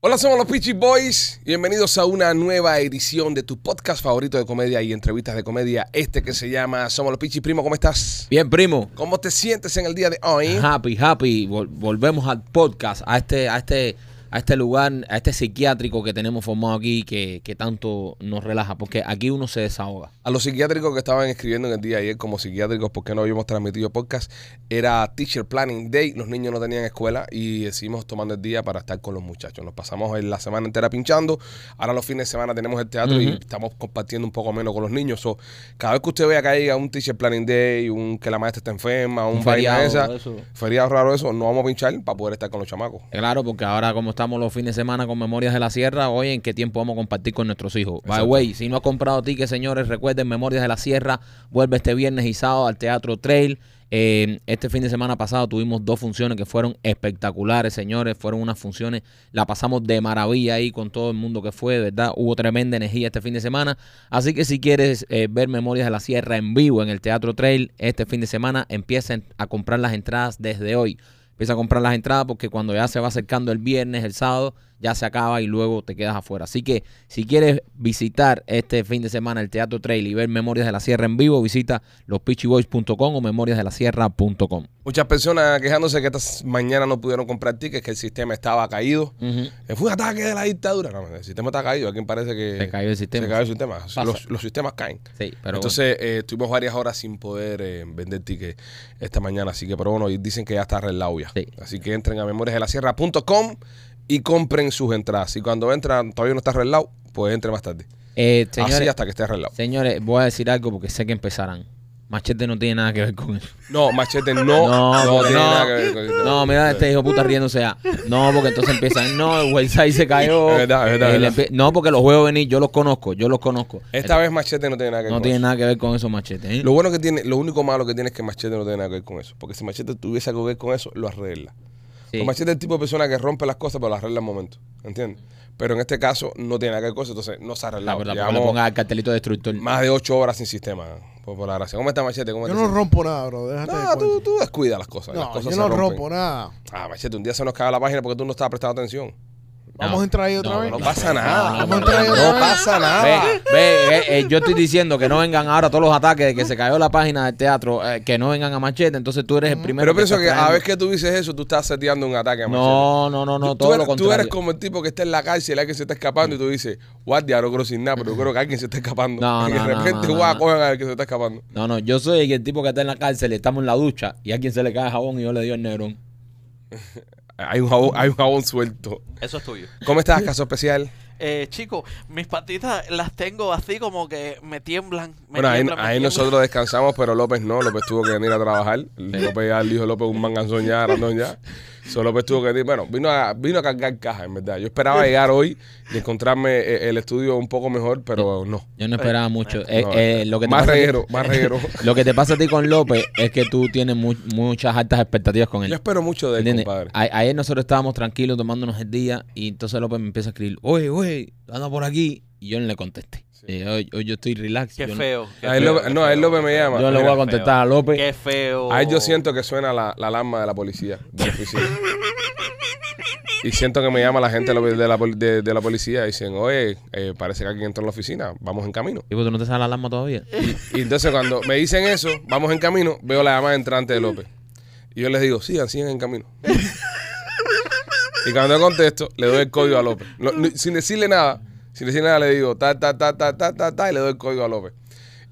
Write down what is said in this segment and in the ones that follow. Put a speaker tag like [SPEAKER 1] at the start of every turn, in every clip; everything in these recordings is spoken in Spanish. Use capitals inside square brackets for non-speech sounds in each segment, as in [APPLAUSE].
[SPEAKER 1] Hola, somos los Peachy Boys. Bienvenidos a una nueva edición de tu podcast favorito de comedia y entrevistas de comedia. Este que se llama Somos los Peachy Primo. ¿Cómo estás?
[SPEAKER 2] Bien, primo.
[SPEAKER 1] ¿Cómo te sientes en el día de hoy?
[SPEAKER 2] Happy, happy. Vol- volvemos al podcast, a este, a este, a este lugar, a este psiquiátrico que tenemos formado aquí, que, que tanto nos relaja, porque aquí uno se desahoga.
[SPEAKER 1] A los psiquiátricos que estaban escribiendo en el día de ayer como psiquiátricos porque no habíamos transmitido podcast, era Teacher Planning Day, los niños no tenían escuela y decidimos tomando el día para estar con los muchachos. Nos pasamos la semana entera pinchando, ahora los fines de semana tenemos el teatro y
[SPEAKER 2] Ujú.
[SPEAKER 1] estamos compartiendo un poco menos con los niños. So, cada vez que usted vea que haya un Teacher Planning Day, un que la maestra está enferma, un,
[SPEAKER 2] Un
[SPEAKER 1] vaina
[SPEAKER 2] feriado,
[SPEAKER 1] esa,
[SPEAKER 2] eso.
[SPEAKER 1] feriado raro eso, no vamos a pinchar para poder estar con los chamacos.
[SPEAKER 2] Claro, porque ahora como estamos los fines de semana con Memorias de la Sierra, hoy en qué tiempo vamos a compartir con nuestros hijos. By the way, si no has comprado tickets, señores, recuerden Memorias de la Sierra, vuelve este viernes y sábado al Teatro Trail. Eh, este fin de semana pasado tuvimos dos funciones que fueron espectaculares, señores, fueron unas funciones, la pasamos de maravilla ahí con todo el mundo que fue, de ¿verdad? Hubo tremenda energía este fin de semana, así que si quieres eh, ver Memorias de la Sierra en vivo en el Teatro Trail este fin de semana, empiecen a comprar las entradas desde hoy. Empieza a comprar las entradas porque cuando ya se va acercando el viernes, el sábado, ya se acaba y luego te quedas afuera. Así que si quieres visitar este fin de semana el Teatro Trail y ver Memorias de la Sierra en vivo, visita lospitchyboys.com o memoriasdelasierra.com.
[SPEAKER 1] Muchas personas quejándose que esta mañana no pudieron comprar tickets, que el sistema estaba caído. Eh, Fue un ataque de la dictadura. No, el sistema está caído. Aquí parece que.
[SPEAKER 2] Se cayó el sistema.
[SPEAKER 1] Eh, se cayó el sistema.
[SPEAKER 2] Pasa.
[SPEAKER 1] Los, los sistemas caen.
[SPEAKER 2] Sí, pero
[SPEAKER 1] Entonces, eh, estuvimos varias horas sin poder eh, vender tickets esta mañana. Así que, pero bueno, y dicen que ya está arreglado ya.
[SPEAKER 2] Sí.
[SPEAKER 1] Así que entren a memoriasdelasierra.com y compren sus entradas. Y cuando entran, todavía no está arreglado, pues entre más tarde.
[SPEAKER 2] bueno. Eh,
[SPEAKER 1] Así
[SPEAKER 2] señores,
[SPEAKER 1] hasta que esté arreglado.
[SPEAKER 2] señores, voy a decir algo porque sé que empezarán. Machete no tiene nada que ver con eso.
[SPEAKER 1] No, Machete, no. No,
[SPEAKER 2] [LAUGHS] no,
[SPEAKER 1] tiene
[SPEAKER 2] no.
[SPEAKER 1] nada que ver con el sistema.
[SPEAKER 2] No, mira, este hijo de puta riéndose. ah. No, porque entonces empiezan. No, el website se cayó.
[SPEAKER 1] Es verdad, es verdad,
[SPEAKER 2] El
[SPEAKER 1] es verdad.
[SPEAKER 2] empie- No, porque los juegos venir, yo los conozco, yo los conozco.
[SPEAKER 1] Esta vez Machete no tiene nada que ver
[SPEAKER 2] No
[SPEAKER 1] con
[SPEAKER 2] tiene
[SPEAKER 1] eso.
[SPEAKER 2] nada que ver con esos machetes. ¿eh?
[SPEAKER 1] Lo bueno que tiene, lo único malo que tiene es que Machete no tiene nada que ver con eso. Porque si Machete tuviese algo que ver con eso, lo arregla.
[SPEAKER 2] Sí. Ah,
[SPEAKER 1] Porque Machete es el tipo de persona que rompe las cosas, pero las arregla al momento. ¿Entiendes? Pero en este caso no tiene nada que ver con eso, entonces no se ha
[SPEAKER 2] La
[SPEAKER 1] arreglado.
[SPEAKER 2] verdad, porque Ah, le
[SPEAKER 1] Llevamos
[SPEAKER 2] ponga el cartelito destructor.
[SPEAKER 1] más de ocho horas sin sistema. Por, por la gracia. ¿Cómo está Machete? ¿Cómo te
[SPEAKER 3] Yo no
[SPEAKER 1] sientes?
[SPEAKER 3] rompo nada, bro. Déjate de
[SPEAKER 1] No, tú,
[SPEAKER 3] cuento.
[SPEAKER 1] tú descuida las cosas. las
[SPEAKER 3] No,
[SPEAKER 1] cosas
[SPEAKER 3] yo
[SPEAKER 1] se
[SPEAKER 3] no
[SPEAKER 1] rompen.
[SPEAKER 3] rompo nada.
[SPEAKER 1] Ah, Machete, un día se nos cae la página porque tú no estabas prestando atención.
[SPEAKER 3] Vamos a entrar ahí otra vez.
[SPEAKER 1] No pasa nada.
[SPEAKER 3] no, no, no,
[SPEAKER 1] No
[SPEAKER 3] no.
[SPEAKER 1] pasa nada.
[SPEAKER 2] Ve, ve, eh, eh, yo estoy diciendo que no vengan ahora todos los ataques de que se cayó la página del teatro, eh, que no vengan a machete, entonces tú eres el primero.
[SPEAKER 1] Pero pienso
[SPEAKER 2] estás
[SPEAKER 1] que a
[SPEAKER 2] trayendo.
[SPEAKER 1] vez que tú dices eso, tú estás seteando un ataque a Machete.
[SPEAKER 2] No, no, no, no,
[SPEAKER 1] tú, tú
[SPEAKER 2] todo
[SPEAKER 1] eres,
[SPEAKER 2] lo
[SPEAKER 1] tú eres
[SPEAKER 2] contrario.
[SPEAKER 1] como el tipo que está en la cárcel, hay que se está escapando y tú dices, guardia, no creo sin nada, pero yo creo que alguien se está escapando. [LAUGHS]
[SPEAKER 2] No,
[SPEAKER 1] y de
[SPEAKER 2] no, no,
[SPEAKER 1] repente,
[SPEAKER 2] no,
[SPEAKER 1] guau,
[SPEAKER 2] no.
[SPEAKER 1] cojan al que se está escapando.
[SPEAKER 2] No, no, yo soy el tipo que está en la cárcel, estamos en la ducha y a quien se le cae jabón y yo le dio el negrón.
[SPEAKER 1] Hay un jabón, hay un jabón suelto.
[SPEAKER 4] Eso es tuyo.
[SPEAKER 1] ¿Cómo estás, caso especial?
[SPEAKER 4] Eh, chico, mis patitas las tengo así como que me tiemblan. Me
[SPEAKER 1] bueno, ahí,
[SPEAKER 4] tiemblan, me
[SPEAKER 1] ahí
[SPEAKER 4] tiemblan.
[SPEAKER 1] nosotros descansamos, pero López no. López tuvo que venir a trabajar. López ya le dijo López un manganzón ya, randón ya. So, López tuvo que venir. Bueno, vino a, vino a cargar cajas, en verdad. Yo esperaba llegar hoy y encontrarme eh, el estudio un poco mejor, pero no.
[SPEAKER 2] Yo no esperaba mucho. Eh,
[SPEAKER 1] No,
[SPEAKER 2] eh, lo que te
[SPEAKER 1] más
[SPEAKER 2] pasa a ti-
[SPEAKER 1] reguero, más
[SPEAKER 2] [LAUGHS]
[SPEAKER 1] reguero.
[SPEAKER 2] Lo que te pasa a ti con López es que tú tienes mu- muchas altas expectativas con él.
[SPEAKER 1] Yo espero mucho de él,
[SPEAKER 2] ¿Entiendes?
[SPEAKER 1] compadre.
[SPEAKER 2] A- ayer nosotros estábamos tranquilos tomándonos el día y entonces López me empieza a escribir, oye, oye, anda por aquí. Y yo no le contesté. Eh, hoy, hoy yo estoy relax.
[SPEAKER 4] Qué
[SPEAKER 2] yo no-
[SPEAKER 4] feo. qué
[SPEAKER 1] A él
[SPEAKER 4] feo,
[SPEAKER 1] López-
[SPEAKER 4] qué
[SPEAKER 1] no, a él
[SPEAKER 4] feo.
[SPEAKER 1] López me llama.
[SPEAKER 2] yo le voy
[SPEAKER 1] Mira,
[SPEAKER 2] a contestar a López.
[SPEAKER 4] Qué feo.
[SPEAKER 1] Ahí yo siento que suena la, la alarma de la policía. de la oficina. y siento que me llama la gente de la- de la, pol- de- de la policía y dicen, oye, eh, parece que alguien entró en la oficina, vamos en camino.
[SPEAKER 2] Tipo, pues, ¿tú no te sale la alarma todavía?
[SPEAKER 1] Y entonces cuando me dicen eso, vamos en camino, veo la llamada entrante de López. Y yo les digo, sigan, sigan en camino. Y cuando yo contesto, le doy el código a López. No, ni- sin decirle nada, sin decir nada, le digo, ta, ta, ta, ta, ta, ta, ta, y le doy el código a López.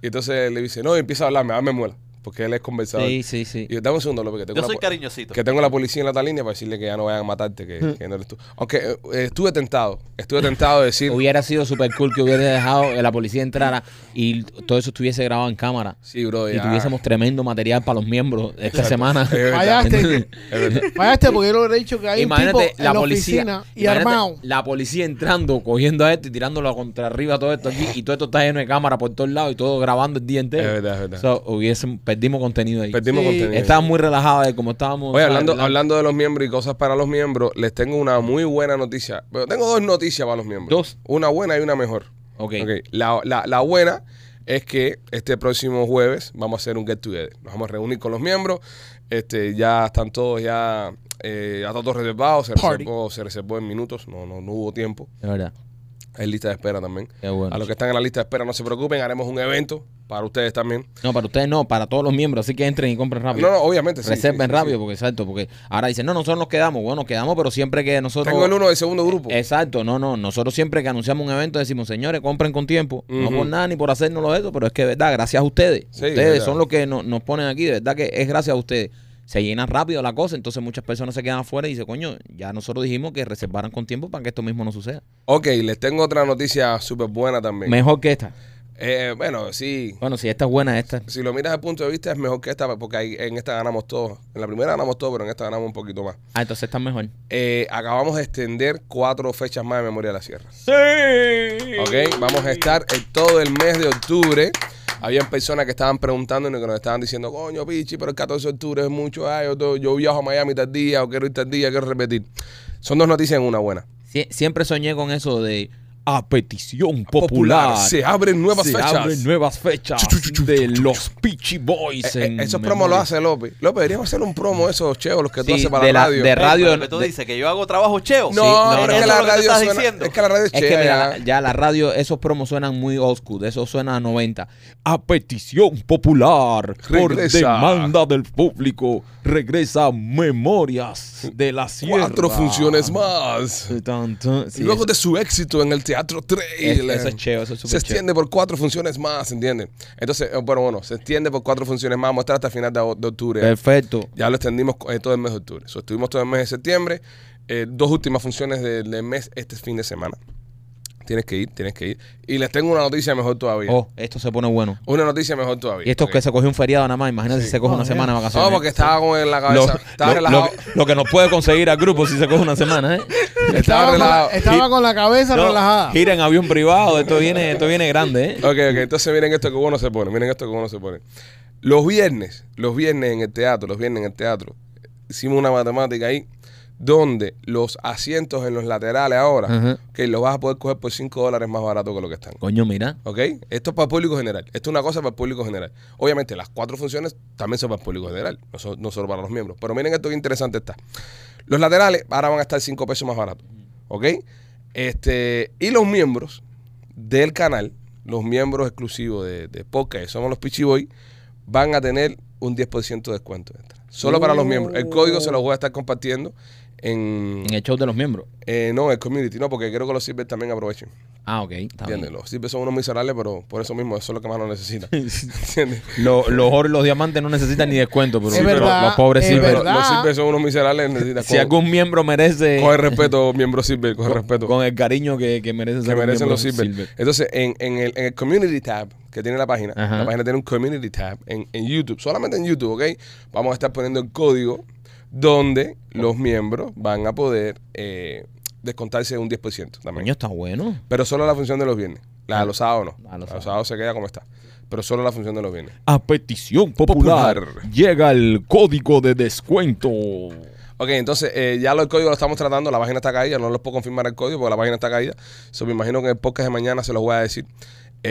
[SPEAKER 1] Y entonces le dice, no, y empieza a hablarme, a darme muela, porque él es conversador.
[SPEAKER 2] Sí, sí, sí.
[SPEAKER 1] Y yo, dame un segundo, López, que tengo,
[SPEAKER 4] Yo soy
[SPEAKER 1] po-
[SPEAKER 4] cariñosito.
[SPEAKER 1] que tengo la policía en la otra línea para decirle que ya no vayan a matarte, que, que no eres tú. Aunque eh, estuve tentado, estuve tentado de decir,
[SPEAKER 2] Hubiera sido súper cool que hubiera dejado que la policía entrara y todo eso estuviese grabado en cámara.
[SPEAKER 1] sí, bro,
[SPEAKER 2] Y
[SPEAKER 1] ya.
[SPEAKER 2] tuviésemos tremendo material para los miembros de esta [LAUGHS] semana.
[SPEAKER 1] Es verdad,
[SPEAKER 3] Fallaste.
[SPEAKER 1] es verdad.
[SPEAKER 3] Fallaste porque yo lo hubiera dicho que hay un
[SPEAKER 2] Imagínate
[SPEAKER 3] tipo
[SPEAKER 2] la
[SPEAKER 3] en la
[SPEAKER 2] policía.
[SPEAKER 3] oficina y
[SPEAKER 2] imagínate
[SPEAKER 3] armado.
[SPEAKER 2] La policía entrando, cogiendo a esto y tirándolo contra arriba todo esto aquí. Y todo esto está lleno de cámara por todos lados y todo grabando el día entero.
[SPEAKER 1] Es verdad, es verdad.
[SPEAKER 2] So, hubiésemos- perdimos contenido ahí.
[SPEAKER 1] Perdimos
[SPEAKER 3] Sí.
[SPEAKER 1] contenido.
[SPEAKER 2] Estábamos muy relajados de cómo estábamos.
[SPEAKER 1] Oye,
[SPEAKER 2] ¿sabes?
[SPEAKER 1] hablando,
[SPEAKER 2] Relajados.
[SPEAKER 1] hablando de los miembros y cosas para los miembros, les tengo una muy buena noticia. Pero tengo dos noticias para los miembros.
[SPEAKER 2] Dos.
[SPEAKER 1] Una buena y una mejor.
[SPEAKER 2] Ok.
[SPEAKER 1] Ok. La, la- la buena es que este próximo jueves vamos a hacer un get together. Nos vamos a reunir con los miembros. Este, ya están todos ya, eh, ya está todo reservado. Se
[SPEAKER 3] Party.
[SPEAKER 1] reservó, se reservó en minutos. No, no, no hubo tiempo.
[SPEAKER 2] Es verdad.
[SPEAKER 1] Hay lista de espera también.
[SPEAKER 2] Qué bueno.
[SPEAKER 1] A los que están en la lista de espera, no se preocupen. Haremos un evento para ustedes también.
[SPEAKER 2] No, para ustedes no, para todos los miembros. Así que entren y compren rápido.
[SPEAKER 1] No, no, obviamente. sí,
[SPEAKER 2] Ah, Reserven
[SPEAKER 1] sí, sí, sí.
[SPEAKER 2] rápido, porque exacto. Porque ahora dicen, no, nosotros nos quedamos. Bueno, nos quedamos, pero siempre que nosotros.
[SPEAKER 1] Tengo el uno del segundo grupo.
[SPEAKER 2] Exacto, no, no. Nosotros siempre que anunciamos un evento decimos, señores, compren con tiempo. No
[SPEAKER 1] Ujú.
[SPEAKER 2] por nada ni por hacernos eso, pero es que, de verdad, gracias a ustedes.
[SPEAKER 1] Sí,
[SPEAKER 2] ustedes
[SPEAKER 1] verdad.
[SPEAKER 2] son los que no- nos ponen aquí, de verdad que es gracias a ustedes. Se llena rápido la cosa, entonces muchas personas se quedan afuera y dicen, coño, ya nosotros dijimos que reservaran con tiempo para que esto mismo no suceda.
[SPEAKER 1] Ok, les tengo otra noticia súper buena también.
[SPEAKER 2] Mejor que esta.
[SPEAKER 1] Eh, bueno, sí.
[SPEAKER 2] Bueno, si esta es buena, esta.
[SPEAKER 1] Si lo miras desde el punto de vista, es mejor que esta, porque ahí- en esta ganamos todos. En la primera ganamos todos, pero en esta ganamos un poquito más.
[SPEAKER 2] Ah, entonces está mejor.
[SPEAKER 1] Eh, acabamos de extender cuatro fechas más de Memoria de la Sierra.
[SPEAKER 2] Sí.
[SPEAKER 1] ¿Ok? Vamos a estar en todo el mes de octubre. Habían personas que estaban preguntando y que nos estaban diciendo, coño, pichi, pero el 14 de octubre es mucho. Ay, yo, to- yo viajo a Miami tal día, o quiero ir tal día, quiero repetir. Son dos noticias en una buena.
[SPEAKER 2] Sie- siempre soñé con eso de a petición popular.
[SPEAKER 1] Se abren nuevas
[SPEAKER 2] se
[SPEAKER 1] fechas.
[SPEAKER 2] abren nuevas fechas de los Peachy Boys.
[SPEAKER 1] Eh, eh,
[SPEAKER 2] en
[SPEAKER 1] esos promos lo
[SPEAKER 2] memoria.
[SPEAKER 1] hace López. López, deberíamos hacer un promo de esos cheos, los que tú
[SPEAKER 2] Sí,
[SPEAKER 1] haces para
[SPEAKER 2] de
[SPEAKER 1] la
[SPEAKER 2] la-
[SPEAKER 1] radio.
[SPEAKER 2] de radio-
[SPEAKER 4] lo que tú
[SPEAKER 2] de-
[SPEAKER 4] dices, que yo hago trabajo cheo.
[SPEAKER 1] no,
[SPEAKER 2] Oh, no,
[SPEAKER 1] pero
[SPEAKER 2] no.
[SPEAKER 1] es que
[SPEAKER 4] Eso
[SPEAKER 1] la
[SPEAKER 4] es lo que tú
[SPEAKER 1] radio
[SPEAKER 4] estás
[SPEAKER 1] suena-
[SPEAKER 4] diciendo.
[SPEAKER 1] Es que la radio es,
[SPEAKER 2] Es
[SPEAKER 1] chea,
[SPEAKER 2] que mira,
[SPEAKER 1] ya.
[SPEAKER 2] la- ya la radio, esos promos suenan muy old school, eso suena a Ah, pues, 90. A petición popular,
[SPEAKER 1] Regresa.
[SPEAKER 2] por demanda del público, regresa Memorias de la Sierra.
[SPEAKER 1] Cuatro funciones más.
[SPEAKER 2] Tan, tan, sí,
[SPEAKER 1] Luego
[SPEAKER 2] eso-
[SPEAKER 1] de su éxito en el Teatro
[SPEAKER 2] es-
[SPEAKER 1] Trail.
[SPEAKER 2] eso es cheo, eso es
[SPEAKER 1] se
[SPEAKER 2] súper cheo.
[SPEAKER 1] extiende por cuatro funciones más, ¿entiendes? Entonces, eh, bueno, bueno, se extiende por cuatro funciones más, vamos a estar hasta final de, o- de octubre.
[SPEAKER 2] Perfecto.
[SPEAKER 1] Ya lo extendimos eh, todo el mes de octubre. So, estuvimos todo el mes de septiembre, eh, dos últimas funciones de- del mes este fin de semana. Tienes que ir, tienes que ir. Y les tengo una noticia mejor todavía.
[SPEAKER 2] Oh, esto se pone bueno.
[SPEAKER 1] Una noticia mejor todavía.
[SPEAKER 2] Y esto
[SPEAKER 1] Ok.
[SPEAKER 2] que se cogió un feriado nada más, imagínate si se coge
[SPEAKER 3] Ah,
[SPEAKER 2] una
[SPEAKER 3] bien.
[SPEAKER 2] semana de
[SPEAKER 1] No,
[SPEAKER 2] vacaciones.
[SPEAKER 1] porque estaba con la
[SPEAKER 2] lo,
[SPEAKER 1] cabeza. estaba
[SPEAKER 2] lo-
[SPEAKER 1] relajado.
[SPEAKER 2] lo que- lo que nos puede conseguir al grupo si se coge una [LAUGHS] semana, ¿eh?
[SPEAKER 1] Estaba
[SPEAKER 3] Estaba, con la,
[SPEAKER 1] relajado.
[SPEAKER 3] estaba con la cabeza
[SPEAKER 2] No,
[SPEAKER 3] relajada.
[SPEAKER 2] Gira en avión privado, esto viene, esto viene grande, ¿eh?
[SPEAKER 1] Ok, ok, entonces miren esto que bueno se pone, miren esto que bueno se pone. Los viernes, los viernes en el teatro, los viernes en el teatro, hicimos una matemática ahí donde los asientos en los laterales ahora,
[SPEAKER 2] Ajá.
[SPEAKER 1] que los vas a poder coger por 5 dólares más barato que lo que están.
[SPEAKER 2] Coño, mira.
[SPEAKER 1] ¿Ok? Esto es para el público general. Esto es una cosa para el público general. Obviamente, las cuatro funciones también son para el público general, no, son- no solo para los miembros. Pero miren esto que interesante está. Los laterales ahora van a estar 5 pesos más baratos. ¿Ok? Este, y los miembros del canal, los miembros exclusivos de, de podcast, que somos los Pichiboy, van a tener un 10% de descuento extra. Solo para los miembros. El código se los voy a estar compartiendo en.
[SPEAKER 2] En el show de los miembros.
[SPEAKER 1] eh, no, en el community, no, porque quiero que los sirves también aprovechen.
[SPEAKER 2] Ah, ok. está bien.
[SPEAKER 1] ¿Entiendes? Los sirves son unos miserables, pero por eso mismo, eso es lo que más lo necesitan. [LAUGHS] ¿Entiendes?
[SPEAKER 2] Lo- los oros y los diamantes no necesitan ni descuento, pero,
[SPEAKER 3] Es
[SPEAKER 2] pero
[SPEAKER 3] verdad,
[SPEAKER 2] los pobres
[SPEAKER 3] es
[SPEAKER 2] sí.
[SPEAKER 1] Pero
[SPEAKER 2] pero
[SPEAKER 3] verdad.
[SPEAKER 1] los sirves son unos miserables, necesitan.
[SPEAKER 2] si algún miembro merece.
[SPEAKER 1] Con el respeto, miembro sirve, con el respeto.
[SPEAKER 2] Con el cariño que, que merece
[SPEAKER 1] que
[SPEAKER 2] ser un
[SPEAKER 1] merecen
[SPEAKER 2] miembro
[SPEAKER 1] los silver.
[SPEAKER 2] Silver.
[SPEAKER 1] Entonces, en, en el, en el Community Tab que tiene la página,
[SPEAKER 2] Ajá.
[SPEAKER 1] la página tiene un Community Tab en, en YouTube, solamente en YouTube, ¿ok? Vamos a estar poniendo el código donde los miembros van a poder eh, descontarse un 10% también.
[SPEAKER 2] Coño, está bueno.
[SPEAKER 1] Pero solo la función de los viernes. La de los sábados no.
[SPEAKER 2] La de los
[SPEAKER 1] la de los sábados se queda como está. Pero solo la función de los viernes.
[SPEAKER 2] A petición
[SPEAKER 1] popular,
[SPEAKER 2] llega el código de descuento.
[SPEAKER 1] Ok, entonces eh, ya lo, el código lo estamos tratando, la página está caída, no les puedo confirmar el código porque la página está caída. So, me imagino que en el podcast de mañana se los voy a decir.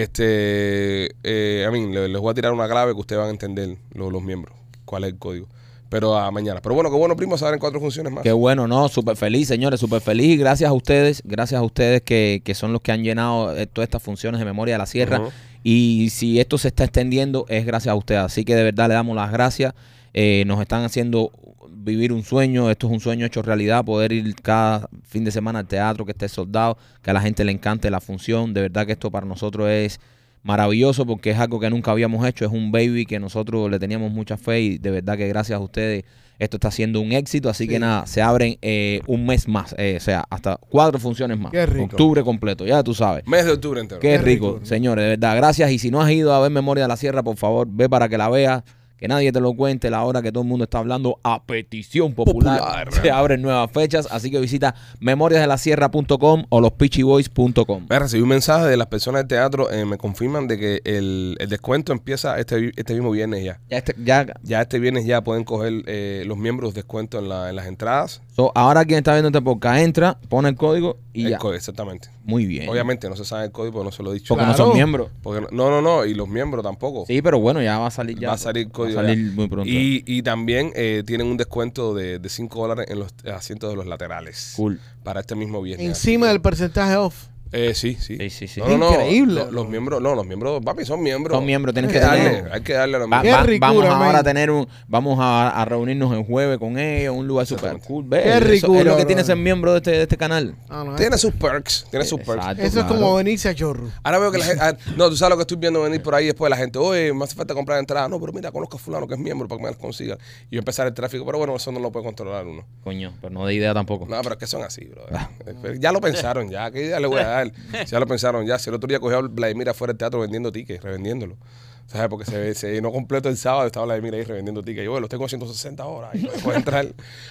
[SPEAKER 1] Este, eh, a mí le- les, voy a tirar una clave que ustedes van a entender, lo- los miembros, cuál es el código. Pero a mañana. Pero bueno, qué bueno, primo, se abren cuatro funciones más.
[SPEAKER 2] Qué bueno, no, súper feliz, señores, súper feliz. Y Gracias a ustedes, gracias a ustedes que, que son los que han llenado eh, todas estas funciones de memoria de la sierra.
[SPEAKER 1] Ujú.
[SPEAKER 2] Y si esto se está extendiendo, es gracias a ustedes. Así que de verdad le damos las gracias. Eh, nos están haciendo vivir un sueño. Esto es un sueño hecho realidad. Poder ir cada fin de semana al teatro, que esté soldado, que a la gente le encante la función. De verdad que esto para nosotros es maravilloso porque es algo que nunca habíamos hecho. Es un baby que nosotros le teníamos mucha fe y de verdad que gracias a ustedes esto está siendo un éxito. Así que
[SPEAKER 3] Sí.
[SPEAKER 2] nada, se abren eh, un mes más. eh, o sea, hasta cuatro funciones más.
[SPEAKER 3] Qué rico.
[SPEAKER 2] Octubre completo, ya tú sabes.
[SPEAKER 1] Mes de octubre entero.
[SPEAKER 2] Qué,
[SPEAKER 3] Qué
[SPEAKER 2] rico,
[SPEAKER 3] rico.
[SPEAKER 2] señores, de verdad. Gracias. Y si no has ido a ver Memoria de la Sierra, por favor, ve para que la veas. Que nadie te lo cuente, la hora que todo el mundo está hablando a petición popular.
[SPEAKER 1] Popular.
[SPEAKER 2] Se abren nuevas fechas, así que visita memoriasdelasierra.com o lospitchyboys.com.
[SPEAKER 1] Me recibí un mensaje de las personas del teatro, eh, me confirman de que el, el descuento empieza este, vi- este mismo viernes ya.
[SPEAKER 2] Ya, este- ya
[SPEAKER 1] Ya este viernes ya pueden coger eh, los miembros descuento en, la- en las entradas.
[SPEAKER 2] so, ahora quien está viendo este podcast entra, pone el código y
[SPEAKER 1] El
[SPEAKER 2] ya.
[SPEAKER 1] co- exactamente.
[SPEAKER 2] Muy bien.
[SPEAKER 1] Obviamente no se sabe el código, porque no se lo he dicho.
[SPEAKER 2] Porque no
[SPEAKER 3] Claro.
[SPEAKER 2] son miembros.
[SPEAKER 1] Porque no, no, no, no, y los miembros tampoco.
[SPEAKER 2] Sí, pero bueno, ya va a salir ya.
[SPEAKER 1] va a salir código.
[SPEAKER 2] Va a salir
[SPEAKER 1] ya.
[SPEAKER 2] muy pronto.
[SPEAKER 1] Y, y también eh, tienen un descuento de, de 5 dólares en los asientos de los laterales.
[SPEAKER 2] Cool.
[SPEAKER 1] Para este mismo viernes.
[SPEAKER 3] Encima del porcentaje off.
[SPEAKER 1] Eh, sí, sí.
[SPEAKER 2] Sí, sí, sí.
[SPEAKER 1] No, no, no,
[SPEAKER 3] Increíble.
[SPEAKER 1] lo- Los, miembros, no, los miembros, papi, son miembros.
[SPEAKER 2] Son miembros, tienes
[SPEAKER 1] Hay
[SPEAKER 2] que
[SPEAKER 1] que darle,
[SPEAKER 2] tener.
[SPEAKER 1] hay que darle a los
[SPEAKER 2] Va-
[SPEAKER 1] miembros.
[SPEAKER 2] va-
[SPEAKER 3] Qué
[SPEAKER 2] vamos
[SPEAKER 3] ricura,
[SPEAKER 2] ahora a
[SPEAKER 3] man.
[SPEAKER 2] tener un, vamos a, a reunirnos el jueves con ellos, un lugar super cool. Ve,
[SPEAKER 3] Qué
[SPEAKER 2] eso
[SPEAKER 3] ricura,
[SPEAKER 2] es lo que
[SPEAKER 3] bro.
[SPEAKER 2] tiene ser miembro de este, de este canal.
[SPEAKER 3] Ah, no,
[SPEAKER 1] Tiene sus perks, tiene sus perks.
[SPEAKER 2] Exacto,
[SPEAKER 3] Eso es
[SPEAKER 2] claro.
[SPEAKER 3] como venirse a chorro.
[SPEAKER 1] Ahora veo que la gente. ah, No, tú sabes lo que estoy viendo venir por ahí después. La gente, oye, me hace falta comprar entrada. No, pero mira, conozco a Fulano que es miembro para que me las consiga. Y yo empezar el tráfico. Pero bueno, eso no lo puede controlar uno.
[SPEAKER 2] Coño, pero no de idea tampoco.
[SPEAKER 1] No, pero es que son así, bro. Eh, Ya lo pensaron, ya. ¿Qué idea le voy a dar? Si ya lo pensaron, ya. Si el otro día cogió a Vladimir afuera del teatro vendiendo tickets, revendiéndolo. ¿Sabes? Porque se, se llenó completo el sábado, estaba Vladimir ahí revendiendo tickets. Yo, oye, los tengo a 160 horas. Y no puedo entrar.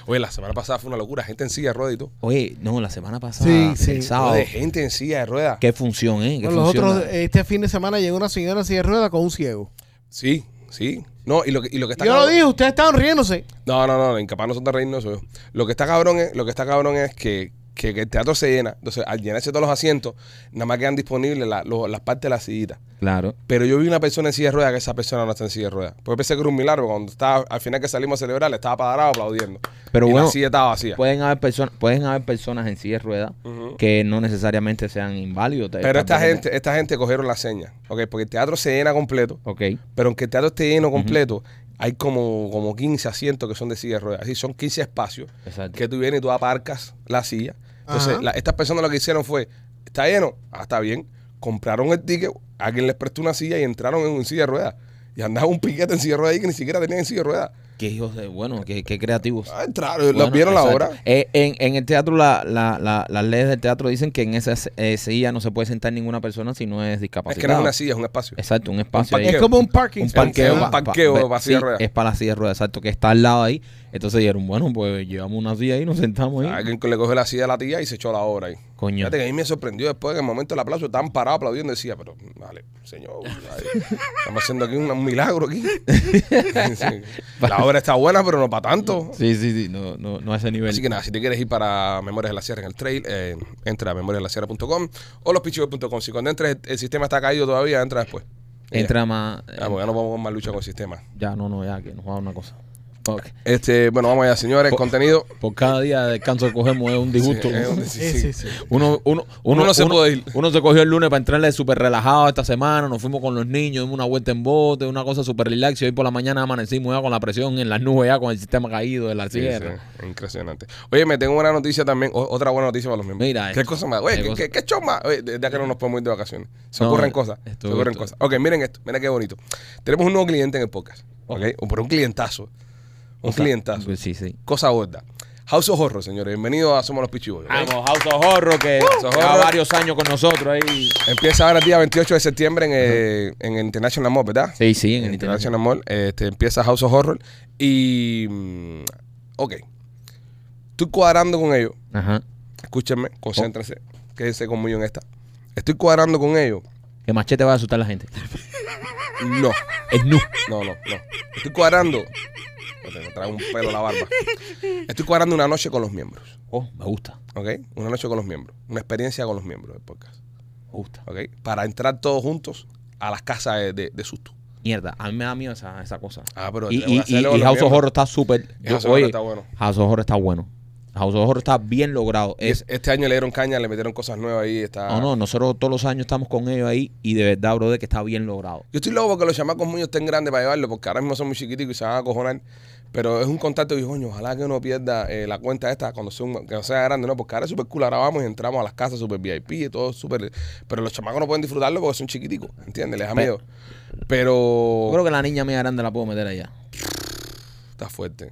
[SPEAKER 1] Oye, la semana pasada fue una locura. Gente en silla de ruedas y todo.
[SPEAKER 2] Oye, no, la semana pasada,
[SPEAKER 3] Sí, sí.
[SPEAKER 2] el sábado,
[SPEAKER 1] Joder, gente en silla de ruedas.
[SPEAKER 2] qué función, ¿eh? Qué
[SPEAKER 3] Con los
[SPEAKER 2] función.
[SPEAKER 3] otros, este fin de semana llegó una señora en silla de ruedas con un ciego.
[SPEAKER 1] Sí, sí. No, y lo que, y lo que está
[SPEAKER 3] Yo lo
[SPEAKER 1] cabrón-
[SPEAKER 3] dije, ustedes estaban riéndose.
[SPEAKER 1] No, no, no, incapaz nosotros de reírnos soy yo. Lo que está cabrón es, lo que está cabrón es que, que- que el teatro se llena. Entonces, al llenarse todos los asientos, nada más quedan disponibles la- lo- las partes de las sillitas.
[SPEAKER 3] eh.
[SPEAKER 2] Claro.
[SPEAKER 1] Pero yo vi una persona en silla de ruedas que esa persona no está en silla de ruedas. Porque pensé que era un milagro. Cuando estaba, al final que salimos a celebrar, le estaba parado aplaudiendo.
[SPEAKER 2] Pero
[SPEAKER 1] y
[SPEAKER 2] bueno, pues,
[SPEAKER 1] la silla estaba vacía.
[SPEAKER 2] Pueden haber, personas pueden haber personas en silla de ruedas
[SPEAKER 1] Ujú.
[SPEAKER 2] que no necesariamente sean inválidos.
[SPEAKER 1] Pero esta
[SPEAKER 2] También-
[SPEAKER 1] gente, esta gente cogieron la seña. ¿ok? Porque el teatro se llena completo.
[SPEAKER 2] Ok.
[SPEAKER 1] Pero aunque el teatro esté lleno completo, hay como, como 15 asientos que son de silla de ruedas. Así son 15 espacios
[SPEAKER 2] Exacto.
[SPEAKER 1] que tú vienes y tú aparcas la silla. Entonces,
[SPEAKER 3] Ajá.
[SPEAKER 1] la- estas personas lo que hicieron fue, ¿está lleno? Ah, está bien. Compraron el ticket, alguien les prestó una silla y entraron en un silla de ruedas. Y andaba un piquete en silla de ruedas ahí que ni siquiera tenían en silla de ruedas.
[SPEAKER 2] Qué hijos de, bueno, qué, qué creativos.
[SPEAKER 1] Ah, entraron, los
[SPEAKER 2] Bueno,
[SPEAKER 1] vieron
[SPEAKER 2] exacto.
[SPEAKER 1] la hora.
[SPEAKER 2] Eh, en, en el teatro, la, la- la- las leyes del teatro dicen que en esa eh, silla no se puede sentar ninguna persona si no es
[SPEAKER 1] Es
[SPEAKER 2] discapacitada.
[SPEAKER 1] que no es una silla, es un espacio.
[SPEAKER 2] Exacto, un espacio. ahí.
[SPEAKER 1] parqueo.
[SPEAKER 3] Es como un parking.
[SPEAKER 2] Un
[SPEAKER 3] space,
[SPEAKER 2] parqueo.
[SPEAKER 1] un
[SPEAKER 3] ¿verdad?
[SPEAKER 2] pa- pa-
[SPEAKER 1] parqueo
[SPEAKER 2] ve-
[SPEAKER 1] para silla de
[SPEAKER 2] sí,
[SPEAKER 1] ruedas.
[SPEAKER 2] Es para la silla de ruedas, exacto, que está al lado ahí. Entonces dijeron, bueno, pues llevamos una silla ahí, nos sentamos ahí.
[SPEAKER 1] Alguien Ah, que le cogió la silla a la tía y se echó la hora ahí.
[SPEAKER 2] Coño.
[SPEAKER 1] Fíjate que a mí me sorprendió después que en el momento del aplauso estaban parados aplaudiendo y decía, pero vale, señor, ay, estamos haciendo aquí un, un milagro aquí. [LAUGHS] Sí. La obra está buena, pero no para tanto.
[SPEAKER 2] Sí, sí, sí, no, no, no a ese nivel.
[SPEAKER 1] Así que nada, si te quieres ir para Memorias de la Sierra en el trail, eh, entra a memoriasdelasierra.com o lospichiboy.com. Si cuando entres el sistema está caído todavía, entra después. Y
[SPEAKER 2] Entra más.
[SPEAKER 1] Ya, Ah, porque ya no vamos con más lucha con el sistema.
[SPEAKER 2] Ya, no, no, ya, que nos va a dar una cosa. Fuck.
[SPEAKER 1] Este, bueno, vamos allá, señores, contenido.
[SPEAKER 2] Por cada día de descanso que cogemos es un disgusto.
[SPEAKER 1] Sí, es un- sí,
[SPEAKER 3] Sí,
[SPEAKER 1] sí.
[SPEAKER 3] sí, sí.
[SPEAKER 2] Uno, uno, uno,
[SPEAKER 1] Uno no se puede ir.
[SPEAKER 2] uno se cogió el lunes para entrarle súper relajado esta semana. Nos fuimos con los niños, dimos una vuelta en bote, una cosa súper relax. Y hoy por la mañana amanecimos ya con la presión en las nubes, ya con el sistema caído de la
[SPEAKER 1] Sí,
[SPEAKER 2] sierra.
[SPEAKER 1] sí, impresionante. Oye, me tengo una noticia también, o- otra buena noticia para los miembros.
[SPEAKER 2] Mira
[SPEAKER 1] ¿Qué
[SPEAKER 2] esto.
[SPEAKER 1] cosa más? Oye,
[SPEAKER 2] Qué
[SPEAKER 1] ¿qué,
[SPEAKER 2] cosa.
[SPEAKER 1] qué, qué show más? Oye, de- ya que no nos podemos ir de vacaciones. Se
[SPEAKER 2] No,
[SPEAKER 1] ocurren cosas.
[SPEAKER 2] esto-
[SPEAKER 1] se ocurren
[SPEAKER 2] esto-
[SPEAKER 1] cosas. Ok, miren esto, miren qué bonito. Tenemos un nuevo cliente en el podcast. Ok, o por un clientazo. Un
[SPEAKER 2] O sea,
[SPEAKER 1] clientazo.
[SPEAKER 2] pues Sí, sí.
[SPEAKER 1] Cosa gorda. House of Horror, señores. Bienvenidos a Somos los Pichibos.
[SPEAKER 2] Vamos, House of Horror, que
[SPEAKER 1] House of
[SPEAKER 2] lleva
[SPEAKER 1] Horror.
[SPEAKER 2] varios años con nosotros ahí.
[SPEAKER 1] Empieza ahora el día 28 de septiembre en, eh, en el International Mall, ¿verdad?
[SPEAKER 2] Sí, sí, en
[SPEAKER 1] en
[SPEAKER 2] el
[SPEAKER 1] International Mall. Este, empieza House of Horror. Y. mm, Ok. Estoy cuadrando con ellos.
[SPEAKER 2] Ajá.
[SPEAKER 1] Escúchenme, concéntrense. Quédense conmigo en esta. Estoy cuadrando con ellos.
[SPEAKER 2] Que machete va a asustar a la gente.
[SPEAKER 1] No.
[SPEAKER 2] Es nu.
[SPEAKER 1] No, no, no. Estoy cuadrando. Espérate, Me trae un pelo a la barba. Estoy cuadrando una noche con los miembros.
[SPEAKER 2] Oh, me gusta,
[SPEAKER 1] ¿Ok? Una noche con los miembros. Una experiencia con los miembros del podcast.
[SPEAKER 2] me gusta.
[SPEAKER 1] ¿Ok? Para entrar todos juntos a las casas de, de- de susto.
[SPEAKER 2] Mierda, a mí me da miedo esa, esa cosa.
[SPEAKER 1] Ah, pero
[SPEAKER 2] Y,
[SPEAKER 1] te voy
[SPEAKER 2] y,
[SPEAKER 1] a
[SPEAKER 2] y,
[SPEAKER 1] hacerlo
[SPEAKER 2] y
[SPEAKER 1] con los
[SPEAKER 2] House of
[SPEAKER 1] miembros.
[SPEAKER 2] Horror está súper.
[SPEAKER 1] Y
[SPEAKER 2] yo-
[SPEAKER 1] House of Horror
[SPEAKER 2] oye,
[SPEAKER 1] está bueno.
[SPEAKER 2] House of Horror está bueno. House of Horror está bien logrado.
[SPEAKER 1] Y
[SPEAKER 2] Es,
[SPEAKER 1] es- Este año le dieron caña, le metieron cosas nuevas ahí. Está...
[SPEAKER 2] No, no, nosotros todos los años estamos con ellos ahí y de verdad, brother, que está bien logrado.
[SPEAKER 1] Yo estoy loco porque los chamacos míos estén grandes para llevarlo, porque ahora mismo son muy chiquiticos y se van a cojonar. Pero es un contacto y digo, coño, ojalá que uno pierda eh, la cuenta esta cuando sea, un- que sea grande, ¿no? Porque ahora es súper cool, ahora vamos y entramos a las casas super VIP y todo súper... Pero los chamacos no pueden disfrutarlo porque son chiquiticos, ¿entiendes? Les da
[SPEAKER 2] Pe-
[SPEAKER 1] miedo. Pero...
[SPEAKER 2] Yo creo que la niña mía grande la puedo meter allá.
[SPEAKER 1] Está fuerte.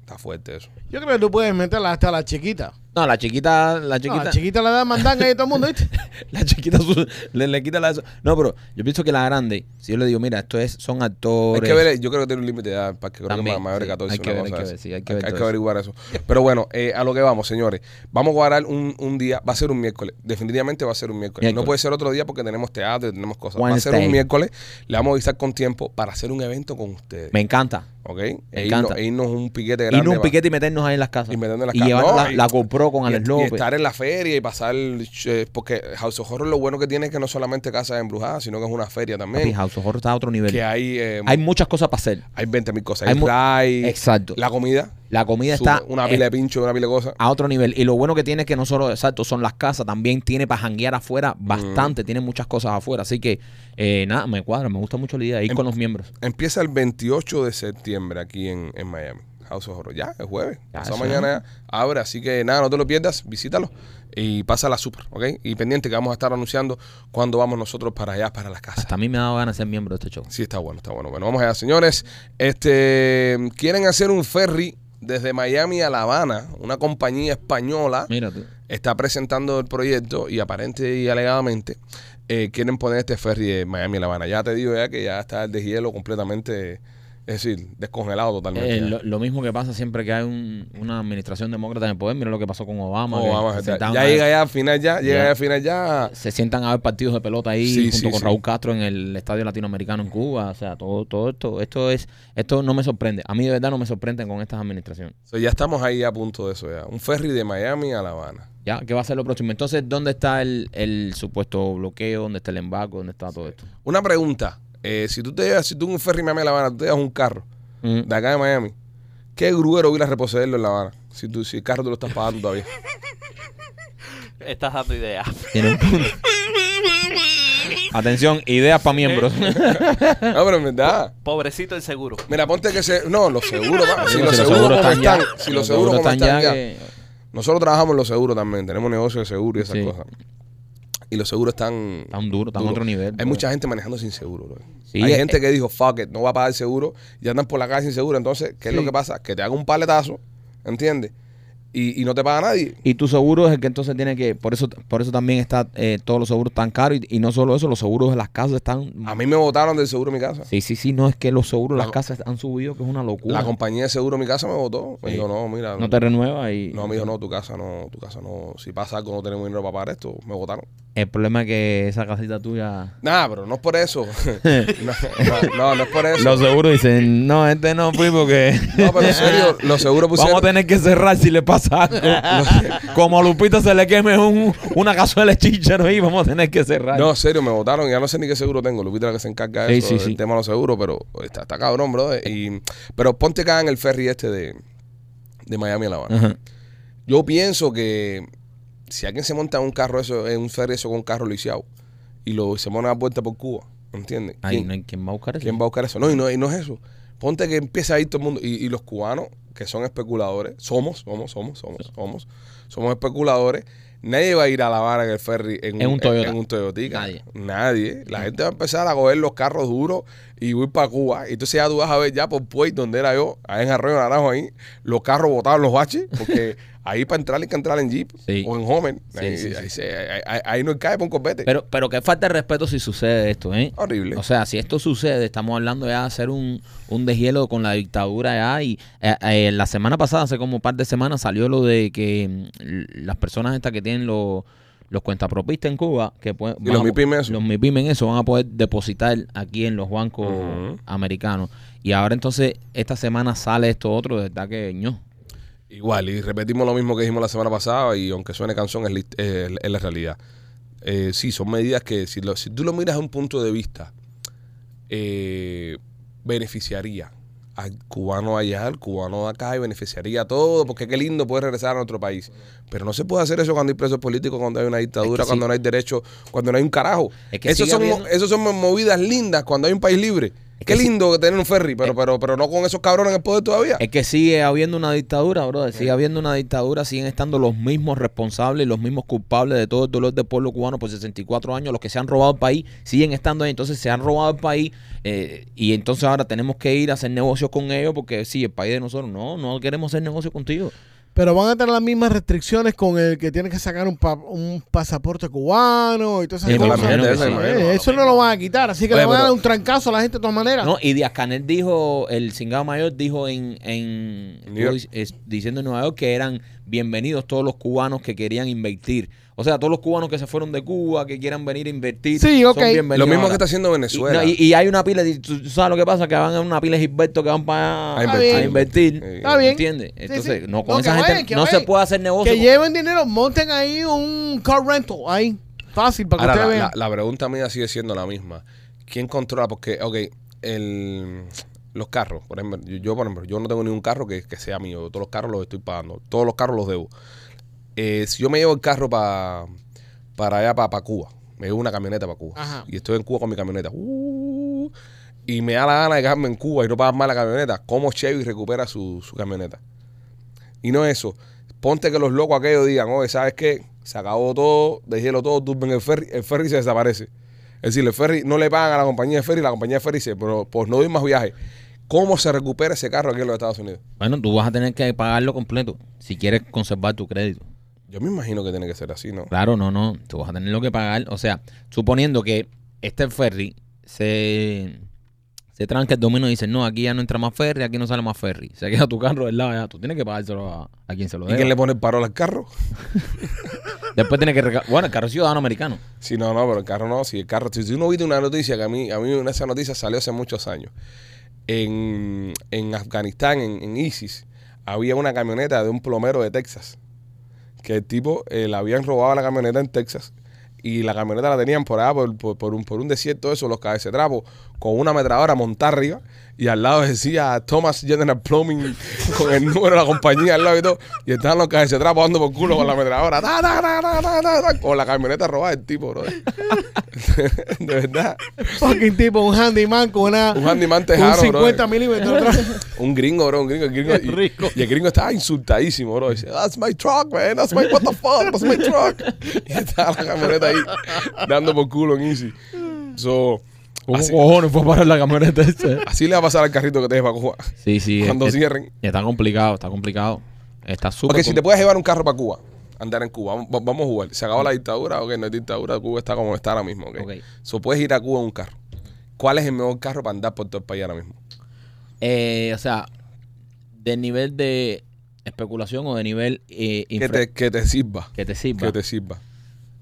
[SPEAKER 1] Está fuerte eso.
[SPEAKER 3] Yo creo que tú puedes meterla hasta la chiquita.
[SPEAKER 2] No, la chiquita, la
[SPEAKER 3] No,
[SPEAKER 2] chiquita,
[SPEAKER 3] la chiquita la da mandanga ahí a todo el mundo, ¿viste?
[SPEAKER 2] [LAUGHS] la chiquita su- le, le quita la eso. No, pero yo pienso que la grande, si yo le digo, mira, esto es, son
[SPEAKER 1] Hay
[SPEAKER 2] actores.
[SPEAKER 1] que ver, yo creo que tiene un límite de edad para que creo que
[SPEAKER 2] También,
[SPEAKER 1] ma- mayor de
[SPEAKER 2] sí.
[SPEAKER 1] 14.
[SPEAKER 2] Hay que
[SPEAKER 1] una
[SPEAKER 2] ver, hay
[SPEAKER 1] cosa
[SPEAKER 2] que
[SPEAKER 1] de
[SPEAKER 2] ver,
[SPEAKER 1] esa.
[SPEAKER 2] sí, hay que ver todo eso.
[SPEAKER 1] averiguar eso. Pero bueno, eh, a lo que vamos, señores. Vamos a guardar un, un día, va a ser un miércoles. Definitivamente va a ser un miércoles. No
[SPEAKER 2] Miércoles.
[SPEAKER 1] puede ser otro día porque tenemos teatro, y tenemos cosas. Va a ser
[SPEAKER 2] Wednesday.
[SPEAKER 1] un miércoles, le vamos a avisar con tiempo para hacer un evento con ustedes.
[SPEAKER 2] Me encanta.
[SPEAKER 1] ¿Ok?
[SPEAKER 2] me
[SPEAKER 1] e, irnos,
[SPEAKER 2] encanta.
[SPEAKER 1] e irnos un piquete grande.
[SPEAKER 2] Irnos un
[SPEAKER 1] va-
[SPEAKER 2] piquete y meternos ahí en las casas.
[SPEAKER 1] Y meternos en las
[SPEAKER 2] Y
[SPEAKER 1] casas.
[SPEAKER 2] llevar
[SPEAKER 1] No,
[SPEAKER 2] la,
[SPEAKER 1] y-
[SPEAKER 2] la GoPro con
[SPEAKER 1] y,
[SPEAKER 2] Alex
[SPEAKER 1] y
[SPEAKER 2] Lopez.
[SPEAKER 1] estar en la feria y pasar eh, porque House of Horror lo bueno que tiene es que no solamente casas embrujadas sino que es una feria
[SPEAKER 2] Papi,
[SPEAKER 1] también
[SPEAKER 2] House of Horror está a otro nivel.
[SPEAKER 1] que hay eh,
[SPEAKER 2] Hay muchas cosas para hacer.
[SPEAKER 1] hay 20 mil cosas.
[SPEAKER 2] Hay
[SPEAKER 1] Hay
[SPEAKER 2] mu-
[SPEAKER 1] fry,
[SPEAKER 2] Exacto.
[SPEAKER 1] La comida.
[SPEAKER 2] La comida
[SPEAKER 1] su-
[SPEAKER 2] está eh,
[SPEAKER 1] Una pila de pincho, una pila de cosas.
[SPEAKER 2] a otro nivel. Y lo bueno que tiene es que no solo, exacto, son las casas, también tiene para janguear afuera
[SPEAKER 1] Mm.
[SPEAKER 2] bastante, tiene muchas cosas afuera. Así que, eh, nada, me cuadra, me gusta mucho la idea de ir
[SPEAKER 1] Em-
[SPEAKER 2] con los miembros.
[SPEAKER 1] Empieza el 28 de septiembre aquí en, en Miami. House of Horror. Ya, es jueves.
[SPEAKER 2] Ya,
[SPEAKER 1] Pasado
[SPEAKER 2] eso
[SPEAKER 1] mañana ya abre. Así que nada, no te lo pierdas. Visítalo y pasa la super, ¿ok? Y pendiente que vamos a estar anunciando cuándo vamos nosotros para allá, para las casas.
[SPEAKER 2] Hasta a mí me ha dado ganas de ser miembro de este show.
[SPEAKER 1] Sí, está bueno, está bueno. Bueno, vamos allá, señores. Este, quieren hacer un ferry desde Miami a La Habana. Una compañía española.
[SPEAKER 2] Mira tú.
[SPEAKER 1] está presentando el proyecto y aparente y alegadamente eh, quieren poner este ferry de Miami a La Habana. Ya te digo ya que ya está el deshielo completamente, es decir, descongelado totalmente. Oh,
[SPEAKER 2] Eh,
[SPEAKER 1] ya.
[SPEAKER 2] lo, lo mismo que pasa siempre que hay un- una administración demócrata en el poder. Mira lo que pasó con Obama. que
[SPEAKER 1] Obama,
[SPEAKER 2] se
[SPEAKER 1] está-
[SPEAKER 2] sentaban
[SPEAKER 1] ya
[SPEAKER 2] a-
[SPEAKER 1] llega ya al final ya, llega
[SPEAKER 2] Ya.
[SPEAKER 1] ya al final ya.
[SPEAKER 2] Se sientan a ver partidos de pelota ahí
[SPEAKER 1] Sí,
[SPEAKER 2] junto
[SPEAKER 1] sí,
[SPEAKER 2] con
[SPEAKER 1] sí.
[SPEAKER 2] Raúl Castro en el Estadio Latinoamericano en Cuba. O sea, todo, todo esto, esto es, esto no me sorprende. A mí de verdad no me sorprenden con estas administraciones.
[SPEAKER 1] So, ya estamos ahí a punto de eso ya. Un ferry de Miami a La Habana.
[SPEAKER 2] Ya, ¿qué va a ser lo próximo? Entonces, ¿dónde está el, el supuesto bloqueo? ¿Dónde está el embargo? ¿Dónde está todo esto?
[SPEAKER 1] Una pregunta, eh, si tú te llevas, si tú en un ferry de Miami a La Habana, tú te llevas un carro
[SPEAKER 2] Mm.
[SPEAKER 1] de acá de Miami, ¿qué gruero hubiera a reposeerlo en La Habana? Si, tú, si el carro tú lo estás pagando
[SPEAKER 2] [LAUGHS]
[SPEAKER 1] todavía.
[SPEAKER 4] Estás dando ideas.
[SPEAKER 2] Tiene un punto. Atención, ideas para miembros.
[SPEAKER 1] Eh,
[SPEAKER 2] [LAUGHS]
[SPEAKER 1] No, pero en verdad.
[SPEAKER 4] Pobrecito el seguro.
[SPEAKER 1] Mira, ponte que se. No, los seguros, vamos. Si
[SPEAKER 2] Bueno,
[SPEAKER 1] los seguros como están.
[SPEAKER 2] ya,
[SPEAKER 1] si los seguros como están ya.
[SPEAKER 2] que-
[SPEAKER 1] Nosotros trabajamos en los seguros también. Tenemos negocios de seguro y esas
[SPEAKER 2] Sí.
[SPEAKER 1] cosas. Y los seguros están.
[SPEAKER 2] Están duros, están a
[SPEAKER 1] duros.
[SPEAKER 2] otro nivel.
[SPEAKER 1] Hay
[SPEAKER 2] bro.
[SPEAKER 1] mucha gente manejando sin seguro, bro.
[SPEAKER 2] Sí,
[SPEAKER 1] Hay
[SPEAKER 2] eh,
[SPEAKER 1] gente que dijo, fuck it, no va a pagar seguro. Y andan por la calle sin seguro. Entonces, ¿qué es lo
[SPEAKER 3] Sí.
[SPEAKER 1] que pasa? Que te haga un paletazo, ¿entiendes? Y, y no te paga nadie.
[SPEAKER 2] Y tu seguro es el que entonces tiene que, por eso, por eso también está eh, todos los seguros tan caros y, y no solo eso, los seguros de las casas están.
[SPEAKER 1] A mí me botaron del seguro de mi casa.
[SPEAKER 2] Sí, sí, sí, no es que los seguros de
[SPEAKER 1] Ah, La
[SPEAKER 2] las
[SPEAKER 1] co-
[SPEAKER 2] casas han subido, que es una locura.
[SPEAKER 1] La compañía de seguro de mi casa me votó. Me
[SPEAKER 2] Sí.
[SPEAKER 1] dijo, no, mira.
[SPEAKER 2] no te renueva y
[SPEAKER 1] no, me dijo, no, tu casa no, tu casa no. Si pasa algo, no tenemos dinero para pagar esto. Me votaron.
[SPEAKER 2] el problema es que esa casita tuya.
[SPEAKER 1] Nah, pero no es por eso. [LAUGHS] no, no, no, no es por eso.
[SPEAKER 2] Los seguros dicen, no, este no fui [LAUGHS] porque
[SPEAKER 1] No, pero en serio, los seguros pusieron.
[SPEAKER 2] vamos a tener que cerrar si le pasa [LAUGHS] algo. Como a Lupita se le queme un- una cazuela de chícharo y vamos a tener que cerrar.
[SPEAKER 1] No, en serio, me votaron. Ya no sé ni qué seguro tengo. Lupita es la que se encarga de
[SPEAKER 2] Sí,
[SPEAKER 1] eso,
[SPEAKER 2] sí,
[SPEAKER 1] del
[SPEAKER 2] sí.
[SPEAKER 1] tema de los seguros, pero está, está cabrón, bro. eh, Y, pero ponte acá en el ferry este de, de Miami a La Habana.
[SPEAKER 2] Ajá.
[SPEAKER 1] Yo pienso que si alguien se monta en un carro eso, en un ferry eso con un carro lisiado y lo se pone a la puerta por Cuba, ¿entiendes?
[SPEAKER 2] Ay,
[SPEAKER 1] ¿Quién-
[SPEAKER 2] no hay quien va a buscar eso.
[SPEAKER 1] ¿Quién va a buscar eso? No, y no, y no es eso. Ponte que empieza a ir todo el mundo. Y, y los cubanos, que son especuladores, somos, somos, somos, somos, somos, somos especuladores. Nadie va a ir a La Habana en el ferry en,
[SPEAKER 2] En un Toyota.
[SPEAKER 1] En un Toyotica.
[SPEAKER 2] Nadie.
[SPEAKER 1] Nadie. La gente va a empezar a coger los carros duros y voy para Cuba. Y entonces ya tú vas a ver ya por Puey, donde era yo, ahí en Arroyo Naranjo, ahí, los carros botados en los baches,
[SPEAKER 2] [LAUGHS]
[SPEAKER 1] porque ahí para entrar hay que entrar en Jeep
[SPEAKER 2] Sí.
[SPEAKER 1] o en Homer.
[SPEAKER 2] Sí,
[SPEAKER 1] ahí,
[SPEAKER 2] sí,
[SPEAKER 1] ahí
[SPEAKER 2] sí.
[SPEAKER 1] se- ahí- ahí- ahí no cae por un copete.
[SPEAKER 2] Pero, pero que falta de respeto si sucede esto, ¿eh?
[SPEAKER 1] Horrible.
[SPEAKER 2] O sea, si esto sucede, estamos hablando ya de hacer un, un deshielo con la dictadura ya. Y eh, eh, la semana pasada, hace como un par de semanas, salió lo de que mm, las personas estas que tienen los, los cuentapropistas en Cuba, que pueden,
[SPEAKER 1] Y
[SPEAKER 2] van
[SPEAKER 1] los
[SPEAKER 2] a-
[SPEAKER 1] MIPYME eso.
[SPEAKER 2] los MIPYME en eso, van a poder depositar aquí en los bancos
[SPEAKER 1] Ujú.
[SPEAKER 2] americanos. Y ahora entonces, esta semana sale esto otro, de verdad que ño.
[SPEAKER 1] Igual, y repetimos lo mismo que dijimos la semana pasada, y aunque suene canción, es, li- es- es la realidad. Eh, sí, son medidas que, si, lo- si tú lo miras a un punto de vista, eh, beneficiaría al cubano allá, al cubano de acá, y beneficiaría a todo, porque qué lindo poder regresar a nuestro país. Pero no se puede hacer eso cuando hay presos políticos, cuando hay una dictadura,
[SPEAKER 2] sí.
[SPEAKER 1] cuando no hay derechos, cuando no hay un carajo.
[SPEAKER 2] Es que
[SPEAKER 1] esos,
[SPEAKER 2] sigue
[SPEAKER 1] son, mo-
[SPEAKER 2] habiendo-
[SPEAKER 1] esos son movidas lindas cuando hay un país libre.
[SPEAKER 2] Es
[SPEAKER 1] Qué
[SPEAKER 2] que sí. Eh,
[SPEAKER 1] lindo tener un ferry, pero, pero, pero no con esos cabrones en el poder todavía.
[SPEAKER 2] Es que sigue habiendo una dictadura, brother. Sigue habiendo una dictadura. Siguen estando los mismos responsables, los mismos culpables de todo el dolor del pueblo cubano por 64 años. Los que se han robado el país siguen estando ahí. Entonces se han robado el país eh, y entonces ahora tenemos que ir a hacer negocios con ellos porque sí, el país de nosotros. No, no queremos hacer negocios contigo.
[SPEAKER 3] Pero van a tener las mismas restricciones con el que tiene que sacar un, pa- un pasaporte cubano y todas
[SPEAKER 2] Sí,
[SPEAKER 3] esas
[SPEAKER 2] me
[SPEAKER 3] cosas.
[SPEAKER 2] imagino que
[SPEAKER 3] Eh,
[SPEAKER 2] sí.
[SPEAKER 3] eso no lo van a quitar, así que
[SPEAKER 1] Oye,
[SPEAKER 3] le van a
[SPEAKER 1] pero-
[SPEAKER 3] dar un trancazo a la gente de todas maneras.
[SPEAKER 2] No, y Díaz Canel dijo, el cingado mayor dijo en, en
[SPEAKER 1] New York.
[SPEAKER 2] estuvo dis- es- diciendo en Nueva York que eran bienvenidos todos los cubanos que querían invertir. O sea, todos los cubanos que se fueron de Cuba, que quieran venir a invertir,
[SPEAKER 3] Sí, ok.
[SPEAKER 2] son bienvenidos.
[SPEAKER 1] Lo mismo
[SPEAKER 2] ahora.
[SPEAKER 1] que está haciendo Venezuela.
[SPEAKER 2] Y, no, y- y hay una pila, de- tú tú sabes lo que pasa, que van a una pila de Gilberto que van para
[SPEAKER 1] A
[SPEAKER 2] a
[SPEAKER 1] invertir.
[SPEAKER 2] invertir.
[SPEAKER 1] Sí.
[SPEAKER 3] Está bien.
[SPEAKER 2] ¿Entiendes?
[SPEAKER 3] Sí,
[SPEAKER 2] Entonces,
[SPEAKER 3] sí.
[SPEAKER 2] no con
[SPEAKER 3] No,
[SPEAKER 2] esa
[SPEAKER 3] que
[SPEAKER 2] gente
[SPEAKER 3] vayan, que
[SPEAKER 2] no se
[SPEAKER 3] vayan.
[SPEAKER 2] puede hacer negocio.
[SPEAKER 3] Que lleven dinero, monten ahí un car rental ahí. Fácil, para que
[SPEAKER 1] Ahora,
[SPEAKER 3] ustedes
[SPEAKER 1] la,
[SPEAKER 3] vean.
[SPEAKER 1] la- la pregunta mía sigue siendo la misma. ¿Quién controla? Porque, ok, el, los carros, por ejemplo, yo, yo, por ejemplo, yo no tengo ningún carro que, que sea mío. Todos los carros los estoy pagando. Todos los carros los debo. Eh, si yo me llevo el carro pa- para allá, para Cuba, me llevo una camioneta para Cuba.
[SPEAKER 3] Ajá.
[SPEAKER 1] Y estoy en Cuba con mi camioneta. Uh, y me da la gana de quedarme en Cuba y no pagar más la camioneta. ¿Cómo Chevy recupera su, su camioneta? Y no eso. Ponte que los locos aquellos digan, oye, ¿sabes qué? Se acabó todo, deshielo todo, tú ven el ferry, el ferry se desaparece. Es decir, el ferry no le pagan a la compañía de ferry, la compañía de ferry dice, pero pues no doy más viajes. ¿Cómo se recupera ese carro aquí en los Estados Unidos?
[SPEAKER 2] Bueno, tú vas a tener que pagarlo completo si quieres conservar tu crédito.
[SPEAKER 1] Yo me imagino que tiene que ser así, ¿no?
[SPEAKER 2] Claro, no, no. Tú vas a tener lo que pagar. O sea, suponiendo que este ferry se, se tranca el dominio y dice, no, aquí ya no entra más ferry, aquí no sale más ferry. Se queda tu carro del lado, ya. Tú tienes que pagárselo a, a quien se lo
[SPEAKER 1] ¿Y quién
[SPEAKER 2] dé.
[SPEAKER 1] le pone el paro al carro?
[SPEAKER 2] Después tienes que... reca- Bueno, el carro es ciudadano americano.
[SPEAKER 1] Sí, no, no, pero el carro no. Si el carro, si tú no viste una noticia que a mí, a mí una- esa noticia salió hace muchos años. En, en Afganistán, en, en ISIS, había una camioneta de un plomero de Texas. Que el tipo eh, le habían robado la camioneta en Texas. Y la camioneta la tenían por allá, por, por- por un, por un desierto, eso, los cabecetrapos, con una ametralladora montada arriba. Y al lado decía Thomas General Plumbing [LAUGHS] con el número de la compañía al lado y todo. Y estaban los cabecetrapos dando por culo con la ametralladora. ta, ta, ta, ta, ta, ta, ta, con la camioneta robada del tipo, bro. [LAUGHS] de verdad.
[SPEAKER 3] Fucking tipo, un handyman con una.
[SPEAKER 1] Un handyman
[SPEAKER 3] con
[SPEAKER 1] tejano, bro.
[SPEAKER 3] 50 milímetros.
[SPEAKER 1] [LAUGHS]
[SPEAKER 3] atrás.
[SPEAKER 1] Un gringo, bro, un gringo, el gringo. Y,
[SPEAKER 2] Rico.
[SPEAKER 1] y el gringo estaba insultadísimo, bro. Dice, that's my truck, man, that's my what the fuck, that's my truck. [LAUGHS] Y estaba la camioneta ahí dando por culo en Easy. So, así,
[SPEAKER 2] cojones fue a parar la camioneta ese?
[SPEAKER 1] así le va a pasar al carrito que te deja para Cuba.
[SPEAKER 2] Sí, sí.
[SPEAKER 1] Cuando
[SPEAKER 2] es-
[SPEAKER 1] cierren.
[SPEAKER 2] Está complicado, está complicado. Está súper...
[SPEAKER 1] Porque si
[SPEAKER 2] com-
[SPEAKER 1] te puedes llevar un carro para Cuba, andar en Cuba, vamos, vamos a jugar. Se acabó la dictadura, ok, no es dictadura, Cuba está como está ahora mismo, ok.
[SPEAKER 2] Ok.
[SPEAKER 1] So, puedes ir a Cuba en un carro. ¿Cuál es el mejor carro para andar por todo el país ahora mismo?
[SPEAKER 2] Eh, o sea, de nivel de especulación o de nivel eh,
[SPEAKER 1] Que
[SPEAKER 2] infra-
[SPEAKER 1] te, que te sirva.
[SPEAKER 2] que te sirva.
[SPEAKER 1] Que te sirva.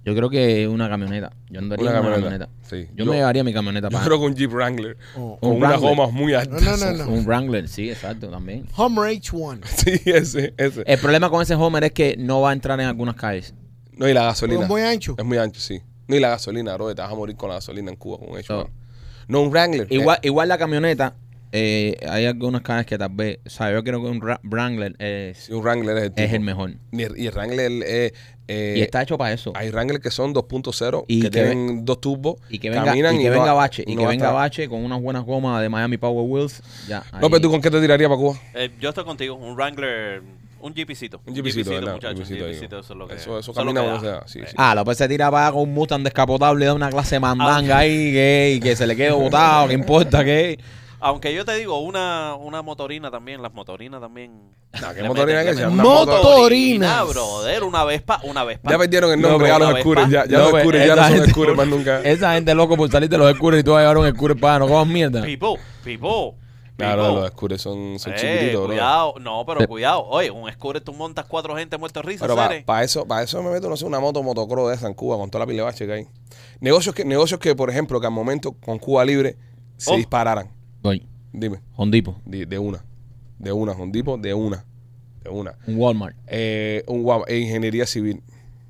[SPEAKER 2] Yo creo que una camioneta. Yo andaría
[SPEAKER 1] Una
[SPEAKER 2] en una
[SPEAKER 1] camioneta,
[SPEAKER 2] camioneta.
[SPEAKER 1] sí.
[SPEAKER 2] Yo,
[SPEAKER 1] Yo-
[SPEAKER 2] me llevaría mi
[SPEAKER 1] [LAUGHS]
[SPEAKER 2] camioneta
[SPEAKER 1] Yo
[SPEAKER 2] para.
[SPEAKER 1] creo que un Jeep Wrangler.
[SPEAKER 3] Oh.
[SPEAKER 1] Con
[SPEAKER 2] Un
[SPEAKER 1] unas
[SPEAKER 2] Wrangler.
[SPEAKER 1] gomas muy
[SPEAKER 3] No,
[SPEAKER 1] altas.
[SPEAKER 3] no, no, no.
[SPEAKER 2] Un Wrangler, sí, exacto, también.
[SPEAKER 3] Hummer H1.
[SPEAKER 1] [LAUGHS] Sí, ese, ese.
[SPEAKER 2] El problema con ese Homer es que no va a entrar en algunas calles.
[SPEAKER 1] No, y la gasolina.
[SPEAKER 3] Es muy ancho.
[SPEAKER 1] Es muy ancho, sí. No, y la gasolina, bro. Te vas a morir con la gasolina en Cuba, con un H1.
[SPEAKER 2] No.
[SPEAKER 1] No, un Wrangler.
[SPEAKER 2] Igual, igual la camioneta, eh, hay algunas calles que tal vez. O sea, yo creo que un Ra- Wrangler
[SPEAKER 1] Eh,
[SPEAKER 2] es,
[SPEAKER 1] sí, un Wrangler es el, tipo.
[SPEAKER 2] es el mejor.
[SPEAKER 1] Y el- Y el Wrangler eh, eh,
[SPEAKER 2] y está hecho para eso.
[SPEAKER 1] Hay Wrangler que son 2.0, que,
[SPEAKER 2] Y que
[SPEAKER 1] tienen dos turbos.
[SPEAKER 2] Y que venga,
[SPEAKER 1] caminan
[SPEAKER 2] y que
[SPEAKER 1] no
[SPEAKER 2] venga
[SPEAKER 1] va-
[SPEAKER 2] bache. Y
[SPEAKER 1] no
[SPEAKER 2] que
[SPEAKER 1] va a
[SPEAKER 2] venga
[SPEAKER 1] estar-
[SPEAKER 2] bache con unas buenas gomas de Miami Power Wheels. Ya, ahí.
[SPEAKER 1] No, pero tú con qué te tiraría para Cuba?
[SPEAKER 5] Eh, yo estoy contigo, un Wrangler, un jeepicito.
[SPEAKER 1] Un jeepcito, ¿verdad?
[SPEAKER 5] muchachos, un
[SPEAKER 1] Jeepcito, digo.
[SPEAKER 5] jeepicito, eso es lo que
[SPEAKER 1] Eso- eso
[SPEAKER 5] es lo
[SPEAKER 1] camina
[SPEAKER 5] que
[SPEAKER 1] como
[SPEAKER 5] da.
[SPEAKER 1] sea, sí,
[SPEAKER 5] Eh,
[SPEAKER 1] sí.
[SPEAKER 2] Ah, López se tira para con un Mustang descapotable de una clase
[SPEAKER 1] Ah,
[SPEAKER 2] mandanga ahí, que, y que se le quede botado, que importa, que.
[SPEAKER 5] Aunque yo te digo, una, una motorina también, las motorinas también.
[SPEAKER 1] Nah, ¿qué
[SPEAKER 5] le
[SPEAKER 1] motorina
[SPEAKER 5] meten,
[SPEAKER 1] que
[SPEAKER 5] le
[SPEAKER 1] sea?
[SPEAKER 5] meten.
[SPEAKER 1] Una motorina,
[SPEAKER 3] Motorinas.
[SPEAKER 5] brother, una Vespa, una Vespa.
[SPEAKER 1] Ya perdieron el nombre,
[SPEAKER 5] López,
[SPEAKER 1] ya
[SPEAKER 5] una
[SPEAKER 1] los
[SPEAKER 5] Vespa.
[SPEAKER 1] escuren, ya, ya los
[SPEAKER 2] López,
[SPEAKER 1] escuren, ya
[SPEAKER 2] esa
[SPEAKER 1] no son
[SPEAKER 2] gente-
[SPEAKER 1] escuren
[SPEAKER 2] [LAUGHS]
[SPEAKER 1] más nunca.
[SPEAKER 2] Esa gente loco por salirte los escures y tú vas a llevar un escure para no comas mierda.
[SPEAKER 5] Pipo, pipo.
[SPEAKER 1] Claro,
[SPEAKER 5] pipo.
[SPEAKER 1] los escuren son, son
[SPEAKER 5] Eh,
[SPEAKER 1] chiquititos, bro.
[SPEAKER 5] cuidado, no, pero
[SPEAKER 2] Sí.
[SPEAKER 5] cuidado. Oye, un scooter tú montas cuatro gente muerto de risa,
[SPEAKER 1] Pero para
[SPEAKER 5] Cere.
[SPEAKER 1] eso, para eso me meto, no sé, una moto motocross de esa en Cuba con toda la pila de bache que hay. Negocios que, negocios que, por ejemplo, que al momento con Cuba Libre se
[SPEAKER 5] Oh.
[SPEAKER 1] dispararan.
[SPEAKER 2] Voy,
[SPEAKER 1] Dime,
[SPEAKER 2] Hondipo,
[SPEAKER 1] de, de una. De una, un tipo de una. De una.
[SPEAKER 2] un Walmart.
[SPEAKER 1] Eh, un guau, e ingeniería civil.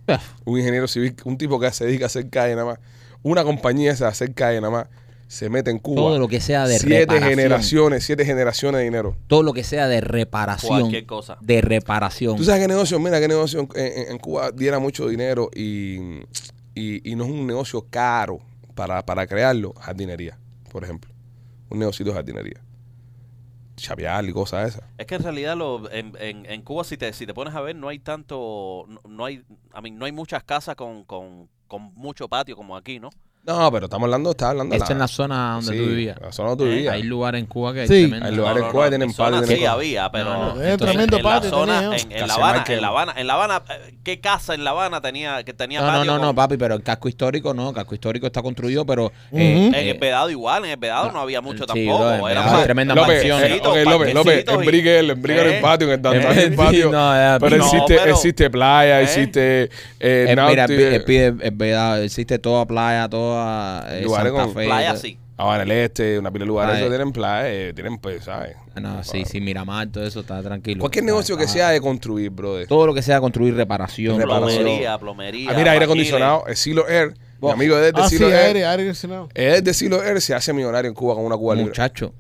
[SPEAKER 2] Ah.
[SPEAKER 1] Un ingeniero civil, un tipo que se dedica a hacer calle nada más. Una compañía esa de hacer calle nada más. Se mete en Cuba.
[SPEAKER 2] Todo lo que sea de
[SPEAKER 1] Siete
[SPEAKER 2] reparación.
[SPEAKER 1] generaciones, siete generaciones de dinero.
[SPEAKER 2] Todo lo que sea de reparación.
[SPEAKER 5] Cualquier cosa.
[SPEAKER 2] De reparación.
[SPEAKER 1] ¿Tú sabes qué negocio? Mira, qué negocio en, en- en Cuba diera mucho dinero y, y- y no es un negocio caro para, para crearlo. Jardinería, por ejemplo. Un negocio de jardinería. Chapear y cosas esas.
[SPEAKER 5] Es que en realidad lo, en, en, en Cuba, si te, si te pones a ver, no hay tanto, no, no hay, a mí, no hay muchas casas con, con, con mucho patio como aquí, ¿no?
[SPEAKER 1] No, pero estamos hablando, está hablando.
[SPEAKER 2] Esta es la zona donde
[SPEAKER 1] sí,
[SPEAKER 2] tú Eh, vivivías.
[SPEAKER 1] La zona donde tú vivías.
[SPEAKER 2] Hay lugares en Cuba que hay
[SPEAKER 3] Sí.
[SPEAKER 2] tremendo.
[SPEAKER 1] Hay lugares- ¿cuál tienen
[SPEAKER 5] en
[SPEAKER 1] padre,
[SPEAKER 5] zona
[SPEAKER 1] tienen
[SPEAKER 5] sí
[SPEAKER 1] cosa?
[SPEAKER 5] había, pero
[SPEAKER 2] No, no,
[SPEAKER 5] en-
[SPEAKER 2] entonces-
[SPEAKER 3] tremendo
[SPEAKER 5] en la
[SPEAKER 3] patio
[SPEAKER 5] zona,
[SPEAKER 3] tenía, ¿no?
[SPEAKER 5] en, en
[SPEAKER 1] Casi
[SPEAKER 5] La Habana,
[SPEAKER 1] Michael.
[SPEAKER 5] en La Habana, en La Habana, eh, ¿qué casa en La Habana tenía que tenía
[SPEAKER 2] No, no,
[SPEAKER 5] patio
[SPEAKER 2] no, no,
[SPEAKER 5] con-
[SPEAKER 2] papi, pero el casco histórico no, el casco histórico está construido, pero eh,
[SPEAKER 3] Ujú.
[SPEAKER 5] en el Vedado igual, en el Vedado no había mucho
[SPEAKER 2] Sí,
[SPEAKER 5] tampoco,
[SPEAKER 2] brother,
[SPEAKER 5] era
[SPEAKER 2] Vedado
[SPEAKER 5] más-
[SPEAKER 2] es tremenda
[SPEAKER 1] Ah, López,
[SPEAKER 2] mansión.
[SPEAKER 1] eh, ok, López, López,
[SPEAKER 5] parquecitos y-
[SPEAKER 1] embrigue él, embrigue en el
[SPEAKER 5] ¿Eh?
[SPEAKER 1] patio, en el downtown,
[SPEAKER 2] [LAUGHS] Eh,
[SPEAKER 1] en el patio.
[SPEAKER 2] sí, no, eh,
[SPEAKER 1] pero
[SPEAKER 5] no,
[SPEAKER 1] existe,
[SPEAKER 5] pero-
[SPEAKER 1] existe playa,
[SPEAKER 5] ¿Eh?
[SPEAKER 1] existe eh,
[SPEAKER 2] eh, mira,
[SPEAKER 1] náutil-
[SPEAKER 2] pi- eh, pide, es verdad, existe toda playa, toda eh,
[SPEAKER 1] Lugares
[SPEAKER 2] Santa
[SPEAKER 1] con
[SPEAKER 2] Fe,
[SPEAKER 5] playa
[SPEAKER 2] todo-
[SPEAKER 5] sí.
[SPEAKER 1] Habana el Este, una pila de lugares
[SPEAKER 2] Playa.
[SPEAKER 1] que tienen playa, eh, tienen pues, ¿sabes?
[SPEAKER 2] Ah, No, sí, sí, Miramar, todo eso está tranquilo.
[SPEAKER 1] Cualquier
[SPEAKER 2] Ah,
[SPEAKER 1] negocio que
[SPEAKER 2] ah,
[SPEAKER 1] sea de construir, brother.
[SPEAKER 2] Todo lo que sea construir reparación.
[SPEAKER 1] Reparación.
[SPEAKER 5] Plomería, plomería.
[SPEAKER 1] Ah, mira, aire
[SPEAKER 5] albañiles.
[SPEAKER 1] acondicionado, el Silo Air, mi
[SPEAKER 2] Wow.
[SPEAKER 1] amigo de
[SPEAKER 3] Ah, sí,
[SPEAKER 1] Silo
[SPEAKER 3] aire,
[SPEAKER 1] Air.
[SPEAKER 3] aire acondicionado.
[SPEAKER 1] Es de Silo Air, se hace millonario en Cuba con una Cuba libre.
[SPEAKER 2] Muchacho,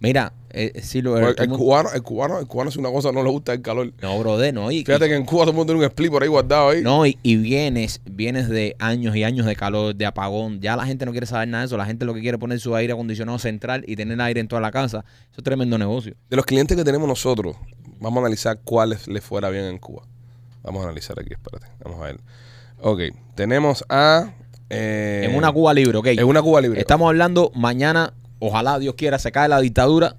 [SPEAKER 2] mira, eh, sí lo
[SPEAKER 1] Porque
[SPEAKER 2] todo el
[SPEAKER 1] El
[SPEAKER 2] mundo-
[SPEAKER 1] cubano, el cubano, el cubano es una cosa, no le gusta el calor.
[SPEAKER 2] No, brother, no. Y,
[SPEAKER 1] Fíjate que en Cuba todo el mundo tiene un split por ahí guardado ahí.
[SPEAKER 2] No, y, y vienes, vienes de años y años de calor, de apagón. Ya la gente no quiere saber nada de eso. La gente lo que quiere es poner su aire acondicionado central y tener aire en toda la casa. Eso es tremendo negocio.
[SPEAKER 1] De los clientes que tenemos nosotros, vamos a analizar cuáles les fuera bien en Cuba. Vamos a analizar aquí, espérate. Vamos a ver. Ok, tenemos a... eh,
[SPEAKER 2] en una Cuba libre, ¿ok?
[SPEAKER 1] En una Cuba libre.
[SPEAKER 2] Estamos hablando mañana, ojalá Dios quiera, se cae la dictadura.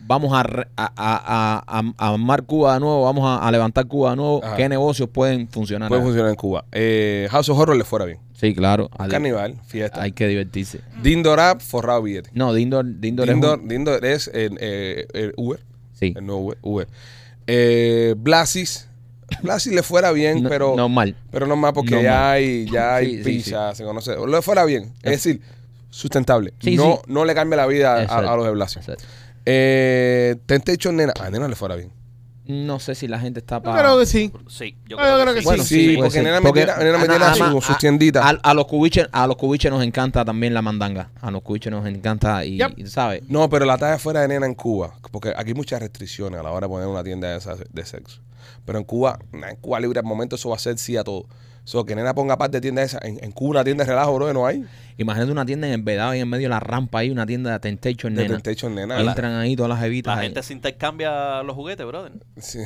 [SPEAKER 2] Vamos a, re- a, a, a- a- a armar Cuba de nuevo, vamos a, a levantar Cuba de nuevo.
[SPEAKER 1] Ajá.
[SPEAKER 2] ¿Qué negocios pueden funcionar?
[SPEAKER 1] Puede funcionar en Cuba. Eh, House of Horror les fuera bien.
[SPEAKER 2] Sí, claro. Al-
[SPEAKER 1] Carnival, fiesta.
[SPEAKER 2] hay que divertirse.
[SPEAKER 1] Dindo Rap, forrado billete.
[SPEAKER 2] No, Dindor, Dindor, es
[SPEAKER 1] Dindo,
[SPEAKER 2] un-
[SPEAKER 1] Dindo es eh, eh, eh, Uber.
[SPEAKER 2] sí,
[SPEAKER 1] El nuevo Uber. Uber. Eh, Blasis. Blasis le fuera bien,
[SPEAKER 2] no-
[SPEAKER 1] pero...
[SPEAKER 2] normal.
[SPEAKER 1] Pero no más porque
[SPEAKER 2] Normal.
[SPEAKER 1] ya hay, ya hay
[SPEAKER 2] Sí, sí,
[SPEAKER 1] pizza, se conoce. Lo fuera bien. Es decir, sustentable.
[SPEAKER 2] Sí,
[SPEAKER 1] no,
[SPEAKER 2] sí.
[SPEAKER 1] no le cambia la vida a-
[SPEAKER 2] Exacto.
[SPEAKER 1] a, los de Blasio.
[SPEAKER 2] Exacto.
[SPEAKER 1] Eh, Temptation Nena. A Nena le fuera bien.
[SPEAKER 2] No sé si la gente
[SPEAKER 1] Ah.
[SPEAKER 2] está
[SPEAKER 3] Yo
[SPEAKER 2] para...
[SPEAKER 3] creo que sí.
[SPEAKER 5] Sí, yo
[SPEAKER 3] Ah, yo
[SPEAKER 5] creo
[SPEAKER 3] creo
[SPEAKER 5] que
[SPEAKER 3] que
[SPEAKER 5] sí.
[SPEAKER 1] Bueno, sí, porque
[SPEAKER 2] puede ser.
[SPEAKER 1] Nena metiera- Nena
[SPEAKER 2] a-
[SPEAKER 1] metiera
[SPEAKER 2] a-
[SPEAKER 1] su-
[SPEAKER 2] a-
[SPEAKER 1] sus tienditas.
[SPEAKER 2] A, a los cubiches, a los cubiches nos encanta también la mandanga. A los cubiches nos encanta y,
[SPEAKER 3] Yep.
[SPEAKER 2] y, ¿sabes?
[SPEAKER 1] No, pero la talla fuera de Nena en Cuba. Porque aquí hay muchas restricciones a la hora de poner una tienda de, esas de sexo. Pero en Cuba, nah, en Cuba libre, al momento eso va a ser sí a todo. So, que Nena ponga parte de tienda esa. En, en Cuba una tienda de relajo, bro, no hay.
[SPEAKER 2] Imagínate una tienda en el Vedado y en medio de la rampa ahí, una tienda de Temptation,
[SPEAKER 1] De
[SPEAKER 2] nena.
[SPEAKER 1] Temptation Nena.
[SPEAKER 2] Entran ahí todas las
[SPEAKER 5] La
[SPEAKER 2] evitas. ahí.
[SPEAKER 5] gente se intercambia los juguetes, brother.
[SPEAKER 3] [LAUGHS]
[SPEAKER 1] Sí.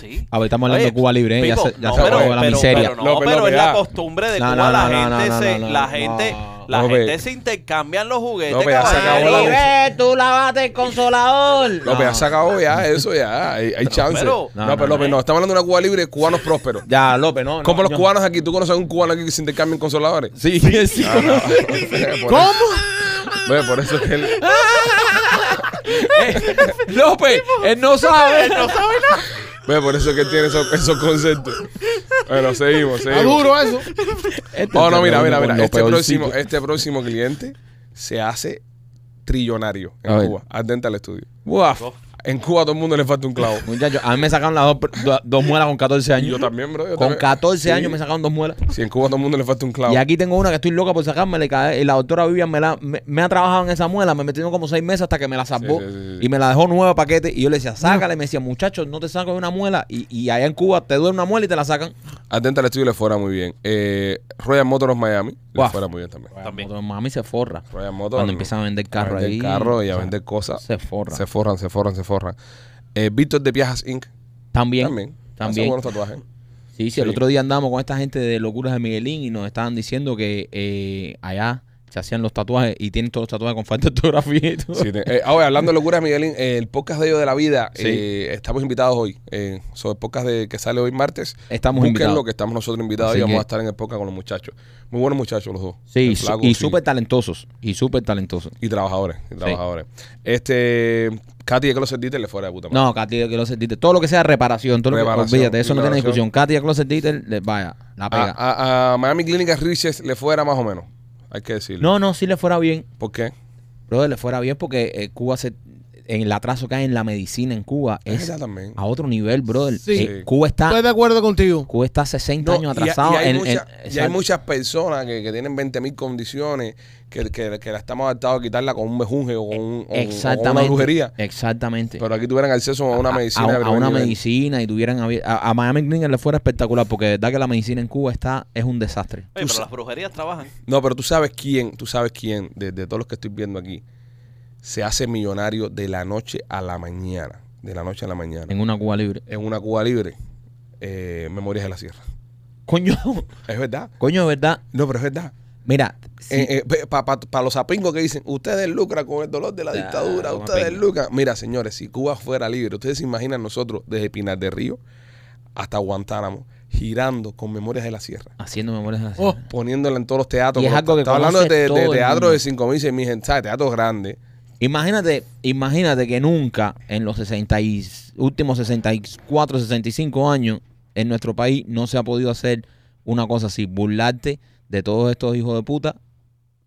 [SPEAKER 5] Sí.
[SPEAKER 2] A ver, Ah, pues estamos hablando
[SPEAKER 5] Oye,
[SPEAKER 2] de Cuba Libre, ¿eh? Ya
[SPEAKER 5] Pipo,
[SPEAKER 2] se, ya
[SPEAKER 5] no,
[SPEAKER 2] se
[SPEAKER 5] pero-
[SPEAKER 2] acabó la
[SPEAKER 5] pero-
[SPEAKER 2] miseria.
[SPEAKER 5] Pero, no,
[SPEAKER 1] López,
[SPEAKER 5] pero
[SPEAKER 1] López,
[SPEAKER 5] es la
[SPEAKER 1] ah.
[SPEAKER 5] costumbre de
[SPEAKER 2] No,
[SPEAKER 5] Cuba.
[SPEAKER 2] no,
[SPEAKER 5] la
[SPEAKER 2] no, no,
[SPEAKER 5] gente
[SPEAKER 2] no,
[SPEAKER 5] se,
[SPEAKER 2] no,
[SPEAKER 5] la
[SPEAKER 2] no.
[SPEAKER 5] gente, la
[SPEAKER 1] López.
[SPEAKER 5] gente se intercambian los juguetes.
[SPEAKER 1] López, ya se acabó
[SPEAKER 5] caballero.
[SPEAKER 1] la música.
[SPEAKER 2] tú lavaste el consolador.
[SPEAKER 1] López, ya se acabó ya, eso ya, hay, hay chance.
[SPEAKER 5] pero-
[SPEAKER 1] no,
[SPEAKER 2] No,
[SPEAKER 1] pero
[SPEAKER 2] no, eh.
[SPEAKER 1] López, no, estamos hablando de una Cuba libre, cubanos prósperos.
[SPEAKER 2] Ya, López, no. no,
[SPEAKER 1] Como los
[SPEAKER 2] yo-
[SPEAKER 1] cubanos aquí, ¿tú conoces a un cubano aquí que se intercambian
[SPEAKER 2] [LAUGHS]
[SPEAKER 1] consoladores?
[SPEAKER 2] Sí, sí.
[SPEAKER 1] ¿Cómo? [LAUGHS] por eso que él...
[SPEAKER 2] Eh, López, él no sabe.
[SPEAKER 1] ve, por eso que él tiene esos, esos conceptos. Bueno, seguimos,
[SPEAKER 3] Está
[SPEAKER 1] seguimos.
[SPEAKER 3] duro eso.
[SPEAKER 1] [LAUGHS]
[SPEAKER 2] Este
[SPEAKER 1] Oh, no, mira,
[SPEAKER 2] está
[SPEAKER 1] mira,
[SPEAKER 2] con
[SPEAKER 1] mira.
[SPEAKER 2] lo
[SPEAKER 1] Este
[SPEAKER 2] peorcito.
[SPEAKER 1] próximo, este próximo cliente se hace trillonario
[SPEAKER 2] A
[SPEAKER 1] en
[SPEAKER 2] ver.
[SPEAKER 1] Cuba. Atenta al estudio.
[SPEAKER 2] Buaf.
[SPEAKER 1] En Cuba a todo el mundo le falta un clavo.
[SPEAKER 2] Muchachos, a mí me sacaron las dos, do- dos muelas con 14 años.
[SPEAKER 1] Yo también, bro. yo
[SPEAKER 2] Con
[SPEAKER 1] también.
[SPEAKER 2] 14
[SPEAKER 1] Sí.
[SPEAKER 2] años me sacaron dos muelas.
[SPEAKER 1] Sí, en Cuba a todo el mundo le falta un clavo.
[SPEAKER 2] Y aquí tengo una que estoy loca por sacármela. y cada- Y la doctora Vivian me, la, me, me ha trabajado en esa muela. Me metió como seis meses hasta que me la salvó.
[SPEAKER 1] Sí, sí, sí, sí.
[SPEAKER 2] Y me la dejó nueva paquete. Y yo le decía, sácala. Y me decía, muchachos, no te saco de una muela. Y, y allá en Cuba te duele una muela y te la sacan.
[SPEAKER 1] Atenta al estudio le fuera muy bien. Eh, Royal Motors Miami le
[SPEAKER 2] Guau.
[SPEAKER 1] fuera muy bien también.
[SPEAKER 5] También.
[SPEAKER 2] Cuando mami se forra.
[SPEAKER 1] Royal Motors.
[SPEAKER 2] Cuando empiezan a vender carro
[SPEAKER 1] a vender
[SPEAKER 2] ahí.
[SPEAKER 1] carro y a
[SPEAKER 2] o sea,
[SPEAKER 1] vender cosas.
[SPEAKER 2] Se forra.
[SPEAKER 1] Se forran, se forran, se forran. Eh, Víctor de Piajas Inc.
[SPEAKER 2] También.
[SPEAKER 1] También. Hacen
[SPEAKER 2] También.
[SPEAKER 1] buenos
[SPEAKER 2] [LAUGHS]
[SPEAKER 1] tatuajes.
[SPEAKER 2] Sí, sí, el
[SPEAKER 1] Sí.
[SPEAKER 2] otro día andamos con esta gente de Locuras de Miguelín y nos estaban diciendo que eh, allá se hacían los tatuajes y tienen todos los tatuajes con falta de ortografía y todo.
[SPEAKER 1] Sí, te- eh, ah, oye, hablando de locuras, Miguelín, eh, el podcast de ellos de la vida,
[SPEAKER 2] Sí.
[SPEAKER 1] eh, estamos invitados hoy. Eh, sobre el podcast de, que sale hoy martes.
[SPEAKER 2] Estamos
[SPEAKER 1] Búsquenlo,
[SPEAKER 2] invitados.
[SPEAKER 1] que estamos nosotros invitados
[SPEAKER 2] Así
[SPEAKER 1] y vamos
[SPEAKER 2] que-
[SPEAKER 1] a estar en el podcast con los muchachos. Muy buenos muchachos los dos.
[SPEAKER 2] Sí,
[SPEAKER 1] El
[SPEAKER 2] y su-
[SPEAKER 1] flaco, sí.
[SPEAKER 2] y súper talentosos. Y súper talentosos.
[SPEAKER 1] Y trabajadores, y trabajadores. Este, Katy de Closet Dieter le fuera de puta madre.
[SPEAKER 2] No, Katia Closet Dieter. Todo lo que sea reparación, todo lo que,
[SPEAKER 1] Reparación,
[SPEAKER 2] olvídate, eso no
[SPEAKER 1] reparación.
[SPEAKER 2] tiene
[SPEAKER 1] Ah,
[SPEAKER 2] discusión. Katia Closet Dieter, le- vaya, la
[SPEAKER 1] A,
[SPEAKER 2] pega.
[SPEAKER 1] a- a Miami Clinic Riches le fuera más o menos. Hay que decirlo.
[SPEAKER 2] No, no, si le fuera bien.
[SPEAKER 1] ¿Por qué?
[SPEAKER 2] Brother, le fuera bien porque eh, Cuba se... En el atraso que hay en la medicina en Cuba es
[SPEAKER 1] Esa también.
[SPEAKER 2] a otro nivel, brother.
[SPEAKER 3] Sí.
[SPEAKER 2] Eh, Cuba está
[SPEAKER 3] Estoy de acuerdo contigo.
[SPEAKER 2] Cuba está 60
[SPEAKER 1] No,
[SPEAKER 2] años
[SPEAKER 1] y ha-
[SPEAKER 2] atrasado.
[SPEAKER 1] Y hay,
[SPEAKER 2] en- en-
[SPEAKER 1] mucha- y hay
[SPEAKER 2] exacto.
[SPEAKER 1] muchas personas que, que tienen 20.000 condiciones que, que, que la estamos adaptados a quitarla con un mejunje o con, un- o con- o con
[SPEAKER 2] Exactamente.
[SPEAKER 1] una brujería.
[SPEAKER 2] Exactamente.
[SPEAKER 1] Pero aquí tuvieran acceso a una medicina.
[SPEAKER 2] a,
[SPEAKER 1] de
[SPEAKER 2] a
[SPEAKER 1] primer
[SPEAKER 2] una
[SPEAKER 1] nivel.
[SPEAKER 2] medicina y tuvieran abier- a, a Miami Clinic le fuera espectacular porque de verdad que la medicina en Cuba está es un desastre.
[SPEAKER 5] Oye,
[SPEAKER 1] sa-
[SPEAKER 5] pero las brujerías trabajan.
[SPEAKER 1] No, pero tú sabes quién, tú sabes quién, de, de todos los que estoy viendo aquí, se hace millonario de la noche a la mañana. De la noche a la mañana.
[SPEAKER 2] En una Cuba libre.
[SPEAKER 1] En una Cuba libre. eh, Memorias de la Sierra.
[SPEAKER 2] Coño, [LAUGHS]
[SPEAKER 1] Es verdad.
[SPEAKER 2] coño, de verdad.
[SPEAKER 1] No, pero es verdad.
[SPEAKER 2] Mira,
[SPEAKER 3] Eh,
[SPEAKER 2] si-
[SPEAKER 1] Eh, Para los apingos que dicen, ustedes lucran con el dolor de la
[SPEAKER 2] Ah,
[SPEAKER 1] dictadura,
[SPEAKER 2] los
[SPEAKER 1] ustedes
[SPEAKER 2] apingos.
[SPEAKER 1] lucran. Mira, señores, si Cuba fuera libre, ustedes se imaginan nosotros desde Pinar de Río hasta Guantánamo, girando con Memorias de la Sierra,
[SPEAKER 2] haciendo memorias de la
[SPEAKER 3] Oh,
[SPEAKER 2] Sierra.
[SPEAKER 1] poniéndola en todos los teatros.
[SPEAKER 2] Y es
[SPEAKER 1] Pero
[SPEAKER 2] algo que
[SPEAKER 1] estaba hablando
[SPEAKER 2] conoce
[SPEAKER 1] de, de
[SPEAKER 2] todo el
[SPEAKER 1] teatro
[SPEAKER 2] mundo.
[SPEAKER 1] de 5.000, 6.000 gente, ¿sabes? teatros grandes.
[SPEAKER 2] Imagínate, imagínate que nunca en los 60 y, últimos 64, 65 años en nuestro país no se ha podido hacer una cosa así, burlarte de todos estos hijos de puta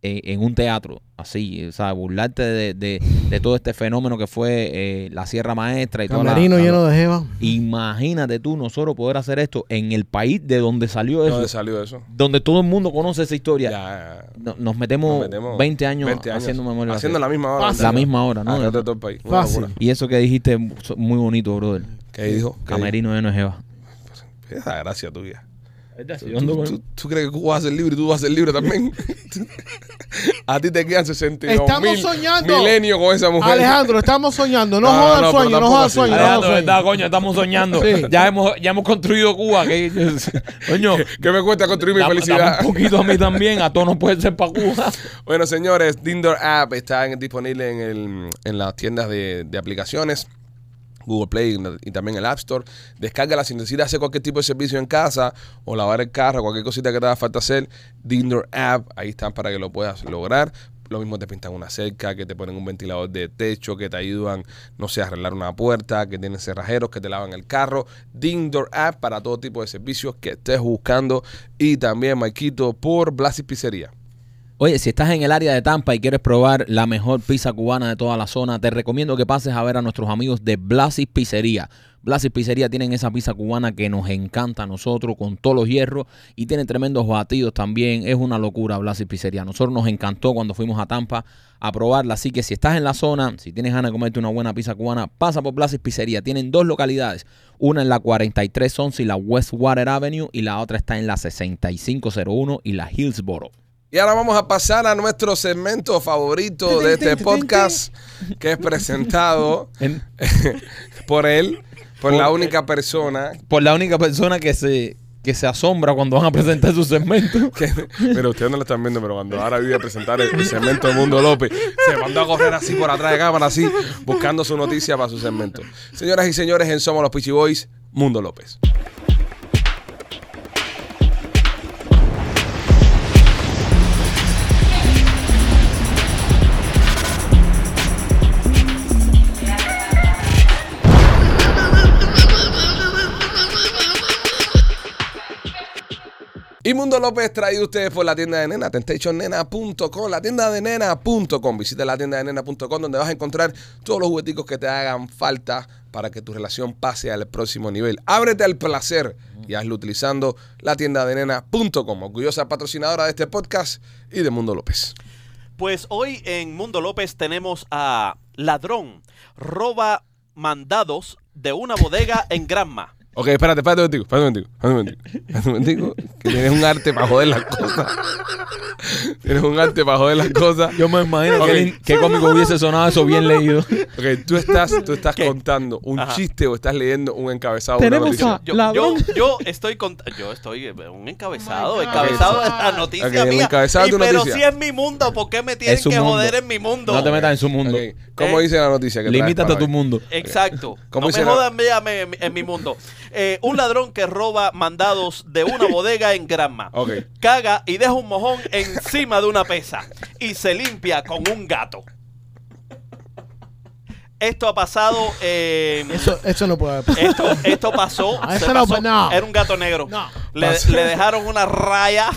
[SPEAKER 2] eh, en un teatro, así, o sea, burlarte de, de- de todo este fenómeno que fue eh, la Sierra Maestra y todo
[SPEAKER 3] Camerino lleno de jeva.
[SPEAKER 2] Imagínate tú nosotros poder hacer esto en el país de donde salió
[SPEAKER 1] ¿De
[SPEAKER 2] eso,
[SPEAKER 1] ¿Dónde salió eso?
[SPEAKER 2] donde todo el mundo conoce esa historia.
[SPEAKER 1] Ya,
[SPEAKER 2] No- nos, metemos
[SPEAKER 1] nos metemos
[SPEAKER 2] 20 años,
[SPEAKER 1] 20
[SPEAKER 2] haciendo memoria. de
[SPEAKER 1] Haciendo
[SPEAKER 2] la,
[SPEAKER 1] la misma hora.
[SPEAKER 3] Fácil.
[SPEAKER 2] la misma hora, ¿no?
[SPEAKER 1] Alrededor de todo el país. Una
[SPEAKER 3] Fácil.
[SPEAKER 1] locura.
[SPEAKER 2] Y eso que dijiste so- muy bonito, brother.
[SPEAKER 1] ¿Qué dijo? ¿Qué
[SPEAKER 2] Camerino de Nueva.
[SPEAKER 1] dijo? Esa gracia tuya. ¿Tú, tú- tú crees que Cuba va a ser libre y tú vas a ser libre también? [LAUGHS] a ti te quedan 62
[SPEAKER 3] Estamos
[SPEAKER 1] mil
[SPEAKER 3] soñando.
[SPEAKER 1] milenios con esa mujer.
[SPEAKER 3] Alejandro, estamos soñando. No,
[SPEAKER 1] No,
[SPEAKER 3] jodas
[SPEAKER 1] no,
[SPEAKER 3] el
[SPEAKER 1] pero
[SPEAKER 3] sueño, no
[SPEAKER 1] tampoco
[SPEAKER 3] jodas el
[SPEAKER 1] así.
[SPEAKER 3] sueño. no jodas el
[SPEAKER 2] Alejandro,
[SPEAKER 3] sueño.
[SPEAKER 2] ¿verdad, coño? Estamos soñando.
[SPEAKER 3] Sí.
[SPEAKER 2] Ya, hemos, ya hemos construido Cuba.
[SPEAKER 1] [LAUGHS]
[SPEAKER 2] Que, coño,
[SPEAKER 1] ¿Qué me cuesta construir mi
[SPEAKER 2] dame-
[SPEAKER 1] felicidad?
[SPEAKER 2] dame un poquito a mí también. A todos nos puede ser para Cuba.
[SPEAKER 1] Bueno, señores, Dindor App está en- disponible en, el- en las tiendas de, de aplicaciones. Google Play y también el App Store. Descárgala si necesitas hacer cualquier tipo de servicio en casa o lavar el carro, cualquier cosita que te haga falta hacer. Dindor App, ahí están para que lo puedas lograr. Lo mismo te pintan una cerca, que te ponen un ventilador de techo, que te ayudan, no sé, a arreglar una puerta, que tienen cerrajeros, que te lavan el carro. Dindor App para todo tipo de servicios que estés buscando. Y también, Maikito, por Blasis Pizzería.
[SPEAKER 2] Oye, si estás en el área de Tampa y quieres probar la mejor pizza cubana de toda la zona, te recomiendo que pases a ver a nuestros amigos de Blasis Pizzería. Blasis Pizzería tienen esa pizza cubana que nos encanta a nosotros con todos los hierros y tienen tremendos batidos también. Es una locura Blasis Pizzería. Nosotros nos encantó cuando fuimos a Tampa a probarla. Así que si estás en la zona, si tienes ganas de comerte una buena pizza cubana, pasa por Blasis Pizzería. Tienen dos localidades. Una en la 4311 y la Westwater Avenue y la otra está en la 6501 y la Hillsboro.
[SPEAKER 1] Y ahora vamos a pasar a nuestro segmento favorito de este podcast, que es presentado
[SPEAKER 2] En-
[SPEAKER 1] por él, por la única persona.
[SPEAKER 2] por la única persona que se que se asombra cuando van a presentar su segmento.
[SPEAKER 1] [LAUGHS] que- pero ustedes no lo están viendo, pero cuando ahora vive a presentar el, el segmento de Mundo López, se mandó a correr así por atrás de cámara, así, buscando su noticia para su segmento. Señoras y señores, en Somos los Pichi Boys, Mundo López. Y Mundo López traído a ustedes por la tienda de nena, temptationnena.com, la tienda de nena.com. Visita la tienda de nena.com donde vas a encontrar todos los jugueticos que te hagan falta para que tu relación pase al próximo nivel. Ábrete al placer y hazlo utilizando la tienda de nena.com, orgullosa patrocinadora de este podcast y de Mundo López.
[SPEAKER 5] Pues hoy en Mundo López tenemos a Ladrón, roba mandados de una bodega en Granma.
[SPEAKER 1] Ok, espérate, espérate un momentico, espérate un momentico, espérate un momentico, espérate un momentico, que tienes un arte para joder las cosas. tienes un arte para joder las cosas.
[SPEAKER 2] Yo me imagino
[SPEAKER 1] Ok.
[SPEAKER 2] que lin-
[SPEAKER 5] [LAUGHS]
[SPEAKER 2] que cómico hubiese sonado eso bien leído.
[SPEAKER 1] Ok, tú estás, tú estás contando un
[SPEAKER 5] Ajá.
[SPEAKER 1] chiste o estás leyendo un encabezado.
[SPEAKER 2] Tenemos
[SPEAKER 1] de una
[SPEAKER 2] a-
[SPEAKER 1] noticia.
[SPEAKER 5] Yo,
[SPEAKER 2] Ladrón.
[SPEAKER 5] yo, yo estoy con, yo estoy eh, un encabezado,
[SPEAKER 3] Oh my God.
[SPEAKER 5] encabezado de la noticia
[SPEAKER 1] Ok, el
[SPEAKER 5] mía.
[SPEAKER 1] encabezado de
[SPEAKER 5] Y
[SPEAKER 1] tu
[SPEAKER 5] pero
[SPEAKER 1] noticia.
[SPEAKER 5] si es mi mundo, ¿por qué me tienen
[SPEAKER 2] Es su
[SPEAKER 5] que
[SPEAKER 2] mundo.
[SPEAKER 5] joder en mi mundo?
[SPEAKER 2] No te metas en su mundo.
[SPEAKER 1] Ok, ¿Cómo
[SPEAKER 5] Eh,
[SPEAKER 1] dice la noticia? que traes
[SPEAKER 2] Limítate a
[SPEAKER 1] para
[SPEAKER 2] tu
[SPEAKER 1] hoy?
[SPEAKER 2] mundo.
[SPEAKER 5] Exacto.
[SPEAKER 1] ¿Cómo
[SPEAKER 5] no
[SPEAKER 1] dice
[SPEAKER 5] me
[SPEAKER 1] la-
[SPEAKER 5] jodan, véame en, mi- en mi mundo. Eh, un ladrón que roba mandados de una bodega en Granma.
[SPEAKER 1] Ok.
[SPEAKER 5] Caga y deja un mojón encima de una pesa. Y se limpia con un gato. Esto ha pasado. eh,
[SPEAKER 3] Eso, eso no puede haber.
[SPEAKER 5] esto, esto pasó.
[SPEAKER 3] Ah,
[SPEAKER 5] se
[SPEAKER 3] eso no,
[SPEAKER 5] pasó.
[SPEAKER 3] no.
[SPEAKER 5] Era un gato negro.
[SPEAKER 3] No.
[SPEAKER 5] Le, le dejaron una raya.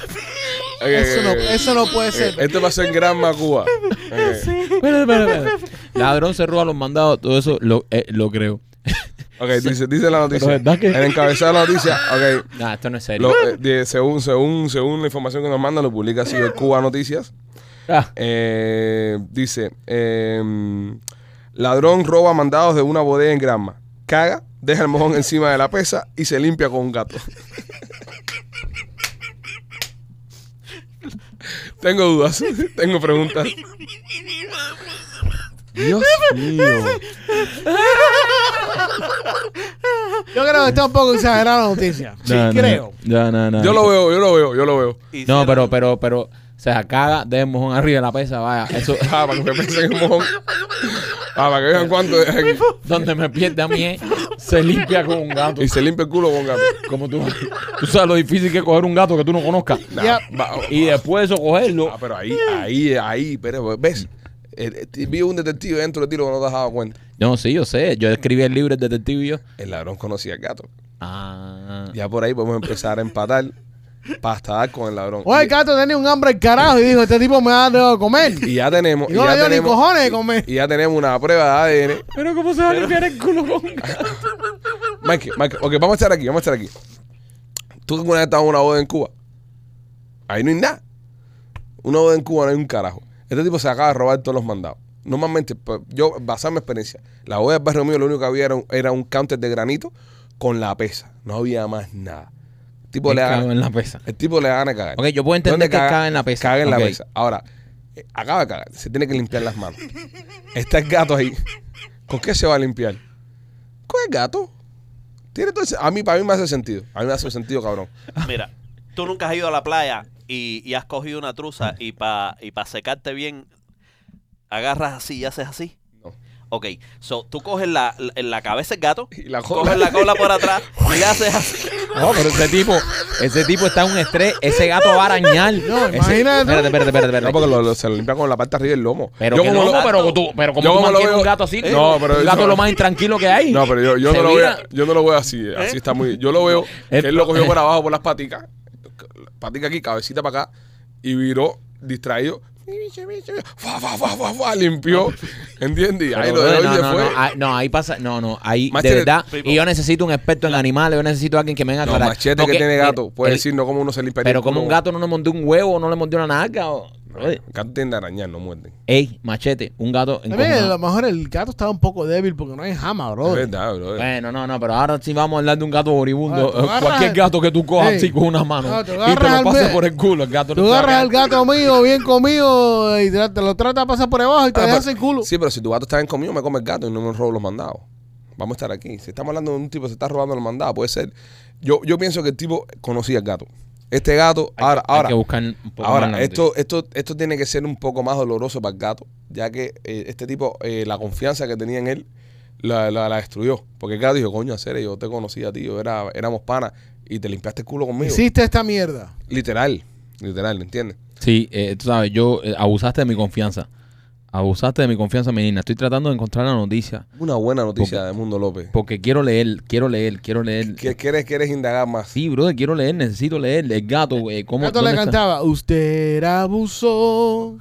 [SPEAKER 1] Ok,
[SPEAKER 3] Eso no,
[SPEAKER 1] ok, ok.
[SPEAKER 3] eso no puede
[SPEAKER 1] Ok,
[SPEAKER 3] ser.
[SPEAKER 1] Esto pasó en Granma, Cuba. Ok.
[SPEAKER 2] Espera, espera,
[SPEAKER 5] [LAUGHS]
[SPEAKER 2] espera. Ladrón se roba los mandados, todo eso lo, eh, lo creo.
[SPEAKER 1] Ok, dice, dice la noticia.
[SPEAKER 2] Pero ¿verdad que-
[SPEAKER 1] El encabezado de la noticia, ok.
[SPEAKER 2] Nah, esto no es serio.
[SPEAKER 1] Lo, eh, de- según, según, según la información que nos manda, lo publica así el Cuba Noticias.
[SPEAKER 2] Ah,
[SPEAKER 1] Eh, dice, eh, ladrón roba mandados de una bodega en Granma. Caga, deja el mojón encima de la pesa y se limpia con un gato. [LAUGHS] tengo dudas, [LAUGHS] tengo preguntas. Dios mío.
[SPEAKER 3] Yo creo que está un poco exagerada la noticia.
[SPEAKER 2] [LAUGHS]
[SPEAKER 3] Sí,
[SPEAKER 2] No, no,
[SPEAKER 3] creo.
[SPEAKER 2] No, no, no.
[SPEAKER 1] Yo lo veo, yo lo veo, yo lo veo.
[SPEAKER 2] No,
[SPEAKER 5] Hicieron-
[SPEAKER 2] pero, pero, pero, o sea, caga de mojón arriba de la pesa, vaya. Eso, [LAUGHS]
[SPEAKER 1] Ah, para que me piensen un mojón. Ah, para que vean cuánto dejan.
[SPEAKER 2] donde me pierde a mí es, se limpia con un gato.
[SPEAKER 1] Y se limpia el culo con gato.
[SPEAKER 2] Como tú, tú sabes lo difícil que es coger un gato que tú no conozcas.
[SPEAKER 1] Nah,
[SPEAKER 3] Yep.
[SPEAKER 1] va- oh,
[SPEAKER 2] Y después de eso cogerlo.
[SPEAKER 1] Ah, pero ahí, ahí, ahí, pero ves, Eh, eh, vi un detective dentro de ti lo que no te has dado cuenta.
[SPEAKER 2] No, sí, yo sé. Yo escribí el libro El Detective y yo.
[SPEAKER 1] El ladrón conocía al gato.
[SPEAKER 2] Ah.
[SPEAKER 1] Ya por ahí podemos empezar a empatar para estar con el ladrón.
[SPEAKER 3] Oye,
[SPEAKER 1] Y-
[SPEAKER 3] el gato tenía un hambre al carajo y dijo, este tipo me ha dado de comer.
[SPEAKER 1] Y ya tenemos.
[SPEAKER 3] Y no
[SPEAKER 1] ya
[SPEAKER 3] le dio ni
[SPEAKER 1] tenemos-
[SPEAKER 3] cojones de comer.
[SPEAKER 1] Y ya tenemos una prueba de ADN.
[SPEAKER 2] [LAUGHS] Pero ¿cómo se va a limpiar el culo con un gato?
[SPEAKER 1] Mike, Mike, ok, vamos a estar aquí, vamos a estar aquí. Tú que una vez estabas en una boda en Cuba. Ahí no hay nada. Una boda en Cuba no hay un carajo. Este tipo se acaba de robar todos los mandados. Normalmente, pues, yo, basado en mi experiencia, la boda del barrio mío lo único que había era un, era un counter de granito con la pesa. No había más nada. El tipo, le da,
[SPEAKER 2] cago en la pesa.
[SPEAKER 1] el tipo le da ganas de cagar.
[SPEAKER 2] Ok, yo puedo entender
[SPEAKER 1] ¿Dónde
[SPEAKER 2] que caga en la pesa?
[SPEAKER 1] Caga en
[SPEAKER 2] Ok.
[SPEAKER 1] la pesa. Ahora, eh, acaba de cagar. Se tiene que limpiar las manos. Está el gato ahí. ¿Con qué se va a limpiar? Con el gato. Tiene todo ese- a mí, para mí me hace sentido. A mí me hace sentido, cabrón.
[SPEAKER 5] Mira, tú nunca has ido a la playa y, y has cogido una truza y para y pa secarte bien, agarras así y haces así.
[SPEAKER 1] No.
[SPEAKER 5] Ok, so tú coges la, la, en la cabeza del gato,
[SPEAKER 1] Y la cola.
[SPEAKER 5] coges la cola por atrás y le
[SPEAKER 1] [LAUGHS]
[SPEAKER 5] haces así.
[SPEAKER 2] No, pero ese tipo, ese tipo está en un estrés. Ese gato va a arañar. No,
[SPEAKER 3] imagínate.
[SPEAKER 2] Espérate, espérate, espérate. espérate.
[SPEAKER 1] No, porque lo- lo- se lo limpia con la parte arriba del lomo.
[SPEAKER 2] Pero
[SPEAKER 1] Yo
[SPEAKER 2] que
[SPEAKER 1] como
[SPEAKER 2] no,
[SPEAKER 1] lo-
[SPEAKER 2] pero tú, pero como
[SPEAKER 1] Yo
[SPEAKER 2] tú
[SPEAKER 1] como lo
[SPEAKER 2] mantienes un
[SPEAKER 1] veo-
[SPEAKER 2] gato así,
[SPEAKER 1] No, pero
[SPEAKER 2] un gato
[SPEAKER 1] yo-
[SPEAKER 2] es lo más intranquilo que [LAUGHS] hay.
[SPEAKER 1] No, pero yo, yo
[SPEAKER 2] Se
[SPEAKER 1] no lo veo,
[SPEAKER 2] vira.
[SPEAKER 1] yo no lo veo así. eh, Así está muy. Yo lo veo. que
[SPEAKER 2] Eh,
[SPEAKER 1] él lo cogió por abajo por las paticas. Patica aquí, cabecita para acá. Y viró, distraído. Fa, fa, fa, fa, fa,
[SPEAKER 2] [LAUGHS]
[SPEAKER 1] limpió. ¿Entiendes? Y ahí
[SPEAKER 2] Pero,
[SPEAKER 1] lo de
[SPEAKER 2] brother,
[SPEAKER 1] hoy se
[SPEAKER 2] no, no,
[SPEAKER 1] fue.
[SPEAKER 2] no, ah, no, ahí pasa, no, no, ahí
[SPEAKER 1] Machete,
[SPEAKER 2] de verdad.
[SPEAKER 5] people.
[SPEAKER 2] Y yo necesito un experto en animales, yo necesito a alguien que me venga a
[SPEAKER 1] No,
[SPEAKER 2] aclarar.
[SPEAKER 1] machete
[SPEAKER 2] Porque,
[SPEAKER 1] que tiene
[SPEAKER 2] mira,
[SPEAKER 1] gato. Puede
[SPEAKER 2] el-
[SPEAKER 1] decir no como uno se limpia. el
[SPEAKER 2] Pero
[SPEAKER 1] culo.
[SPEAKER 2] como un gato no le mordió un huevo, no le mordió una naca. o- Oye,
[SPEAKER 1] El gato tiende a arañar, no muerden.
[SPEAKER 2] Ey, machete, un gato en
[SPEAKER 3] También a lo mejor el gato estaba un poco débil porque no hay jama,
[SPEAKER 1] Es
[SPEAKER 3] bro.
[SPEAKER 1] verdad, bro.
[SPEAKER 2] Bueno, no, no, pero ahora sí vamos a hablar de un gato moribundo. Eh,
[SPEAKER 3] Ah, tú agarras-
[SPEAKER 2] Cualquier gato que tú cojas
[SPEAKER 3] Ey.
[SPEAKER 2] así con una mano
[SPEAKER 3] Ah, tú
[SPEAKER 2] y te
[SPEAKER 3] agarras
[SPEAKER 2] lo
[SPEAKER 3] al
[SPEAKER 2] pases
[SPEAKER 3] mes.
[SPEAKER 2] por el culo, el gato no
[SPEAKER 3] Tú
[SPEAKER 2] te va a
[SPEAKER 3] agarras al
[SPEAKER 2] caer.
[SPEAKER 3] gato mío, bien comido, y te, te lo tratas de pasar por debajo y te
[SPEAKER 1] Ah,
[SPEAKER 3] dejas
[SPEAKER 1] pero-
[SPEAKER 3] el culo.
[SPEAKER 1] Sí, pero si tu gato está bien comido, me come el gato y no me robo los mandados. Vamos a estar aquí. Si estamos hablando de un tipo que se está robando los mandados, puede ser. Yo, yo pienso que el tipo conocía al gato. Este gato, ahora,
[SPEAKER 2] Hay
[SPEAKER 1] ahora.
[SPEAKER 2] que buscar un poco más
[SPEAKER 1] Ahora,
[SPEAKER 2] la
[SPEAKER 1] esto, esto, esto tiene que ser un poco más doloroso para el gato, ya que eh, este tipo, eh, la confianza que tenía en él, la, la, la destruyó. Porque el gato dijo, coño, hacer, yo te conocía, tío, era, éramos panas y te limpiaste el culo conmigo.
[SPEAKER 3] Hiciste esta mierda.
[SPEAKER 1] Literal, literal, ¿entiendes?
[SPEAKER 2] Sí, eh, tú sabes, yo eh, abusaste de mi confianza. Abusaste de mi confianza, menina. Estoy tratando de encontrar la noticia
[SPEAKER 1] Una buena noticia
[SPEAKER 2] Porque-
[SPEAKER 1] de Mundo López.
[SPEAKER 2] porque quiero leer, quiero leer, quiero leer.
[SPEAKER 1] ¿Qué- ¿Quieres, quieres indagar más?
[SPEAKER 2] Sí, brother, quiero leer, necesito leer. El gato, eh,
[SPEAKER 3] El
[SPEAKER 2] ¿cómo
[SPEAKER 3] gato le
[SPEAKER 2] dónde está?
[SPEAKER 3] cantaba, usted abusó.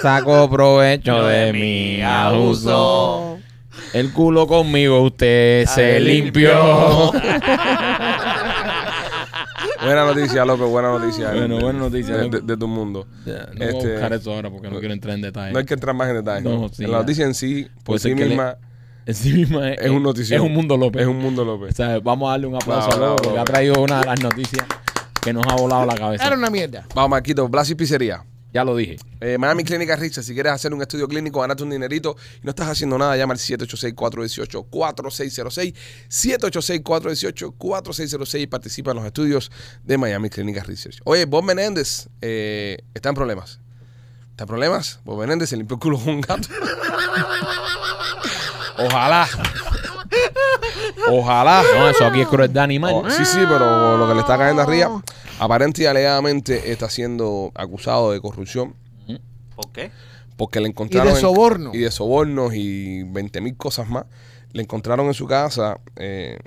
[SPEAKER 2] Saco provecho de mi abuso. El culo conmigo usted se limpió.
[SPEAKER 1] Buena noticia, López, buena noticia.
[SPEAKER 2] Bueno,
[SPEAKER 1] De-
[SPEAKER 2] buena noticia,
[SPEAKER 1] De,
[SPEAKER 2] López.
[SPEAKER 1] de- de tu mundo.
[SPEAKER 2] [LAUGHS] Ya, no [LAUGHS] voy
[SPEAKER 1] Este,
[SPEAKER 2] a buscar eso ahora porque no quiero entrar en detalle.
[SPEAKER 1] No hay que entrar más en detalle.
[SPEAKER 2] No, sí,
[SPEAKER 1] la
[SPEAKER 2] ya.
[SPEAKER 1] noticia en sí, por
[SPEAKER 2] Puede ser
[SPEAKER 1] sí
[SPEAKER 2] que le-
[SPEAKER 1] misma,
[SPEAKER 2] En sí misma es,
[SPEAKER 1] es un noticiero.
[SPEAKER 2] Es un mundo López.
[SPEAKER 1] Es un Mundo
[SPEAKER 2] O
[SPEAKER 1] López.
[SPEAKER 2] sea, vamos a darle un aplauso
[SPEAKER 1] Bravo,
[SPEAKER 2] a López
[SPEAKER 1] bravo,
[SPEAKER 2] porque ha
[SPEAKER 1] López.
[SPEAKER 2] traído una de las noticias que nos ha volado la cabeza.
[SPEAKER 3] Era una mierda.
[SPEAKER 1] Vamos, Marquito, Blas y Pizzería.
[SPEAKER 2] Ya lo dije.
[SPEAKER 1] Eh, Miami Clínica Richa, si quieres hacer un estudio clínico, ganarte un dinerito y no estás haciendo nada, llama al 786-418-4606, 786-418-4606 y participa en los estudios de Miami Clínica Research. Oye, Bob Menéndez eh, está en problemas. ¿Está en problemas? Bob Menéndez se limpió el culo con un gato. Ojalá. Ojalá.
[SPEAKER 2] No, eso aquí es crueldad animal.
[SPEAKER 1] Oh, sí, sí, pero lo que le está cayendo arriba, aparente y alegadamente está siendo acusado de corrupción
[SPEAKER 5] ¿Por qué?
[SPEAKER 1] porque le encontraron. en-
[SPEAKER 3] soborno.
[SPEAKER 1] y de sobornos y 20 mil cosas más. Le encontraron en su casa eh,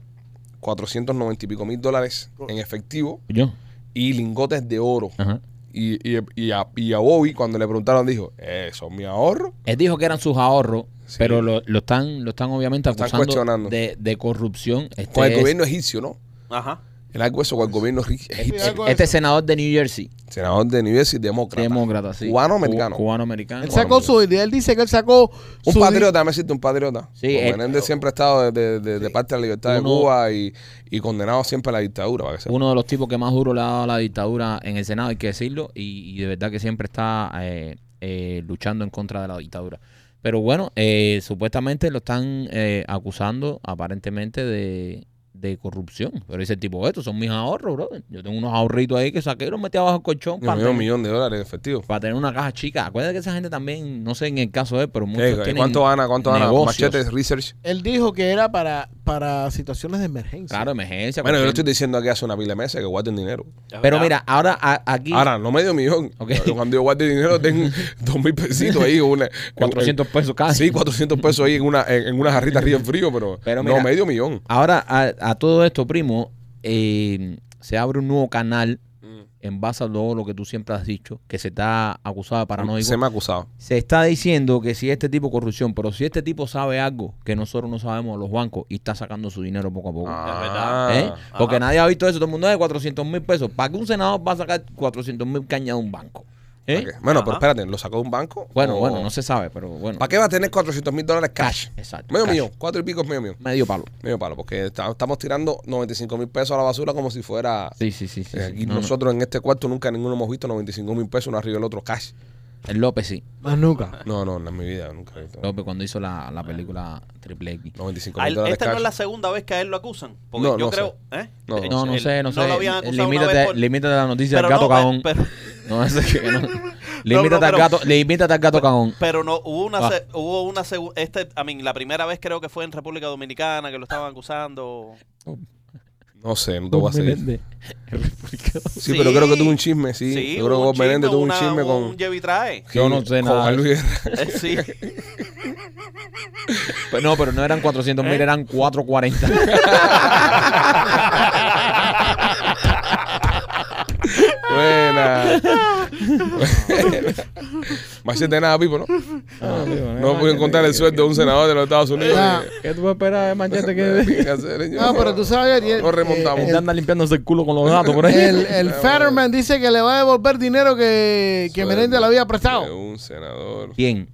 [SPEAKER 1] 490 y pico mil dólares en efectivo
[SPEAKER 2] Yo.
[SPEAKER 1] y lingotes de oro.
[SPEAKER 2] Ajá.
[SPEAKER 1] Y, y, y a, y a Bobby, cuando le preguntaron, dijo: "Eh, Eso es mi ahorro.
[SPEAKER 2] Él dijo que eran sus ahorros,
[SPEAKER 1] Sí.
[SPEAKER 2] pero lo, lo están lo están obviamente
[SPEAKER 1] están
[SPEAKER 2] acusando
[SPEAKER 1] cuestionando.
[SPEAKER 2] de, de corrupción. Este,
[SPEAKER 1] Con el
[SPEAKER 2] es-
[SPEAKER 1] gobierno egipcio, ¿no?
[SPEAKER 5] Ajá.
[SPEAKER 1] Era algo eso con el gobierno ri- egipcio.
[SPEAKER 3] algo-
[SPEAKER 2] este senador de New Jersey,
[SPEAKER 1] Senador de nivel y demócrata.
[SPEAKER 2] demócrata, sí.
[SPEAKER 1] Cubano-americano.
[SPEAKER 2] Cubano-americano.
[SPEAKER 3] Él sacó su idea. Él dice que él sacó
[SPEAKER 1] Un
[SPEAKER 3] su
[SPEAKER 1] patriota, me siento un patriota.
[SPEAKER 2] Sí,
[SPEAKER 1] Porque
[SPEAKER 2] el-
[SPEAKER 1] Menéndez siempre ha estado de, de- de- de parte de la libertad
[SPEAKER 2] Uno-
[SPEAKER 1] de Cuba y, y condenado siempre a la dictadura. Para que sepa.
[SPEAKER 2] Uno de los tipos que más duro le ha dado a la dictadura en el Senado, hay que decirlo, y, y de verdad que siempre está eh, eh, luchando en contra de la dictadura. Pero bueno, eh, supuestamente lo están eh, acusando aparentemente de, de corrupción. Pero dice el tipo, estos son mis ahorros, brother. Yo tengo unos ahorritos ahí que saqué y los metí abajo del colchón
[SPEAKER 1] Dios
[SPEAKER 2] para
[SPEAKER 1] mío, un
[SPEAKER 2] tener,
[SPEAKER 1] millón de dólares en efectivo.
[SPEAKER 2] para tener una caja chica. Acuérdate que esa gente también, no sé en el caso de él, pero muchos
[SPEAKER 1] ¿Qué?
[SPEAKER 2] tienen
[SPEAKER 1] Eh, ¿Cuánto gana? ¿Cuánto gana?
[SPEAKER 2] negocios.
[SPEAKER 1] Machete Research.
[SPEAKER 3] Él dijo que era para, para situaciones de emergencia.
[SPEAKER 2] Claro, emergencia.
[SPEAKER 1] Bueno, yo le
[SPEAKER 2] cualquier-
[SPEAKER 1] estoy diciendo aquí hace una pila de meses que guarden dinero.
[SPEAKER 2] Pero mira, ahora a- aquí...
[SPEAKER 1] Ahora, no medio millón.
[SPEAKER 2] Ok.
[SPEAKER 1] Pero Cuando yo guarde
[SPEAKER 2] [LAUGHS]
[SPEAKER 1] dinero, tengo dos mil pesitos ahí. o Una,
[SPEAKER 2] 400 pesos casi.
[SPEAKER 1] eh, Sí, 400 pesos ahí en una, en, en una jarrita río frío, pero,
[SPEAKER 2] Pero
[SPEAKER 1] no
[SPEAKER 2] mira-
[SPEAKER 1] medio millón.
[SPEAKER 2] Ahora, a, a todo esto, primo, eh, se abre un nuevo canal
[SPEAKER 1] Mm.
[SPEAKER 2] en base a todo lo que tú siempre has dicho, que se está acusado de paranoico.
[SPEAKER 1] Se me ha acusado.
[SPEAKER 2] Se está diciendo que si este tipo corrupción, pero si este tipo sabe algo que nosotros no sabemos de los bancos y está sacando su dinero poco a poco.
[SPEAKER 1] Ah.
[SPEAKER 2] ¿eh? Porque nadie ha visto eso, todo el mundo es de 400 mil pesos. ¿Para qué un senador va a sacar 400 mil cañas de un banco? ¿Eh?
[SPEAKER 1] Ok. Bueno, pero
[SPEAKER 5] Ajá.
[SPEAKER 1] espérate, ¿lo sacó de un banco?
[SPEAKER 2] Bueno,
[SPEAKER 1] ¿O-
[SPEAKER 2] bueno, no se sabe, pero bueno.
[SPEAKER 1] Oh. ¿Para qué va a tener 400 mil dólares cash?
[SPEAKER 2] Exacto.
[SPEAKER 1] Medio
[SPEAKER 2] cash.
[SPEAKER 1] millón, cuatro y pico es medio millón.
[SPEAKER 2] Medio palo.
[SPEAKER 1] Medio palo, porque está- estamos tirando 95 mil pesos a la basura como si fuera.
[SPEAKER 2] Sí, sí, sí. sí,
[SPEAKER 1] Eh,
[SPEAKER 2] sí.
[SPEAKER 1] aquí
[SPEAKER 2] No, no.
[SPEAKER 1] nosotros en este cuarto nunca ninguno hemos visto 95 mil pesos uno arriba del otro cash.
[SPEAKER 2] El López sí.
[SPEAKER 3] Más nunca.
[SPEAKER 1] No, no, no, en mi vida nunca he visto.
[SPEAKER 2] López cuando hizo la, la película Triple X.
[SPEAKER 1] 95
[SPEAKER 5] A
[SPEAKER 1] mil
[SPEAKER 5] él-
[SPEAKER 1] dólares
[SPEAKER 5] esta no
[SPEAKER 1] cash.
[SPEAKER 5] es la segunda vez que a él lo acusan. Porque
[SPEAKER 1] No,
[SPEAKER 5] yo
[SPEAKER 1] no
[SPEAKER 5] creo. ¿eh?
[SPEAKER 1] No,
[SPEAKER 5] Eh,
[SPEAKER 2] No, no
[SPEAKER 5] él-
[SPEAKER 2] sé, no sé.
[SPEAKER 5] lo habían acusado una
[SPEAKER 2] limítate,
[SPEAKER 5] vez por-
[SPEAKER 2] limítate a la noticia del
[SPEAKER 5] Pero
[SPEAKER 2] gato
[SPEAKER 5] no,
[SPEAKER 2] cagón.
[SPEAKER 5] pero-
[SPEAKER 2] [LAUGHS] No, eso es que no.
[SPEAKER 5] [LAUGHS] no,
[SPEAKER 2] Limítate al
[SPEAKER 5] pero-
[SPEAKER 2] gato, limítate al gato
[SPEAKER 5] [LAUGHS]
[SPEAKER 2] cagón.
[SPEAKER 5] Pero no, hubo una,
[SPEAKER 2] Ah.
[SPEAKER 5] se- hubo una, segu- este, a mí, la primera vez creo que fue en República Dominicana que lo estaban acusando.
[SPEAKER 1] No sé, no te voy a seguir. Sí,
[SPEAKER 5] Sí.
[SPEAKER 1] pero creo que tuvo un chisme, sí.
[SPEAKER 5] Sí,
[SPEAKER 1] yo creo que
[SPEAKER 5] hubo
[SPEAKER 1] Bob Menéndez tuvo un
[SPEAKER 5] una-
[SPEAKER 1] chisme
[SPEAKER 5] hubo
[SPEAKER 1] con.
[SPEAKER 5] un lleve y trae.
[SPEAKER 2] Yo no sé
[SPEAKER 1] con
[SPEAKER 2] nada.
[SPEAKER 1] Juan Luis Guerra.
[SPEAKER 5] [LAUGHS] Eh, Sí.
[SPEAKER 2] Pero no, pero no eran 400
[SPEAKER 5] ¿Eh?
[SPEAKER 2] mil, eran
[SPEAKER 5] [LAUGHS]
[SPEAKER 2] 440.
[SPEAKER 1] [LAUGHS] Buena. Machete nada, Pipo, ¿no? Ah, No pude encontrar el sueldo de un senador de los Estados Unidos.
[SPEAKER 3] Ah.
[SPEAKER 2] ¿Qué tú esperas de manchete
[SPEAKER 1] ¿Qué hacer, señor?
[SPEAKER 3] No, pero tú sabes, Ariel,
[SPEAKER 1] No remontamos.
[SPEAKER 2] Él anda limpiándose Pues, eh, el culo con los gatos por ahí.
[SPEAKER 3] El,
[SPEAKER 1] [LAUGHS]
[SPEAKER 3] el Fetterman dice que le va a devolver dinero que, que Menéndez le había
[SPEAKER 1] De
[SPEAKER 3] prestado.
[SPEAKER 1] un senador.
[SPEAKER 2] ¿Quién?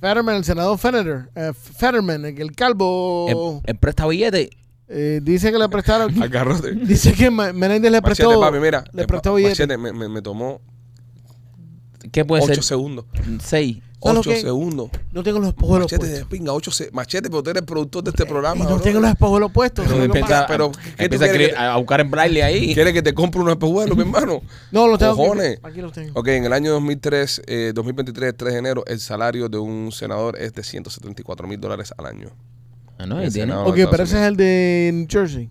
[SPEAKER 3] Fetterman, el senador Federer, eh, Fetterman, el, el
[SPEAKER 2] ¿El,
[SPEAKER 1] Oh.
[SPEAKER 3] calvo,
[SPEAKER 2] el presta billete?
[SPEAKER 3] eh, dice que le prestaron.
[SPEAKER 1] Em, [LAUGHS] Al garrote.
[SPEAKER 3] [LAUGHS] dice que Ma- Menéndez le
[SPEAKER 1] Machete,
[SPEAKER 3] prestó.
[SPEAKER 1] papi, mira.
[SPEAKER 3] le
[SPEAKER 1] eh,
[SPEAKER 3] prestó
[SPEAKER 1] pa-
[SPEAKER 3] billete.
[SPEAKER 1] Machete, me, me- me tomó
[SPEAKER 2] ¿Qué puede
[SPEAKER 1] 8
[SPEAKER 2] ser?
[SPEAKER 1] segundos. [LAUGHS]
[SPEAKER 2] 6.
[SPEAKER 3] ¿Sabes lo
[SPEAKER 1] 8
[SPEAKER 3] que?
[SPEAKER 1] segundos.
[SPEAKER 3] No tengo los espejuelos
[SPEAKER 1] Machete
[SPEAKER 3] puestos.
[SPEAKER 1] de pinga, 8 Machete, pero tú eres productor de este
[SPEAKER 3] Y
[SPEAKER 1] programa.
[SPEAKER 3] no
[SPEAKER 1] bro.
[SPEAKER 3] tengo los espejuelos puestos.
[SPEAKER 1] Pero
[SPEAKER 3] ¿sabes lo que
[SPEAKER 1] empieza-
[SPEAKER 3] pasa?
[SPEAKER 1] pero, ¿qué tú
[SPEAKER 2] Empieza a,
[SPEAKER 1] quieres
[SPEAKER 2] escribir- a buscar en braille ahí.
[SPEAKER 1] ¿Quieres que te compre unos
[SPEAKER 3] [LAUGHS]
[SPEAKER 1] espejuelos, mi hermano?
[SPEAKER 3] no, los tengo. aquí.
[SPEAKER 1] cojones?
[SPEAKER 3] Aquí los tengo.
[SPEAKER 1] Ok, en el año 2003, eh, 2023, 3 de enero, el salario de un senador es de 174 mil dólares al año.
[SPEAKER 2] Ah, no, y
[SPEAKER 1] Ese
[SPEAKER 2] tiene-
[SPEAKER 1] no.
[SPEAKER 3] Ok,
[SPEAKER 1] Estados
[SPEAKER 3] pero ese es el de New Jersey.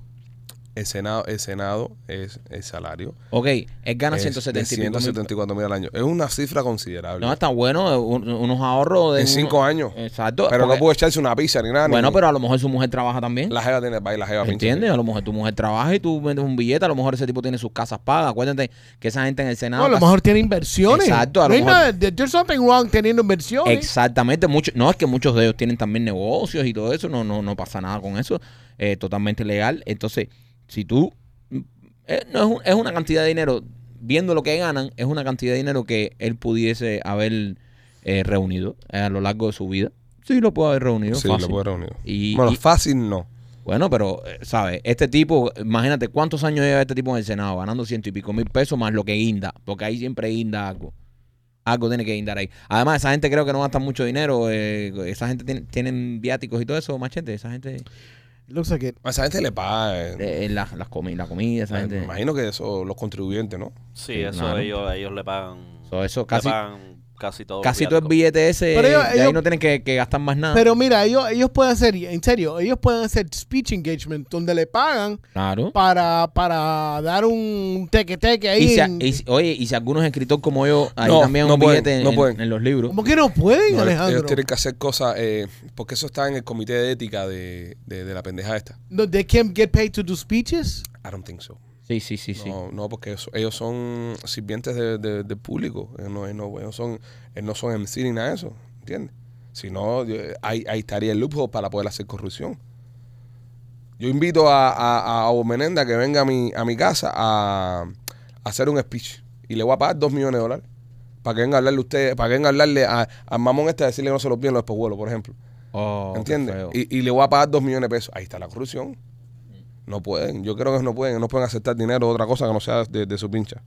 [SPEAKER 1] El Senado, el Senado es el salario.
[SPEAKER 2] Ok, él gana
[SPEAKER 1] es de
[SPEAKER 2] 170 y pico mil
[SPEAKER 1] 174 mil al año. Es una cifra considerable.
[SPEAKER 2] No, está bueno, eh, un- unos ahorros de...
[SPEAKER 1] en
[SPEAKER 2] uno-
[SPEAKER 1] 5 años.
[SPEAKER 2] Exacto.
[SPEAKER 1] Pero
[SPEAKER 2] porque-
[SPEAKER 1] no puedo echarse una pizza ni nada. ni-
[SPEAKER 2] Bueno, pero a lo mejor su mujer trabaja también.
[SPEAKER 1] La jeva tiene el país, la jeva pinche.
[SPEAKER 2] ¿Entiendes? A lo mejor tu mujer trabaja y tú vendes un billete, a lo mejor ese tipo tiene sus casas pagas. Acuérdate que esa gente en el
[SPEAKER 3] No,
[SPEAKER 2] Senado...
[SPEAKER 3] a lo
[SPEAKER 2] casi-
[SPEAKER 3] mejor tiene inversiones.
[SPEAKER 2] pues, Exacto, a lo
[SPEAKER 3] No hay
[SPEAKER 2] mejor-
[SPEAKER 3] nada- There's something wrong teniendo inversiones.
[SPEAKER 2] Exactamente, mucho, no es que muchos de ellos tienen también negocios y todo eso, no, no, no pasa nada con eso, eh, totalmente legal. Entonces, si tú, mm, eh, no es, un- es una cantidad de dinero, viendo lo que ganan, es una cantidad de dinero que él pudiese haber eh, reunido eh, a lo largo de su vida. Sí, lo puede haber reunido.
[SPEAKER 1] Sí,
[SPEAKER 2] fácil.
[SPEAKER 1] lo puede reunir.
[SPEAKER 2] Y-
[SPEAKER 1] bueno,
[SPEAKER 2] y-
[SPEAKER 1] fácil no.
[SPEAKER 2] Bueno, pero, eh, ¿sabes? Este tipo, imagínate cuántos años lleva este tipo en el Senado, ganando ciento y pico mil pesos más lo que guinda, porque ahí siempre guinda algo. Algo tiene que guindar ahí. Además, esa gente creo que no gasta mucho dinero. eh, esa gente tiene, tienen viáticos y todo eso, machete. Esa gente,
[SPEAKER 3] Looks like it.
[SPEAKER 1] A esa gente le paga. eh,
[SPEAKER 2] eh, las las comi- la comida, esa
[SPEAKER 1] eh,
[SPEAKER 2] gente.
[SPEAKER 1] me imagino que eso, los contribuyentes, ¿no?
[SPEAKER 5] Sí,
[SPEAKER 2] Sí,
[SPEAKER 5] eso
[SPEAKER 2] claro.
[SPEAKER 5] ellos, ellos le pagan.
[SPEAKER 2] So, eso
[SPEAKER 5] le
[SPEAKER 2] casi,
[SPEAKER 5] pagan casi todo.
[SPEAKER 2] casi todo el
[SPEAKER 5] viático.
[SPEAKER 2] billete ese,
[SPEAKER 3] Pero ellos-
[SPEAKER 2] de ahí
[SPEAKER 3] ellos-
[SPEAKER 2] no tienen que, que gastar más nada.
[SPEAKER 3] Pero mira, ellos, ellos pueden hacer, en serio, ellos pueden hacer speech engagement donde le pagan
[SPEAKER 2] claro.
[SPEAKER 3] para, para dar un teque-teque ahí.
[SPEAKER 2] Y si, a-
[SPEAKER 3] en-
[SPEAKER 2] y si- oye, y si algunos escritores como yo, ahí
[SPEAKER 1] No,
[SPEAKER 2] también
[SPEAKER 1] no
[SPEAKER 2] un
[SPEAKER 1] pueden,
[SPEAKER 2] billete en-
[SPEAKER 1] no
[SPEAKER 2] en-
[SPEAKER 1] pueden.
[SPEAKER 2] en los libros.
[SPEAKER 3] ¿Cómo que no pueden,
[SPEAKER 1] No, ellos-
[SPEAKER 3] Alejandro?
[SPEAKER 1] Ellos tienen que hacer cosas, eh, porque eso está en el comité de ética de, de, de la pendeja esta.
[SPEAKER 3] No, they can't get paid to do speeches.
[SPEAKER 1] I don't think so.
[SPEAKER 2] Sí, sí, sí, sí.
[SPEAKER 1] No, no, porque eso- ellos son sirvientes de- de- del público. Ellos no, ellos no, ellos son, ellos no son MC ni nada de eso, ¿entiendes? Si no, yo- ahí, ahí estaría el loophole para poder hacer corrupción. Yo invito a, a, a Bob Menéndez a que venga a mi, a mi casa a, a hacer un speech y le voy a pagar dos millones de dólares para que venga a hablarle a usted, para que venga a hablarle a- al mamón este a decirle que no se lo piden los espejuelos, por ejemplo.
[SPEAKER 2] Oh, qué
[SPEAKER 1] ¿Entiendes?
[SPEAKER 2] feo.
[SPEAKER 1] Y, y le voy a pagar dos millones de pesos. Ahí está la corrupción. No pueden. Yo creo que ellos no pueden. No pueden aceptar dinero de otra cosa que no sea de, de su pincha.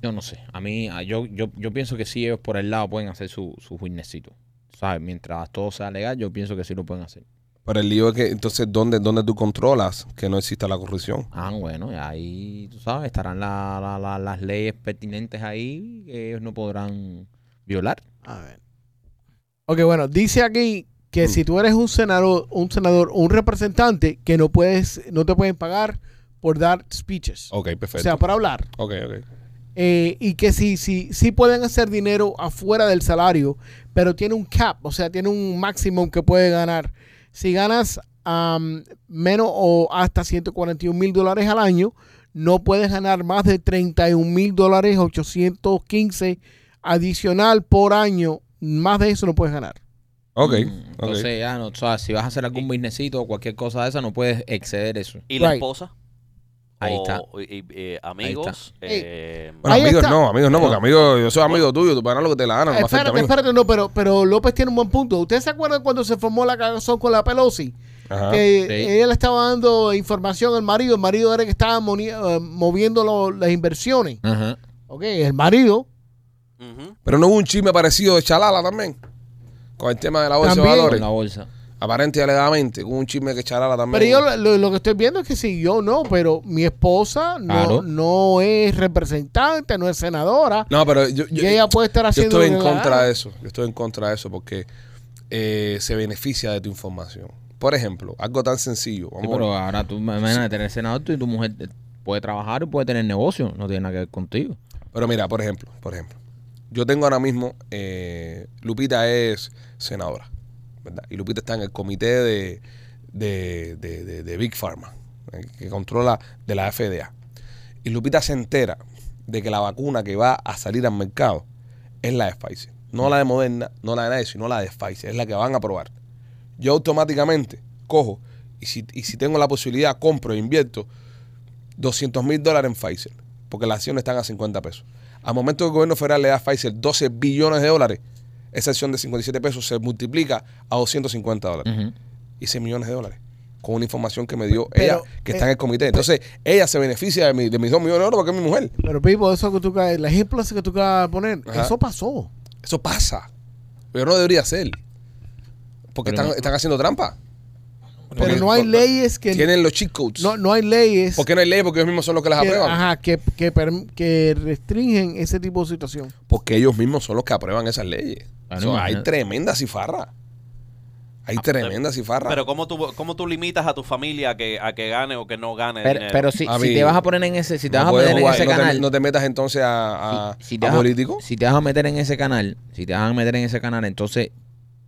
[SPEAKER 2] Yo no sé. A mí, a- yo, yo, yo pienso que sí, ellos por el lado pueden hacer su, su businessito. ¿Sabes? Mientras todo sea legal, yo pienso que sí lo pueden hacer.
[SPEAKER 1] Pero el lío es que, entonces, ¿dónde, dónde tú controlas que no exista la corrupción?
[SPEAKER 2] Ah, bueno, y ahí, tú sabes, estarán la- la- la- las leyes pertinentes ahí que ellos no podrán violar.
[SPEAKER 3] A ver. Ok, bueno, dice aquí que
[SPEAKER 2] Mm.
[SPEAKER 3] si tú eres un senador, un senador o un representante que no puedes, no te pueden pagar por dar speeches.
[SPEAKER 1] Ok,
[SPEAKER 3] O
[SPEAKER 1] perfecto.
[SPEAKER 3] sea, para hablar.
[SPEAKER 1] ok, ok.
[SPEAKER 3] Eh, y que sí, sí, sí pueden hacer dinero afuera del salario, pero tiene un cap, o sea, tiene un máximo que puede ganar. Si ganas am, menos o hasta 141 mil dólares al año, no puedes ganar más de 31 mil dólares 815 adicional por año. Más de eso no puedes ganar.
[SPEAKER 1] Ok,
[SPEAKER 2] Mm,
[SPEAKER 1] ok.
[SPEAKER 2] Entonces, ya no, o sea, si vas a hacer algún businessito o cualquier cosa de esa, no puedes exceder eso.
[SPEAKER 5] ¿Y la
[SPEAKER 3] Right.
[SPEAKER 5] esposa?
[SPEAKER 2] Ahí
[SPEAKER 1] Oh.
[SPEAKER 5] O-
[SPEAKER 2] está.
[SPEAKER 5] y- y- eh, amigos. eh,
[SPEAKER 1] bueno,
[SPEAKER 3] ahí
[SPEAKER 1] amigos
[SPEAKER 3] está.
[SPEAKER 1] no, amigos no, porque amigos, yo soy amigo tuyo, tú pagas lo que te la gana, no me afecta a
[SPEAKER 3] espérate,
[SPEAKER 1] mí.
[SPEAKER 3] espérate, no, pero, pero López tiene un buen punto. ¿Ustedes se acuerdan cuando se formó la cagazón con la Pelosi?
[SPEAKER 1] Ajá.
[SPEAKER 3] que
[SPEAKER 2] sí.
[SPEAKER 3] ella le estaba dando información al marido. El marido era el que estaba moni- eh, moviendo lo- las inversiones.
[SPEAKER 2] Ajá.
[SPEAKER 3] Ok, el marido.
[SPEAKER 5] ujú.
[SPEAKER 1] Pero no hubo un chisme parecido de Chalala también. Con el tema de la bolsa
[SPEAKER 3] También.
[SPEAKER 1] de
[SPEAKER 2] Con
[SPEAKER 1] valores.
[SPEAKER 2] la bolsa.
[SPEAKER 1] Aparente y alegadamente, hubo un chisme que Chalala también.
[SPEAKER 3] Pero yo lo- lo, lo que estoy viendo es que sí, yo no, pero mi esposa no,
[SPEAKER 2] Claro.
[SPEAKER 3] no es representante, no es senadora.
[SPEAKER 1] No, pero yo, yo-
[SPEAKER 3] y ella puede estar
[SPEAKER 1] yo
[SPEAKER 3] haciendo.
[SPEAKER 1] estoy
[SPEAKER 3] lo
[SPEAKER 1] en
[SPEAKER 3] que le da
[SPEAKER 1] contra
[SPEAKER 3] la
[SPEAKER 1] de eso. Yo estoy en contra de eso porque eh, se beneficia de tu información. Por ejemplo, algo tan sencillo.
[SPEAKER 2] Sí,
[SPEAKER 1] Vamos
[SPEAKER 2] pero ahora tú, imagínate, tener senador tú y tu mujer eh, puede trabajar y puede tener negocio. No tiene nada que ver contigo.
[SPEAKER 1] Pero mira, por ejemplo, por ejemplo, yo tengo ahora mismo, eh, Lupita es senadora, ¿verdad? Y Lupita está en el comité de, de, de- de- de Big Pharma, eh, que controla de la FDA. Y Lupita se entera de que la vacuna que va a salir al mercado es la de Pfizer. No la de Moderna, no la de nadie, sino la de Pfizer. Es la que van a probar. Yo automáticamente cojo y si, y si tengo la posibilidad, compro e invierto 200 mil dólares en Pfizer, porque las acciones están a 50 pesos. Al momento que el gobierno federal le da a Pfizer 12 billones de dólares, esa acción de 57 pesos se multiplica a 250
[SPEAKER 3] Mm.
[SPEAKER 1] dólares
[SPEAKER 2] Ujú.
[SPEAKER 1] y 100 millones de dólares, con una información que me dio
[SPEAKER 3] Pero,
[SPEAKER 1] ella, que
[SPEAKER 3] eh,
[SPEAKER 1] está en el comité. Entonces, ella se beneficia de, mi- de mis 2 millones de dólares porque es mi mujer.
[SPEAKER 3] Pero, Pipo, eso que tú ca- el ejemplo ese que tú acabas de poner,
[SPEAKER 1] Ajá.
[SPEAKER 3] eso pasó.
[SPEAKER 1] Eso pasa, pero no debería ser, porque
[SPEAKER 2] Pero
[SPEAKER 1] están,
[SPEAKER 2] no-
[SPEAKER 1] están haciendo trampa.
[SPEAKER 3] Pero no hay
[SPEAKER 1] ley
[SPEAKER 3] leyes que.
[SPEAKER 1] Tienen los cheat codes.
[SPEAKER 3] No, no hay leyes
[SPEAKER 1] ¿Por qué no hay ley? Porque ellos mismos son los que las
[SPEAKER 3] que,
[SPEAKER 1] aprueban.
[SPEAKER 3] ajá, que, que, perm- que restringen ese tipo de situación.
[SPEAKER 1] Porque ellos mismos son los que aprueban esas leyes.
[SPEAKER 2] Claro,
[SPEAKER 1] O sea, hay
[SPEAKER 2] Ah, imagínate. Ah, pues,
[SPEAKER 1] tremenda cifarra. Hay tremenda cifarra.
[SPEAKER 5] Pero ¿cómo tú, ¿cómo tú limitas a tu familia a que, a que gane o que no gane
[SPEAKER 2] Pero,
[SPEAKER 5] dinero?
[SPEAKER 2] pero si,
[SPEAKER 1] A
[SPEAKER 2] si
[SPEAKER 1] mí-
[SPEAKER 2] te vas a poner en ese, si te
[SPEAKER 1] no,
[SPEAKER 2] vas a
[SPEAKER 1] puedes
[SPEAKER 2] poner en
[SPEAKER 1] jugar,
[SPEAKER 2] ese
[SPEAKER 1] no te-
[SPEAKER 2] canal.
[SPEAKER 1] no te metas entonces a, a,
[SPEAKER 2] si, si
[SPEAKER 1] a
[SPEAKER 2] te vas,
[SPEAKER 1] político.
[SPEAKER 2] si te vas a meter en ese canal, si te vas a meter en ese canal, entonces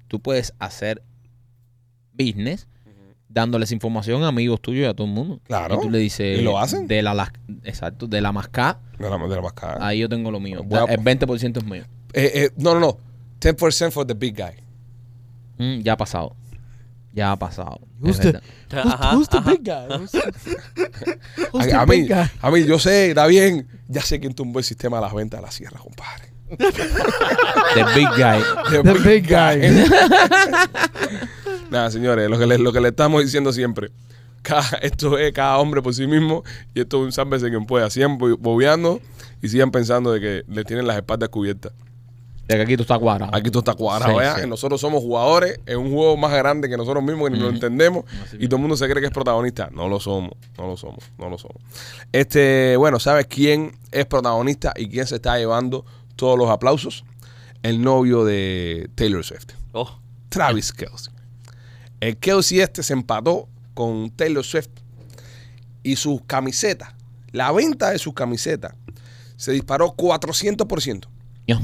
[SPEAKER 2] tú puedes hacer business dándoles información a amigos tuyos y a todo el mundo.
[SPEAKER 1] Claro.
[SPEAKER 2] Y tú le dices.
[SPEAKER 1] ¿Y lo hacen?
[SPEAKER 2] De la, las- exacto, de la mascá,
[SPEAKER 1] De la, de la mascada.
[SPEAKER 2] ahí yo tengo lo mío.
[SPEAKER 1] Ah. Voy a-
[SPEAKER 2] el 20% es mío.
[SPEAKER 1] Eh, eh, no, no, no. 10% for the big guy.
[SPEAKER 2] Mm, ya ha pasado. Ya ha pasado. Es
[SPEAKER 3] Usted-
[SPEAKER 2] verdad.
[SPEAKER 3] Who's,
[SPEAKER 5] Ajá,
[SPEAKER 3] who's the
[SPEAKER 5] ajá.
[SPEAKER 3] big guy?
[SPEAKER 5] [LAUGHS]
[SPEAKER 3] Who's, who's Pues the
[SPEAKER 1] A, a mí,
[SPEAKER 3] big guy?
[SPEAKER 1] a mí, yo sé, está bien. Ya sé quién tumbó el sistema de las ventas de la sierra, compadre.
[SPEAKER 2] The big guy.
[SPEAKER 1] The
[SPEAKER 3] The big guy.
[SPEAKER 1] [LAUGHS] Nada, señores, lo que, le, lo que le estamos diciendo siempre. Cada- esto es cada hombre por sí mismo y esto es un sálvese quien pueda. Sigan bo- bobeando y sigan pensando de que le tienen las espaldas cubiertas.
[SPEAKER 2] De que aquí tú estás cuadrado.
[SPEAKER 1] Aquí todo está cuadrado,
[SPEAKER 2] Sí,
[SPEAKER 1] ¿verdad?
[SPEAKER 2] sí.
[SPEAKER 1] Y Nosotros somos jugadores en un juego más grande que nosotros mismos, que ni lo entendemos, y todo el mundo se cree que es protagonista. No lo somos, no lo somos, no lo somos. Este, bueno, ¿sabes quién es protagonista y quién se está llevando todos los aplausos? El novio de Taylor Swift.
[SPEAKER 5] Oh,
[SPEAKER 1] Travis Kelsey. El Kelsey este se empató con Taylor Swift y sus camisetas, la venta de sus camisetas se disparó 400%.
[SPEAKER 2] Ya.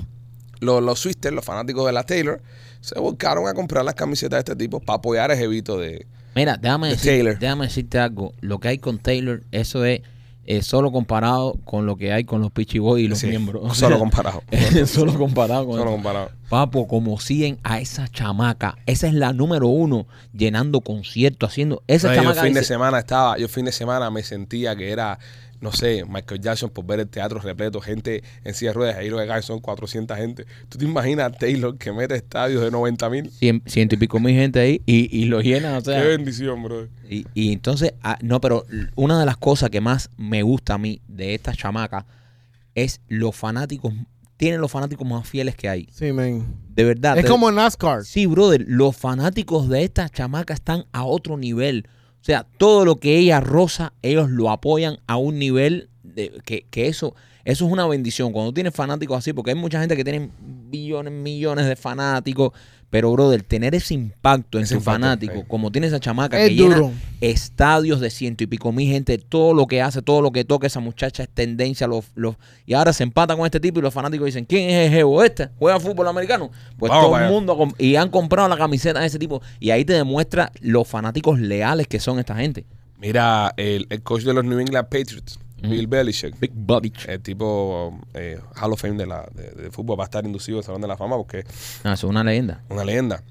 [SPEAKER 1] Los, los Swifties, los fanáticos de la Taylor, se volcaron a comprar las camisetas de este tipo para apoyar el jevito de...
[SPEAKER 2] Mira, déjame,
[SPEAKER 1] De
[SPEAKER 2] decir-
[SPEAKER 1] Taylor.
[SPEAKER 2] déjame decirte algo. Lo que hay con Taylor, eso es eh, solo comparado con lo que hay con los Pitchy Boys y los
[SPEAKER 1] Sí,
[SPEAKER 2] miembros. O
[SPEAKER 1] Solo
[SPEAKER 2] [LAUGHS] sea,
[SPEAKER 1] comparado.
[SPEAKER 2] solo comparado con
[SPEAKER 1] Solo
[SPEAKER 2] eso.
[SPEAKER 1] comparado.
[SPEAKER 2] Papo, como siguen a esa chamaca. Esa es la número uno, llenando conciertos, haciendo. Esa
[SPEAKER 1] No, yo
[SPEAKER 2] chamaca.
[SPEAKER 1] fin de
[SPEAKER 2] dice-
[SPEAKER 1] semana estaba, yo fin de semana me sentía que era, no sé, Michael Jackson por ver el teatro repleto, gente en silla de ruedas, ahí lo que caen son 400 gente. ¿Tú te imaginas a Taylor que mete estadios de 90 mil?
[SPEAKER 2] Cien, ciento y pico mil gente ahí y, y lo llenan, o sea.
[SPEAKER 1] Qué bendición, bro.
[SPEAKER 2] Y, y entonces, ah, no, pero l- una de las cosas que más me gusta a mí de esta chamaca es los fanáticos tiene los fanáticos más fieles que hay.
[SPEAKER 3] Sí, man.
[SPEAKER 2] De verdad.
[SPEAKER 3] Es
[SPEAKER 2] te-
[SPEAKER 3] como NASCAR.
[SPEAKER 2] Sí, brother, los fanáticos de esta chamaca están a otro nivel. O sea, todo lo que ella roza, ellos lo apoyan a un nivel de, que, que eso, eso es una bendición. Cuando tienes fanáticos así, porque hay mucha gente que tiene billones, millones de fanáticos, pero brother, tener ese impacto en
[SPEAKER 1] Ese
[SPEAKER 2] su
[SPEAKER 1] impacto,
[SPEAKER 2] fanático,
[SPEAKER 1] sí.
[SPEAKER 2] como tiene esa chamaca
[SPEAKER 3] Es
[SPEAKER 2] que llena
[SPEAKER 3] duro.
[SPEAKER 2] estadios de ciento y pico mil gente, todo lo que hace, todo lo que toca esa muchacha es tendencia, los, los, y ahora se empata con este tipo y los fanáticos dicen, ¿quién es el jevo este? ¿Juega fútbol americano? Pues
[SPEAKER 1] Vamos
[SPEAKER 2] todo
[SPEAKER 1] para
[SPEAKER 2] el
[SPEAKER 1] allá.
[SPEAKER 2] mundo, ha com- y han comprado la camiseta de ese tipo, y ahí te demuestra los fanáticos leales que son esta gente.
[SPEAKER 1] Mira, el, el coach de los New England Patriots, Bill Belichick,
[SPEAKER 2] Big Bobby.
[SPEAKER 1] el tipo eh, Hall of Fame de, la, de, de fútbol, va a estar inducido al Salón de la Fama porque
[SPEAKER 2] Ah, eso es una leyenda.
[SPEAKER 1] una leyenda.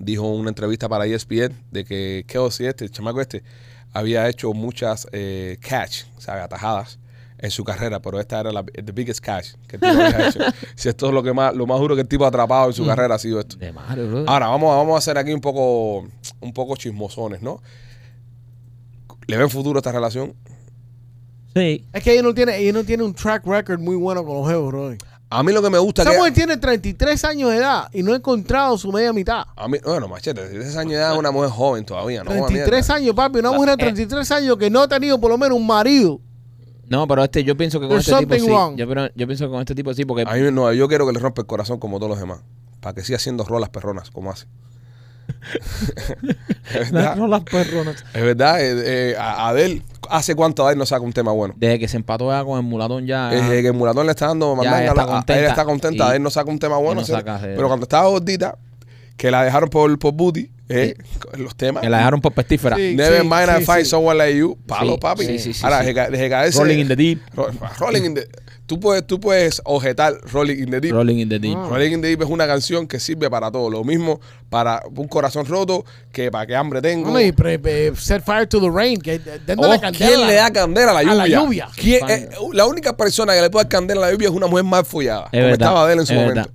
[SPEAKER 1] Dijo en una entrevista para E ESPN de que Kelsey este, el chamaco este, había hecho muchas eh, catch, o sea, atajadas en su carrera, pero esta era la the biggest catch que el tipo había hecho. Si esto es lo que más, lo más duro que el tipo ha atrapado en su carrera ha sido esto.
[SPEAKER 2] De madre, bro.
[SPEAKER 1] Ahora, vamos, a- vamos a hacer aquí un poco, un poco chismosones, ¿no? ¿Le ven futuro a esta relación?
[SPEAKER 2] sí.
[SPEAKER 3] Es que ella no, tiene, ella no tiene un track record muy bueno con los jevos, brother.
[SPEAKER 1] A mí lo que me gusta
[SPEAKER 3] Esa
[SPEAKER 1] que...
[SPEAKER 3] mujer tiene 33 años de edad y no ha encontrado su media mitad.
[SPEAKER 1] A mí, bueno, machete, de esa años de edad es una mujer joven todavía, ¿no? Una mierda. eh.
[SPEAKER 3] 33 años, papi. Una mujer de 33 años que no ha tenido por lo menos un marido.
[SPEAKER 2] No, pero este, yo pienso que con
[SPEAKER 3] There's
[SPEAKER 2] este tipo
[SPEAKER 3] something
[SPEAKER 2] sí.
[SPEAKER 3] wrong.
[SPEAKER 2] Yo, pero- yo pienso que con este tipo sí, porque
[SPEAKER 1] A mí no, yo quiero que le rompa el corazón como todos los demás. Para que siga haciendo rolas perronas, como hace.
[SPEAKER 2] [LAUGHS]
[SPEAKER 1] es
[SPEAKER 2] las
[SPEAKER 1] verdad,
[SPEAKER 2] rolas perronas.
[SPEAKER 1] es verdad. eh, eh, a- Adele, ¿hace cuánto Adele no saca un tema bueno?
[SPEAKER 2] Desde que se empató ya con el mulatón ya.
[SPEAKER 1] Desde que el mulatón le está dando
[SPEAKER 2] Ah. Ya,
[SPEAKER 1] mandanga,
[SPEAKER 2] ella está
[SPEAKER 1] la- a-
[SPEAKER 2] contenta.
[SPEAKER 1] ella está contenta,
[SPEAKER 2] Y-
[SPEAKER 1] Adele no saca un tema bueno.
[SPEAKER 2] no
[SPEAKER 1] o sea,
[SPEAKER 2] saca, eh.
[SPEAKER 1] pero cuando estaba gordita, que la dejaron por, por booty, eh, los temas.
[SPEAKER 2] que la dejaron por pestífera.
[SPEAKER 3] Sí.
[SPEAKER 1] Never mind I find
[SPEAKER 3] sí.
[SPEAKER 1] someone like you. Palo,
[SPEAKER 2] Sí,
[SPEAKER 1] papi.
[SPEAKER 2] sí, sí, sí,
[SPEAKER 1] Ahora,
[SPEAKER 2] sí.
[SPEAKER 1] deje ca- deje caerse-
[SPEAKER 2] Rolling in the deep.
[SPEAKER 1] Ro- Rolling in the Tú puedes, tú puedes objetar Rolling in the Deep.
[SPEAKER 2] Rolling in the deep.
[SPEAKER 3] Ah.
[SPEAKER 1] Rolling in the Deep es una canción que sirve para todo. Lo mismo para un corazón roto que para que hambre tengo.
[SPEAKER 3] Hombre, y pre- pre- set fire to the rain. Que, de- dándole
[SPEAKER 1] Oh,
[SPEAKER 3] candela.
[SPEAKER 1] ¿Quién le da candela a la
[SPEAKER 3] a
[SPEAKER 1] lluvia?
[SPEAKER 3] la lluvia.
[SPEAKER 1] ¿Quién- eh, la única persona que le puede dar candela a la lluvia es una mujer mal follada. como
[SPEAKER 2] verdad,
[SPEAKER 1] estaba Adele en su
[SPEAKER 2] es
[SPEAKER 1] momento.
[SPEAKER 2] verdad.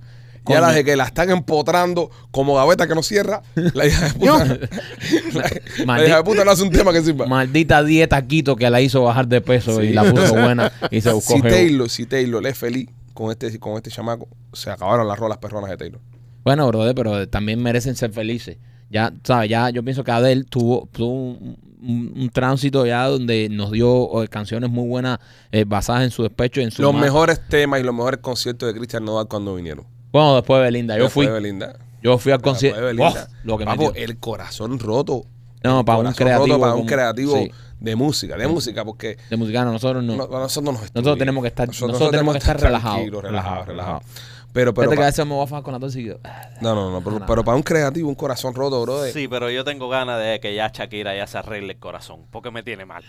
[SPEAKER 1] Y ahora
[SPEAKER 2] Coño.
[SPEAKER 1] de que la están empotrando como gaveta que no
[SPEAKER 2] [LAUGHS]
[SPEAKER 1] cierra, la hija de puta, [LAUGHS] la- la hija de puta no hace un tema que sirva.
[SPEAKER 2] Maldita dieta Quito que la hizo bajar de peso
[SPEAKER 1] Sí.
[SPEAKER 2] y la puso buena
[SPEAKER 1] [LAUGHS]
[SPEAKER 2] y se buscó
[SPEAKER 1] si
[SPEAKER 2] geo.
[SPEAKER 1] Taylor, si Taylor es feliz con este, con este chamaco, se acabaron las rolas perronas de Taylor.
[SPEAKER 2] Bueno, brother, pero también merecen ser felices. Ya, sabes, ya yo pienso que Adele tuvo, tuvo un, un- un tránsito ya donde nos dio eh, canciones muy buenas eh, basadas en su despecho y en su
[SPEAKER 1] los
[SPEAKER 2] ma-
[SPEAKER 1] mejores temas y los mejores conciertos de Christian Nodal cuando vinieron.
[SPEAKER 2] Bueno, después de Belinda, yo
[SPEAKER 1] Después
[SPEAKER 2] fui,
[SPEAKER 1] de Belinda.
[SPEAKER 2] yo fui al concierto.
[SPEAKER 1] Después de Belinda.
[SPEAKER 2] ¡Oh! Lo que me
[SPEAKER 1] Papo,
[SPEAKER 2] dio.
[SPEAKER 1] el corazón roto.
[SPEAKER 2] No,
[SPEAKER 1] El
[SPEAKER 2] para un
[SPEAKER 1] corazón
[SPEAKER 2] creativo
[SPEAKER 1] roto para un
[SPEAKER 2] como-
[SPEAKER 1] creativo
[SPEAKER 2] sí.
[SPEAKER 1] de música, de música, porque
[SPEAKER 2] de musicano, nosotros no.
[SPEAKER 1] no- nosotros nos
[SPEAKER 2] Nosotros tenemos que estar- nosotros tenemos que estar relajados.
[SPEAKER 1] tranquilos, relajados,
[SPEAKER 2] Relajados, Este
[SPEAKER 1] relajados. Pero, pero,
[SPEAKER 2] Fíjate que a
[SPEAKER 1] pa-
[SPEAKER 2] veces me voy a fajar con la tos y digo, "Ah,
[SPEAKER 1] no, no, no, pero, pero para un creativo, un corazón roto, bro. de-
[SPEAKER 5] Sí, pero yo tengo ganas de que ya Shakira ya se arregle el corazón, porque me tiene mal.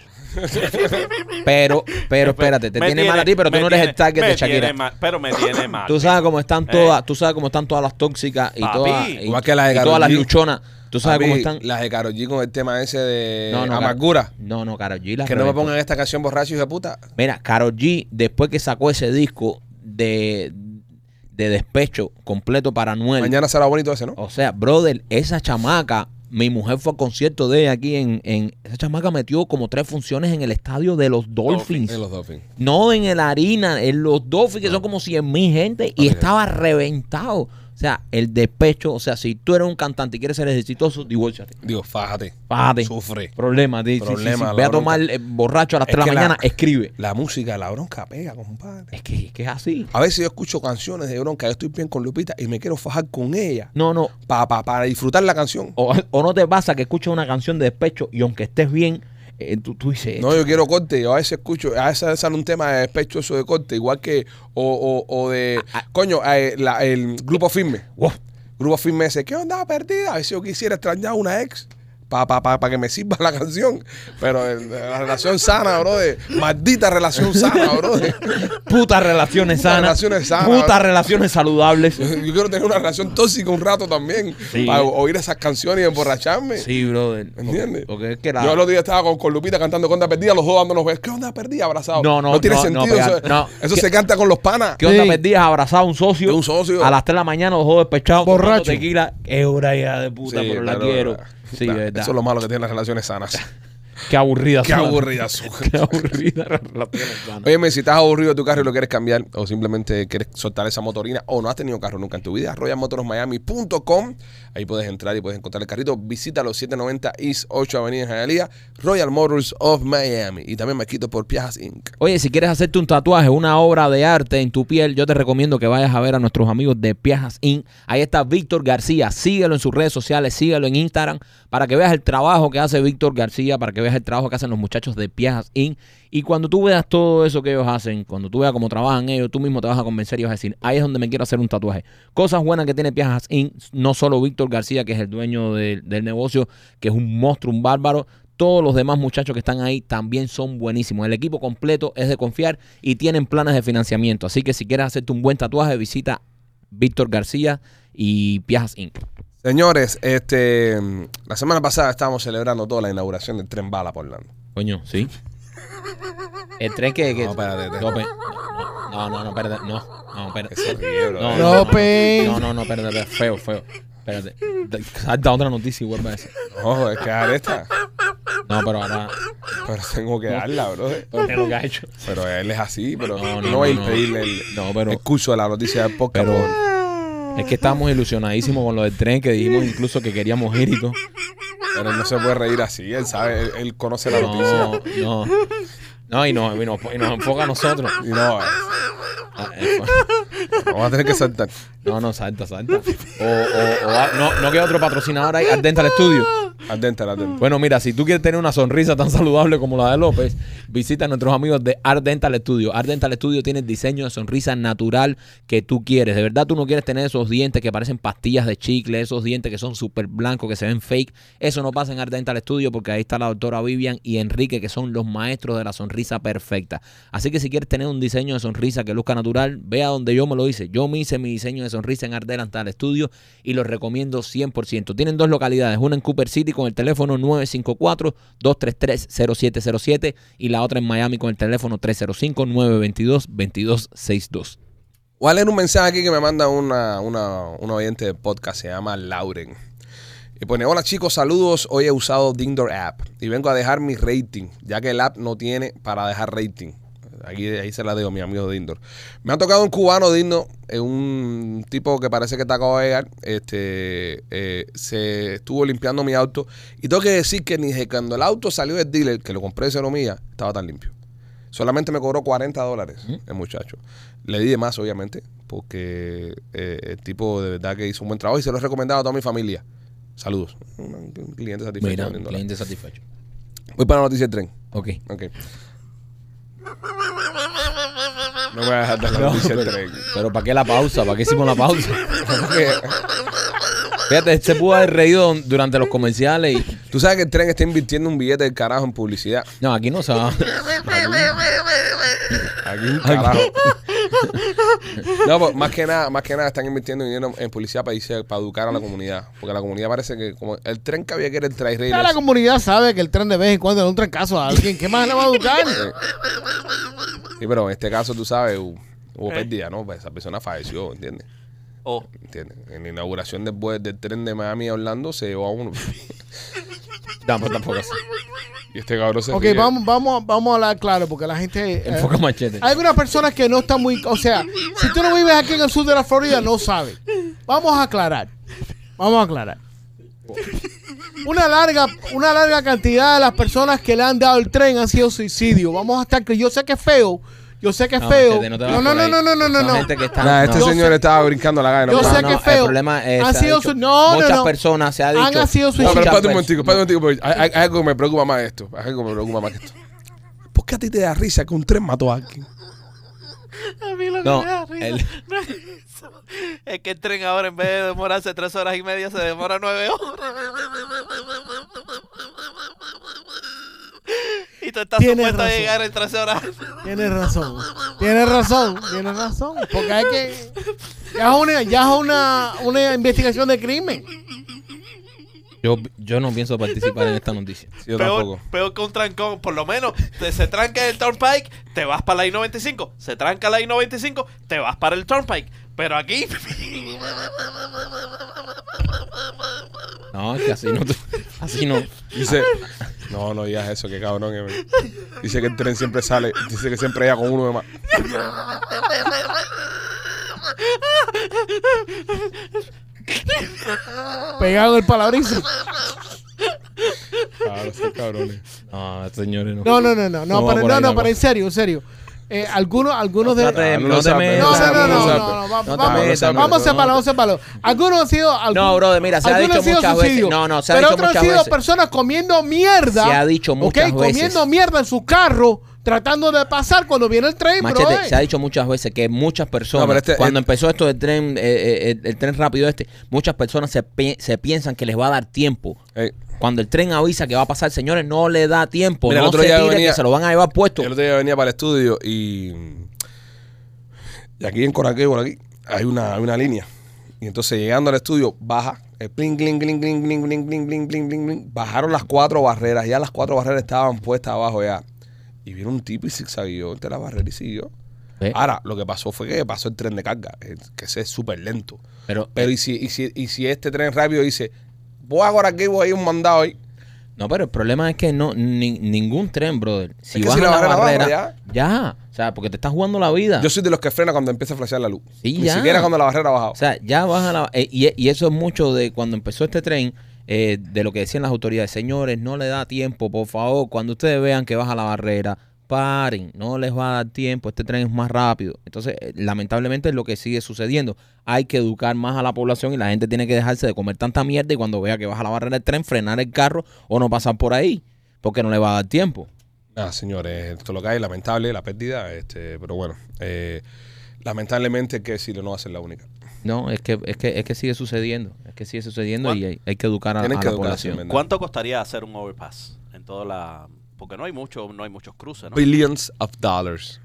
[SPEAKER 2] Pero,
[SPEAKER 1] [LAUGHS]
[SPEAKER 2] pero espérate, te
[SPEAKER 5] Me
[SPEAKER 2] tiene, mal a ti, pero tú
[SPEAKER 5] me
[SPEAKER 2] no eres
[SPEAKER 5] tiene-
[SPEAKER 2] el target
[SPEAKER 5] me
[SPEAKER 2] de
[SPEAKER 5] tiene
[SPEAKER 2] Shakira.
[SPEAKER 5] mal, pero
[SPEAKER 2] [COUGHS]
[SPEAKER 5] me tiene mal.
[SPEAKER 2] Tú sabes cómo están todas, tú sabes cómo están todas las tóxicas y
[SPEAKER 5] Ah, Papi.
[SPEAKER 2] todas, y,
[SPEAKER 1] Igual que las de
[SPEAKER 2] y
[SPEAKER 1] Karol
[SPEAKER 2] todas las
[SPEAKER 1] G.
[SPEAKER 2] luchonas. Tú sabes
[SPEAKER 1] Papi,
[SPEAKER 2] cómo están.
[SPEAKER 1] Las de Karol G con el tema ese de
[SPEAKER 2] No, no, Karol-
[SPEAKER 1] amargura.
[SPEAKER 2] No, no, Karol G. las
[SPEAKER 1] Que no me
[SPEAKER 2] reventó.
[SPEAKER 1] pongan esta canción borracho, hijo de puta.
[SPEAKER 2] Mira, Karol G, después que sacó ese disco de, de despecho completo para Anuel.
[SPEAKER 1] Mañana será bonito ese, ¿no?
[SPEAKER 2] O sea, brother, esa chamaca, mi mujer fue al concierto de ella aquí en, en. Esa chamaca metió como tres funciones en el estadio de los Dolphins.
[SPEAKER 1] En los Dolphins.
[SPEAKER 2] No en el harina, en los Dolphins, que son como 100 mil gente, y estaba reventado. O sea, el despecho, o sea, si tú eres un cantante y quieres ser exitoso, divórciate.
[SPEAKER 1] Digo, fájate.
[SPEAKER 2] Fájate.
[SPEAKER 1] Sufre.
[SPEAKER 2] Problema, di- sí, sí, sí.
[SPEAKER 1] Problema,
[SPEAKER 2] Ve
[SPEAKER 1] la
[SPEAKER 2] a tomar
[SPEAKER 1] bronca.
[SPEAKER 2] eh, borracho a las
[SPEAKER 1] Es
[SPEAKER 2] 3 de la
[SPEAKER 1] que la-
[SPEAKER 2] mañana, escribe.
[SPEAKER 1] La música, la bronca pega, compadre.
[SPEAKER 2] Es que, es que es así.
[SPEAKER 1] A veces yo escucho canciones de bronca, yo estoy bien con Lupita y me quiero fajar con ella
[SPEAKER 2] No, no.
[SPEAKER 1] pa, pa- para disfrutar la canción.
[SPEAKER 2] O, o no te pasa que escuchas una canción de despecho y aunque estés bien, eh, tú, tú dices.
[SPEAKER 1] No, yo quiero corte. Yo a veces escucho, a veces sale un tema de despecho eso de corte, igual que, o, o, o de,
[SPEAKER 2] Ah,
[SPEAKER 1] coño, eh, la- el grupo firme.
[SPEAKER 2] "Wow".
[SPEAKER 1] Grupo firme ese, ¿qué onda perdida? A veces yo quisiera extrañar a una ex. Para pa, pa- pa que me sirva la canción. Pero eh, la relación sana, bro. Maldita relación sana, bro.
[SPEAKER 2] Putas relaciones
[SPEAKER 1] Putas
[SPEAKER 2] sanas.
[SPEAKER 1] relaciones sanas.
[SPEAKER 2] Putas relaciones saludables.
[SPEAKER 1] Yo quiero tener una relación tóxica un rato también.
[SPEAKER 2] Sí.
[SPEAKER 1] Para oír esas canciones y emborracharme.
[SPEAKER 2] Sí, brother.
[SPEAKER 1] ¿Entiendes?
[SPEAKER 2] Porque es que la.
[SPEAKER 1] Yo el otro día estaba con, con Lupita cantando Conda Perdida, los dos dándonos besos. ¿Qué onda perdida, abrazado?
[SPEAKER 2] No, no,
[SPEAKER 1] no tiene
[SPEAKER 2] no, no,
[SPEAKER 1] sentido.
[SPEAKER 2] pega-
[SPEAKER 1] eso
[SPEAKER 2] no.
[SPEAKER 1] eso
[SPEAKER 2] ¿Qué-
[SPEAKER 1] se canta con los panas.
[SPEAKER 2] ¿Qué onda
[SPEAKER 3] Sí.
[SPEAKER 2] perdidas? Abrazado a un socio.
[SPEAKER 1] A un socio.
[SPEAKER 2] A las 3 de la mañana, los dos despechados. tomando
[SPEAKER 3] Borracho.
[SPEAKER 2] Tequila. Es hora ya de puta,
[SPEAKER 1] Sí,
[SPEAKER 2] pero la
[SPEAKER 1] claro,
[SPEAKER 2] quiero.
[SPEAKER 1] claro.
[SPEAKER 2] Sí,
[SPEAKER 1] Nah,
[SPEAKER 2] verdad. [LAUGHS]
[SPEAKER 1] Eso es lo malo que tienen las relaciones sanas.
[SPEAKER 2] Qué aburrida.
[SPEAKER 1] Qué
[SPEAKER 2] suena.
[SPEAKER 1] aburrida suja.
[SPEAKER 2] [LAUGHS] Qué aburrida relación humana.
[SPEAKER 1] Óyeme, si estás aburrido de tu carro y lo quieres cambiar o simplemente quieres soltar esa motorina o no has tenido carro nunca en tu vida, royalmotorsmiami.com. Ahí puedes entrar y puedes encontrar el carrito. Visita los 790 East 8 Avenida en Hialeah, Royal Motors of Miami. Y también me quito por Piajas Inc.
[SPEAKER 2] Oye, si quieres hacerte un tatuaje, una obra de arte en tu piel, yo te recomiendo que vayas a ver a nuestros amigos de Piajas Inc. Ahí está Víctor García. Síguelo en sus redes sociales, síguelo en Instagram para que veas el trabajo que hace Víctor García, para que veas el trabajo que hacen los muchachos de Piajas Inc. Y cuando tú veas todo eso que ellos hacen, cuando tú veas cómo trabajan ellos, tú mismo te vas a convencer y vas a decir, ahí es donde me quiero hacer un tatuaje. Cosas buenas que tiene Piajas Inc. No solo Víctor García, que es el dueño del- del negocio, que es un monstruo, un bárbaro, todos los demás muchachos que están ahí también son buenísimos. El equipo completo es de confiar y tienen planes de financiamiento. Así que si quieres hacerte un buen tatuaje, visita Víctor García y Piajas Inc.
[SPEAKER 1] Señores, este, la semana pasada estábamos celebrando toda la inauguración del tren bala por
[SPEAKER 2] [LAUGHS]
[SPEAKER 1] Orlando.
[SPEAKER 2] Coño, ¿sí? El tren que... que-
[SPEAKER 1] No, espérate, espérate.
[SPEAKER 2] López, No, no, no, espérate. No, no, espérate.
[SPEAKER 1] Es horrible, bro.
[SPEAKER 2] No, no,
[SPEAKER 3] López.
[SPEAKER 2] No, no, no, espérate, espérate, Feo, feo. Espérate. Da- Salta otra noticia y vuelve a decir.
[SPEAKER 1] Ojo, es que dar esta.
[SPEAKER 2] No, pero ahora...
[SPEAKER 1] Pero tengo que darla, bro.
[SPEAKER 2] Pero, ¿qué es lo que ha hecho?
[SPEAKER 1] Pero él es así, pero
[SPEAKER 2] No,
[SPEAKER 1] no,
[SPEAKER 2] no,
[SPEAKER 1] voy a
[SPEAKER 2] no, no.
[SPEAKER 1] impedirle el,
[SPEAKER 2] No, pero-
[SPEAKER 1] el curso de la noticia del podcast.
[SPEAKER 2] Pero-
[SPEAKER 1] por-
[SPEAKER 2] Es que estábamos ilusionadísimos con lo del tren que dijimos incluso que queríamos ir y todo.
[SPEAKER 1] Pero él no se puede reír así, él sabe, él, él conoce la noticia.
[SPEAKER 2] No, no. No, y nos, y nos, y nos enfoca a nosotros.
[SPEAKER 1] Y no, eh,
[SPEAKER 2] Ah, eh,
[SPEAKER 1] vamos a tener que saltar.
[SPEAKER 2] No, no, salta, salta. O, o- o a- no, no queda otro patrocinador ahí al Dental Studio.
[SPEAKER 1] Al dental, al dental.
[SPEAKER 2] Bueno, mira, si tú quieres tener una sonrisa tan saludable como la de López, visita a nuestros amigos de Art Dental Studio. Art Dental Studio tiene el diseño de sonrisa natural que tú quieres. De verdad, tú no quieres tener esos dientes que parecen pastillas de chicle, esos dientes que son súper blancos, que se ven fake. Eso no pasa en Art Dental Studio porque ahí está la doctora Vivian y Enrique, que son los maestros de la sonrisa perfecta. Así que si quieres tener un diseño de sonrisa que luzca natural, ve a donde yo me lo hice. Yo me hice mi diseño de sonrisa en Art Dental Studio y los recomiendo 100%. Tienen dos localidades, una en Cooper City con el teléfono 954-233-0707 y la otra en Miami con el teléfono 305-922-2262.
[SPEAKER 1] Voy a leer un mensaje aquí que me manda una, una, una oyente de podcast, se llama Lauren. Y pone, hola chicos, saludos, hoy he usado Dindor App y vengo a dejar mi rating, ya que el app no tiene para dejar rating. Aquí, ahí se la digo, mi amigo Dindor. Me ha tocado un cubano digno, eh, un tipo que parece que está acabado de llegar. Este, eh, se estuvo limpiando mi auto. Y tengo que decir que ni de cuando el auto salió del dealer, que lo compré de mía, estaba tan limpio. Solamente me cobró 40 dólares el muchacho. Le di de más, obviamente, porque eh, el tipo de verdad que hizo un buen trabajo y se lo he recomendado a toda mi familia. Saludos. Un, un cliente satisfecho.
[SPEAKER 2] Mira,
[SPEAKER 1] vendiendo
[SPEAKER 2] cliente satisfecho.
[SPEAKER 1] la- Voy para la noticia del tren.
[SPEAKER 2] Ok.
[SPEAKER 1] Ok. No voy a dejar de la noticia del tren. [LAUGHS]
[SPEAKER 2] Pero ¿para qué la pausa? ¿Para qué hicimos la pausa?
[SPEAKER 1] Porque-
[SPEAKER 2] Fíjate, él se pudo haber reído durante los comerciales y...
[SPEAKER 1] Tú sabes que el tren está invirtiendo un billete del carajo en publicidad.
[SPEAKER 2] No, aquí no se va. [LAUGHS]
[SPEAKER 1] Aquí un carajo. [LAUGHS] No, pues más que nada, más que nada están invirtiendo dinero en publicidad para, irse- para educar a la comunidad. Porque la comunidad parece que como el tren que había que era el trail
[SPEAKER 3] Ya la comunidad sabe que el tren de vez en cuando le da un trancazo a alguien. ¿Qué más le va
[SPEAKER 1] [LAUGHS]
[SPEAKER 3] a educar?
[SPEAKER 1] Sí, pero en este caso, tú sabes, hu-
[SPEAKER 3] Eh.
[SPEAKER 1] hubo pérdida, ¿no? Pues esa persona falleció, ¿entiendes?
[SPEAKER 5] Oh,
[SPEAKER 1] ¿Entiendes? En la inauguración del, vuel- del tren de Miami a Orlando se llevó a uno. pues, [LAUGHS]
[SPEAKER 2] Tampoco, tampoco así.
[SPEAKER 1] Y este cabrón se
[SPEAKER 3] Ok,
[SPEAKER 1] ríe.
[SPEAKER 3] vamos, vamos, vamos a hablar claro, porque la gente. eh,
[SPEAKER 2] Enfoca machete.
[SPEAKER 3] hay algunas personas que no están muy. O sea, si tú no vives aquí en el sur de la Florida, no sabes. Vamos a aclarar. Vamos a aclarar. Una larga, una larga cantidad de las personas que le han dado el tren han sido suicidio. Vamos a estar. que Yo sé que es feo. Yo sé que es
[SPEAKER 2] No,
[SPEAKER 3] feo.
[SPEAKER 2] machete, no te vas
[SPEAKER 3] No, no,
[SPEAKER 2] por
[SPEAKER 3] no,
[SPEAKER 2] ahí.
[SPEAKER 3] no, no, no, no.
[SPEAKER 2] Son
[SPEAKER 3] no.
[SPEAKER 2] gente que está-
[SPEAKER 1] Nah,
[SPEAKER 2] no.
[SPEAKER 1] este
[SPEAKER 3] Yo
[SPEAKER 1] señor
[SPEAKER 3] sé-
[SPEAKER 1] estaba brincando la gana.
[SPEAKER 3] yo
[SPEAKER 1] no,
[SPEAKER 3] sé
[SPEAKER 1] no.
[SPEAKER 3] que es feo.
[SPEAKER 2] El problema es.
[SPEAKER 3] Han
[SPEAKER 2] se ha
[SPEAKER 3] sido
[SPEAKER 2] dicho-
[SPEAKER 3] su- no, no,
[SPEAKER 2] muchas
[SPEAKER 3] no.
[SPEAKER 2] personas se ha dicho.
[SPEAKER 3] Han sido pues. su-
[SPEAKER 1] No, pero
[SPEAKER 2] muchas
[SPEAKER 1] espérate un
[SPEAKER 2] pers-
[SPEAKER 1] momentico, espérate un momentico, porque hay, hay- hay algo que me preocupa más de esto. Hay algo que me preocupa más que esto. ¿Por qué a ti te da risa que un tren mató a alguien?
[SPEAKER 4] A mí lo que
[SPEAKER 2] No,
[SPEAKER 4] me da risa
[SPEAKER 2] el-
[SPEAKER 4] no es eso. Es que el tren ahora en vez de demorarse tres horas y media se demora nueve horas. Y tú estás
[SPEAKER 3] Tienes
[SPEAKER 4] supuesto a
[SPEAKER 3] razón.
[SPEAKER 4] llegar en tres horas.
[SPEAKER 3] Tienes razón. Tienes razón. Tienes razón. Porque hay que. Ya es una, ya es una, una investigación de crimen.
[SPEAKER 2] Yo, yo no pienso participar en esta noticia.
[SPEAKER 1] Sí, yo
[SPEAKER 5] peor,
[SPEAKER 1] tampoco.
[SPEAKER 5] peor que un trancón, por lo menos te- se tranca el Turnpike, te vas para la I-95, se tranca la I-95, te vas para el Turnpike, pero aquí [LAUGHS]
[SPEAKER 2] No, es que así no. Así no.
[SPEAKER 1] Dice, No, no digas eso, qué cabrón. que me- Dice que el tren siempre sale. Dice que siempre llega con uno de más.
[SPEAKER 3] Pegado en el palabrizo.
[SPEAKER 1] Claro, sí, Ah, cabrones.
[SPEAKER 2] No, señores, no.
[SPEAKER 3] Ah, No, no, no, no, no,
[SPEAKER 2] No va
[SPEAKER 3] pero,
[SPEAKER 2] por
[SPEAKER 3] no,
[SPEAKER 2] ahí la
[SPEAKER 3] no, pero
[SPEAKER 2] cosa.
[SPEAKER 3] en serio, en serio. Eh, algunos, algunos de.
[SPEAKER 2] trate de-
[SPEAKER 1] Ah, no
[SPEAKER 2] no
[SPEAKER 1] lo
[SPEAKER 2] te
[SPEAKER 1] sabe,
[SPEAKER 2] metas,
[SPEAKER 1] no
[SPEAKER 3] Pues, No,
[SPEAKER 1] lo
[SPEAKER 3] no,
[SPEAKER 1] sabe, no
[SPEAKER 3] no,
[SPEAKER 1] lo
[SPEAKER 3] no,
[SPEAKER 1] sabe.
[SPEAKER 3] no, no, va-
[SPEAKER 2] No te
[SPEAKER 3] va-
[SPEAKER 2] metas, no,
[SPEAKER 3] vamos a
[SPEAKER 2] no.
[SPEAKER 3] separar, vamos a separar. Algunos han sido.
[SPEAKER 2] No,
[SPEAKER 3] algunos-
[SPEAKER 2] brother, mira, se ha dicho
[SPEAKER 3] algunos han sido
[SPEAKER 2] muchas veces.
[SPEAKER 3] suicidios,
[SPEAKER 2] No, no, se ha
[SPEAKER 3] pero
[SPEAKER 2] dicho
[SPEAKER 3] otros
[SPEAKER 2] muchas
[SPEAKER 3] han sido
[SPEAKER 2] veces.
[SPEAKER 3] personas comiendo mierda.
[SPEAKER 2] Se ha dicho muchas
[SPEAKER 3] ok,
[SPEAKER 2] veces.
[SPEAKER 3] comiendo mierda en su carro, tratando de pasar cuando viene el tren, bro.
[SPEAKER 2] Machete,
[SPEAKER 3] eh.
[SPEAKER 2] se ha dicho muchas veces que muchas personas,
[SPEAKER 1] No, pero este-
[SPEAKER 2] cuando
[SPEAKER 1] este-
[SPEAKER 2] empezó esto del tren, eh, eh, el, el tren rápido este, muchas personas se, pi- se piensan que les va a dar tiempo.
[SPEAKER 1] Ey,
[SPEAKER 2] Cuando el tren avisa que va a pasar, señores, no le da tiempo.
[SPEAKER 1] Mira, el
[SPEAKER 2] no
[SPEAKER 1] otro
[SPEAKER 2] se
[SPEAKER 1] día
[SPEAKER 2] tire,
[SPEAKER 1] venía-
[SPEAKER 2] que se lo van a llevar puesto.
[SPEAKER 1] el otro día venía para el estudio y. Y aquí en Coraqueo, por aquí, hay una, hay una línea. Y entonces llegando al estudio, baja. El bling, bling, bling, bling, bling, bling, bling, bling, bling, bling, bling. Bajaron las cuatro barreras. Ya las cuatro barreras estaban puestas abajo ya. Y vino un tipo y zigzagueó entre las barreras y siguió.
[SPEAKER 2] ¿Eh?
[SPEAKER 1] Ahora, lo que pasó fue que pasó el tren de carga, eh, que ese es súper lento.
[SPEAKER 2] Pero,
[SPEAKER 1] Pero y si, y, si, y si este tren rápido dice, voy ahora aquí, voy a ir un mandado ahí.
[SPEAKER 2] no, pero el problema es que no ni- ningún tren, brother. Si
[SPEAKER 1] Es que
[SPEAKER 2] vas
[SPEAKER 1] si la
[SPEAKER 2] a la
[SPEAKER 1] barrera
[SPEAKER 2] barrera,
[SPEAKER 1] baja,
[SPEAKER 2] ya. o sea, porque te estás jugando la vida.
[SPEAKER 1] Yo soy de los que frena cuando empieza a flashear la luz.
[SPEAKER 2] Ah. Sí,
[SPEAKER 1] Ni
[SPEAKER 2] ya.
[SPEAKER 1] siquiera cuando la barrera ha bajado.
[SPEAKER 2] O sea, ya baja la... eh, y, y eso es mucho de cuando empezó este tren, eh, de lo que decían las autoridades. Señores, no le da tiempo, por favor. Cuando ustedes vean que baja la barrera, paren. No les va a dar tiempo. Este tren es más rápido. Entonces, eh, lamentablemente es lo que sigue sucediendo. Hay que educar más a la población y la gente tiene que dejarse de comer tanta mierda y cuando vea que baja la barrera del tren, frenar el carro o no pasar por ahí, porque no le va a dar tiempo.
[SPEAKER 1] Nada, señores, esto es lo que hay, lamentable, la pérdida, este, pero bueno, eh, lamentablemente que si no va a ser la única.
[SPEAKER 2] No, es que, es que, es que sigue sucediendo. Es que sigue sucediendo y hay, hay que educar a,
[SPEAKER 1] Tienen
[SPEAKER 2] a
[SPEAKER 1] que
[SPEAKER 2] la
[SPEAKER 1] educarse,
[SPEAKER 2] población.
[SPEAKER 1] ¿verdad?
[SPEAKER 5] ¿Cuánto costaría hacer un overpass en toda la porque no hay mucho, no hay muchos cruces, ¿no?
[SPEAKER 1] Billions of dollars.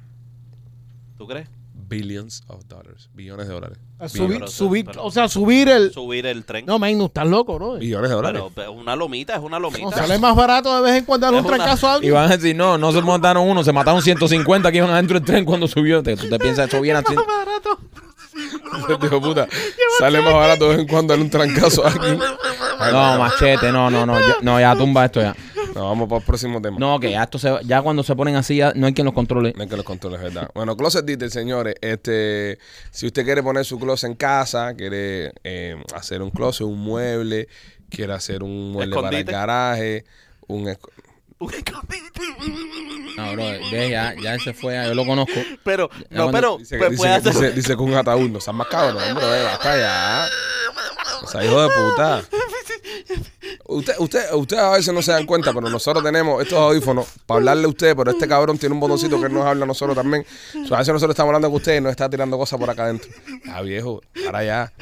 [SPEAKER 5] ¿Tú crees?
[SPEAKER 1] Billions of dollars. Billones de dólares.
[SPEAKER 3] A
[SPEAKER 1] Billones,
[SPEAKER 3] subir, subir,
[SPEAKER 5] pero-
[SPEAKER 3] o sea, subir el.
[SPEAKER 5] Subir el tren.
[SPEAKER 3] No, man, no estás loco, bro.
[SPEAKER 1] billones de dólares. [LAUGHS]
[SPEAKER 5] Pero pe- una lomita, es una lomita.
[SPEAKER 3] No, sale
[SPEAKER 5] [LAUGHS]
[SPEAKER 3] más barato de vez en cuando darle
[SPEAKER 5] Es
[SPEAKER 3] un
[SPEAKER 5] una-
[SPEAKER 3] trancazo a
[SPEAKER 2] Y
[SPEAKER 3] alguien.
[SPEAKER 2] van a decir, no, no se mataron uno, se mataron 150 que iban adentro del tren cuando subió. Te- Tú te piensas, eso viene así.
[SPEAKER 4] barato.
[SPEAKER 1] Dijo, puta, sale más barato de vez en cuando darle un trancazo a alguien. Ay,
[SPEAKER 2] No, machete, no, no, no, ya, no, ya tumba esto ya.
[SPEAKER 1] No, vamos para el próximo tema.
[SPEAKER 2] No, que ya esto se, ya cuando se ponen así, ya no hay quien los controle.
[SPEAKER 1] No hay que los controles, ¿verdad? Bueno, Closet Detail, señores, este, si usted quiere poner su closet en casa, quiere eh, hacer un closet, un mueble, quiere hacer un mueble para el
[SPEAKER 5] Escondite.
[SPEAKER 1] garaje, un... esco-
[SPEAKER 2] No, bro, ve, ya, ya él se fue, ya yo lo conozco.
[SPEAKER 5] Pero,
[SPEAKER 2] Ya
[SPEAKER 5] no,
[SPEAKER 2] cuando-
[SPEAKER 5] pero
[SPEAKER 1] Dice,
[SPEAKER 5] pues,
[SPEAKER 1] que, dice,
[SPEAKER 5] puede
[SPEAKER 1] que-
[SPEAKER 5] hacer.
[SPEAKER 1] dice- dice que un ataúd, no seas más cabrón, hombre, eh, basta ya. O sea, hijo de puta. Usted, usted, ustedes a veces no se dan cuenta, pero nosotros tenemos estos audífonos para hablarle a ustedes, pero este cabrón tiene un botoncito que nos habla a nosotros también. O sea, a veces nosotros estamos hablando con ustedes y nos está tirando cosas por acá adentro. Ah, viejo, para ya.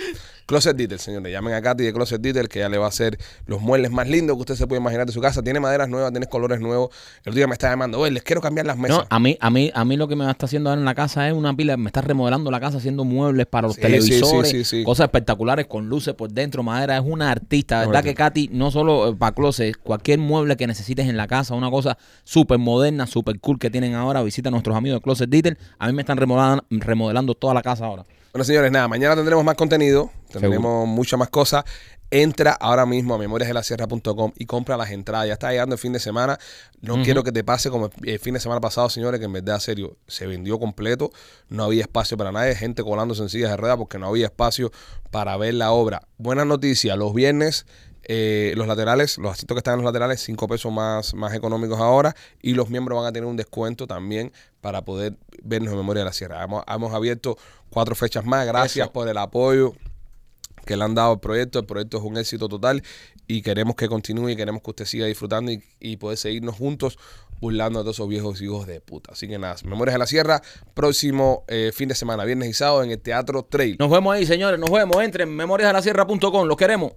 [SPEAKER 1] Closet Detail, señores. Llamen a Katy de Closet Detail, que ya le va a hacer los muebles más lindos que usted se puede imaginar de su casa. Tiene maderas nuevas, tiene colores nuevos. El otro día me está llamando, oye, les quiero cambiar las mesas.
[SPEAKER 2] No, a mí, a mí, a mí lo que me está haciendo ahora en la casa es una pila, me está remodelando la casa haciendo muebles para los
[SPEAKER 1] Sí,
[SPEAKER 2] televisores,
[SPEAKER 1] sí, sí, sí, sí.
[SPEAKER 2] cosas espectaculares con luces por dentro, madera, es una artista, verdad
[SPEAKER 1] Correcto.
[SPEAKER 2] que Katy, no solo eh, para closet, cualquier mueble que necesites en la casa, una cosa súper moderna, súper cool que tienen ahora, visita a nuestros amigos de Closet Detail, a mí me están remodelando, remodelando toda la casa ahora.
[SPEAKER 1] Bueno, señores, nada, mañana tendremos más contenido, tendremos muchas más cosas. Entra ahora mismo a memoriasdelasierra.com y compra las entradas. Ya está llegando el fin de semana. No quiero que te pase como el fin de semana pasado, señores, que en verdad, serio, se vendió completo. No había espacio para nadie. Gente colándose en sillas de ruedas porque no había espacio para ver la obra. Buenas noticias, los viernes eh, los laterales, los asientos que están en los laterales, 5 pesos más, más económicos ahora. Y los miembros van a tener un descuento también para poder vernos en Memoria de la Sierra. Hemos, hemos abierto cuatro fechas más. Gracias por el apoyo que le han dado al proyecto. El proyecto es un éxito total y queremos que continúe y queremos que usted siga disfrutando y, y poder seguirnos juntos burlando a todos esos viejos hijos de puta. Así que nada, Memorias de la Sierra, próximo eh, fin de semana, viernes y sábado en el Teatro Trail.
[SPEAKER 2] Nos vemos ahí, señores, nos vemos, entren, memoriasdelasierra.com, los queremos.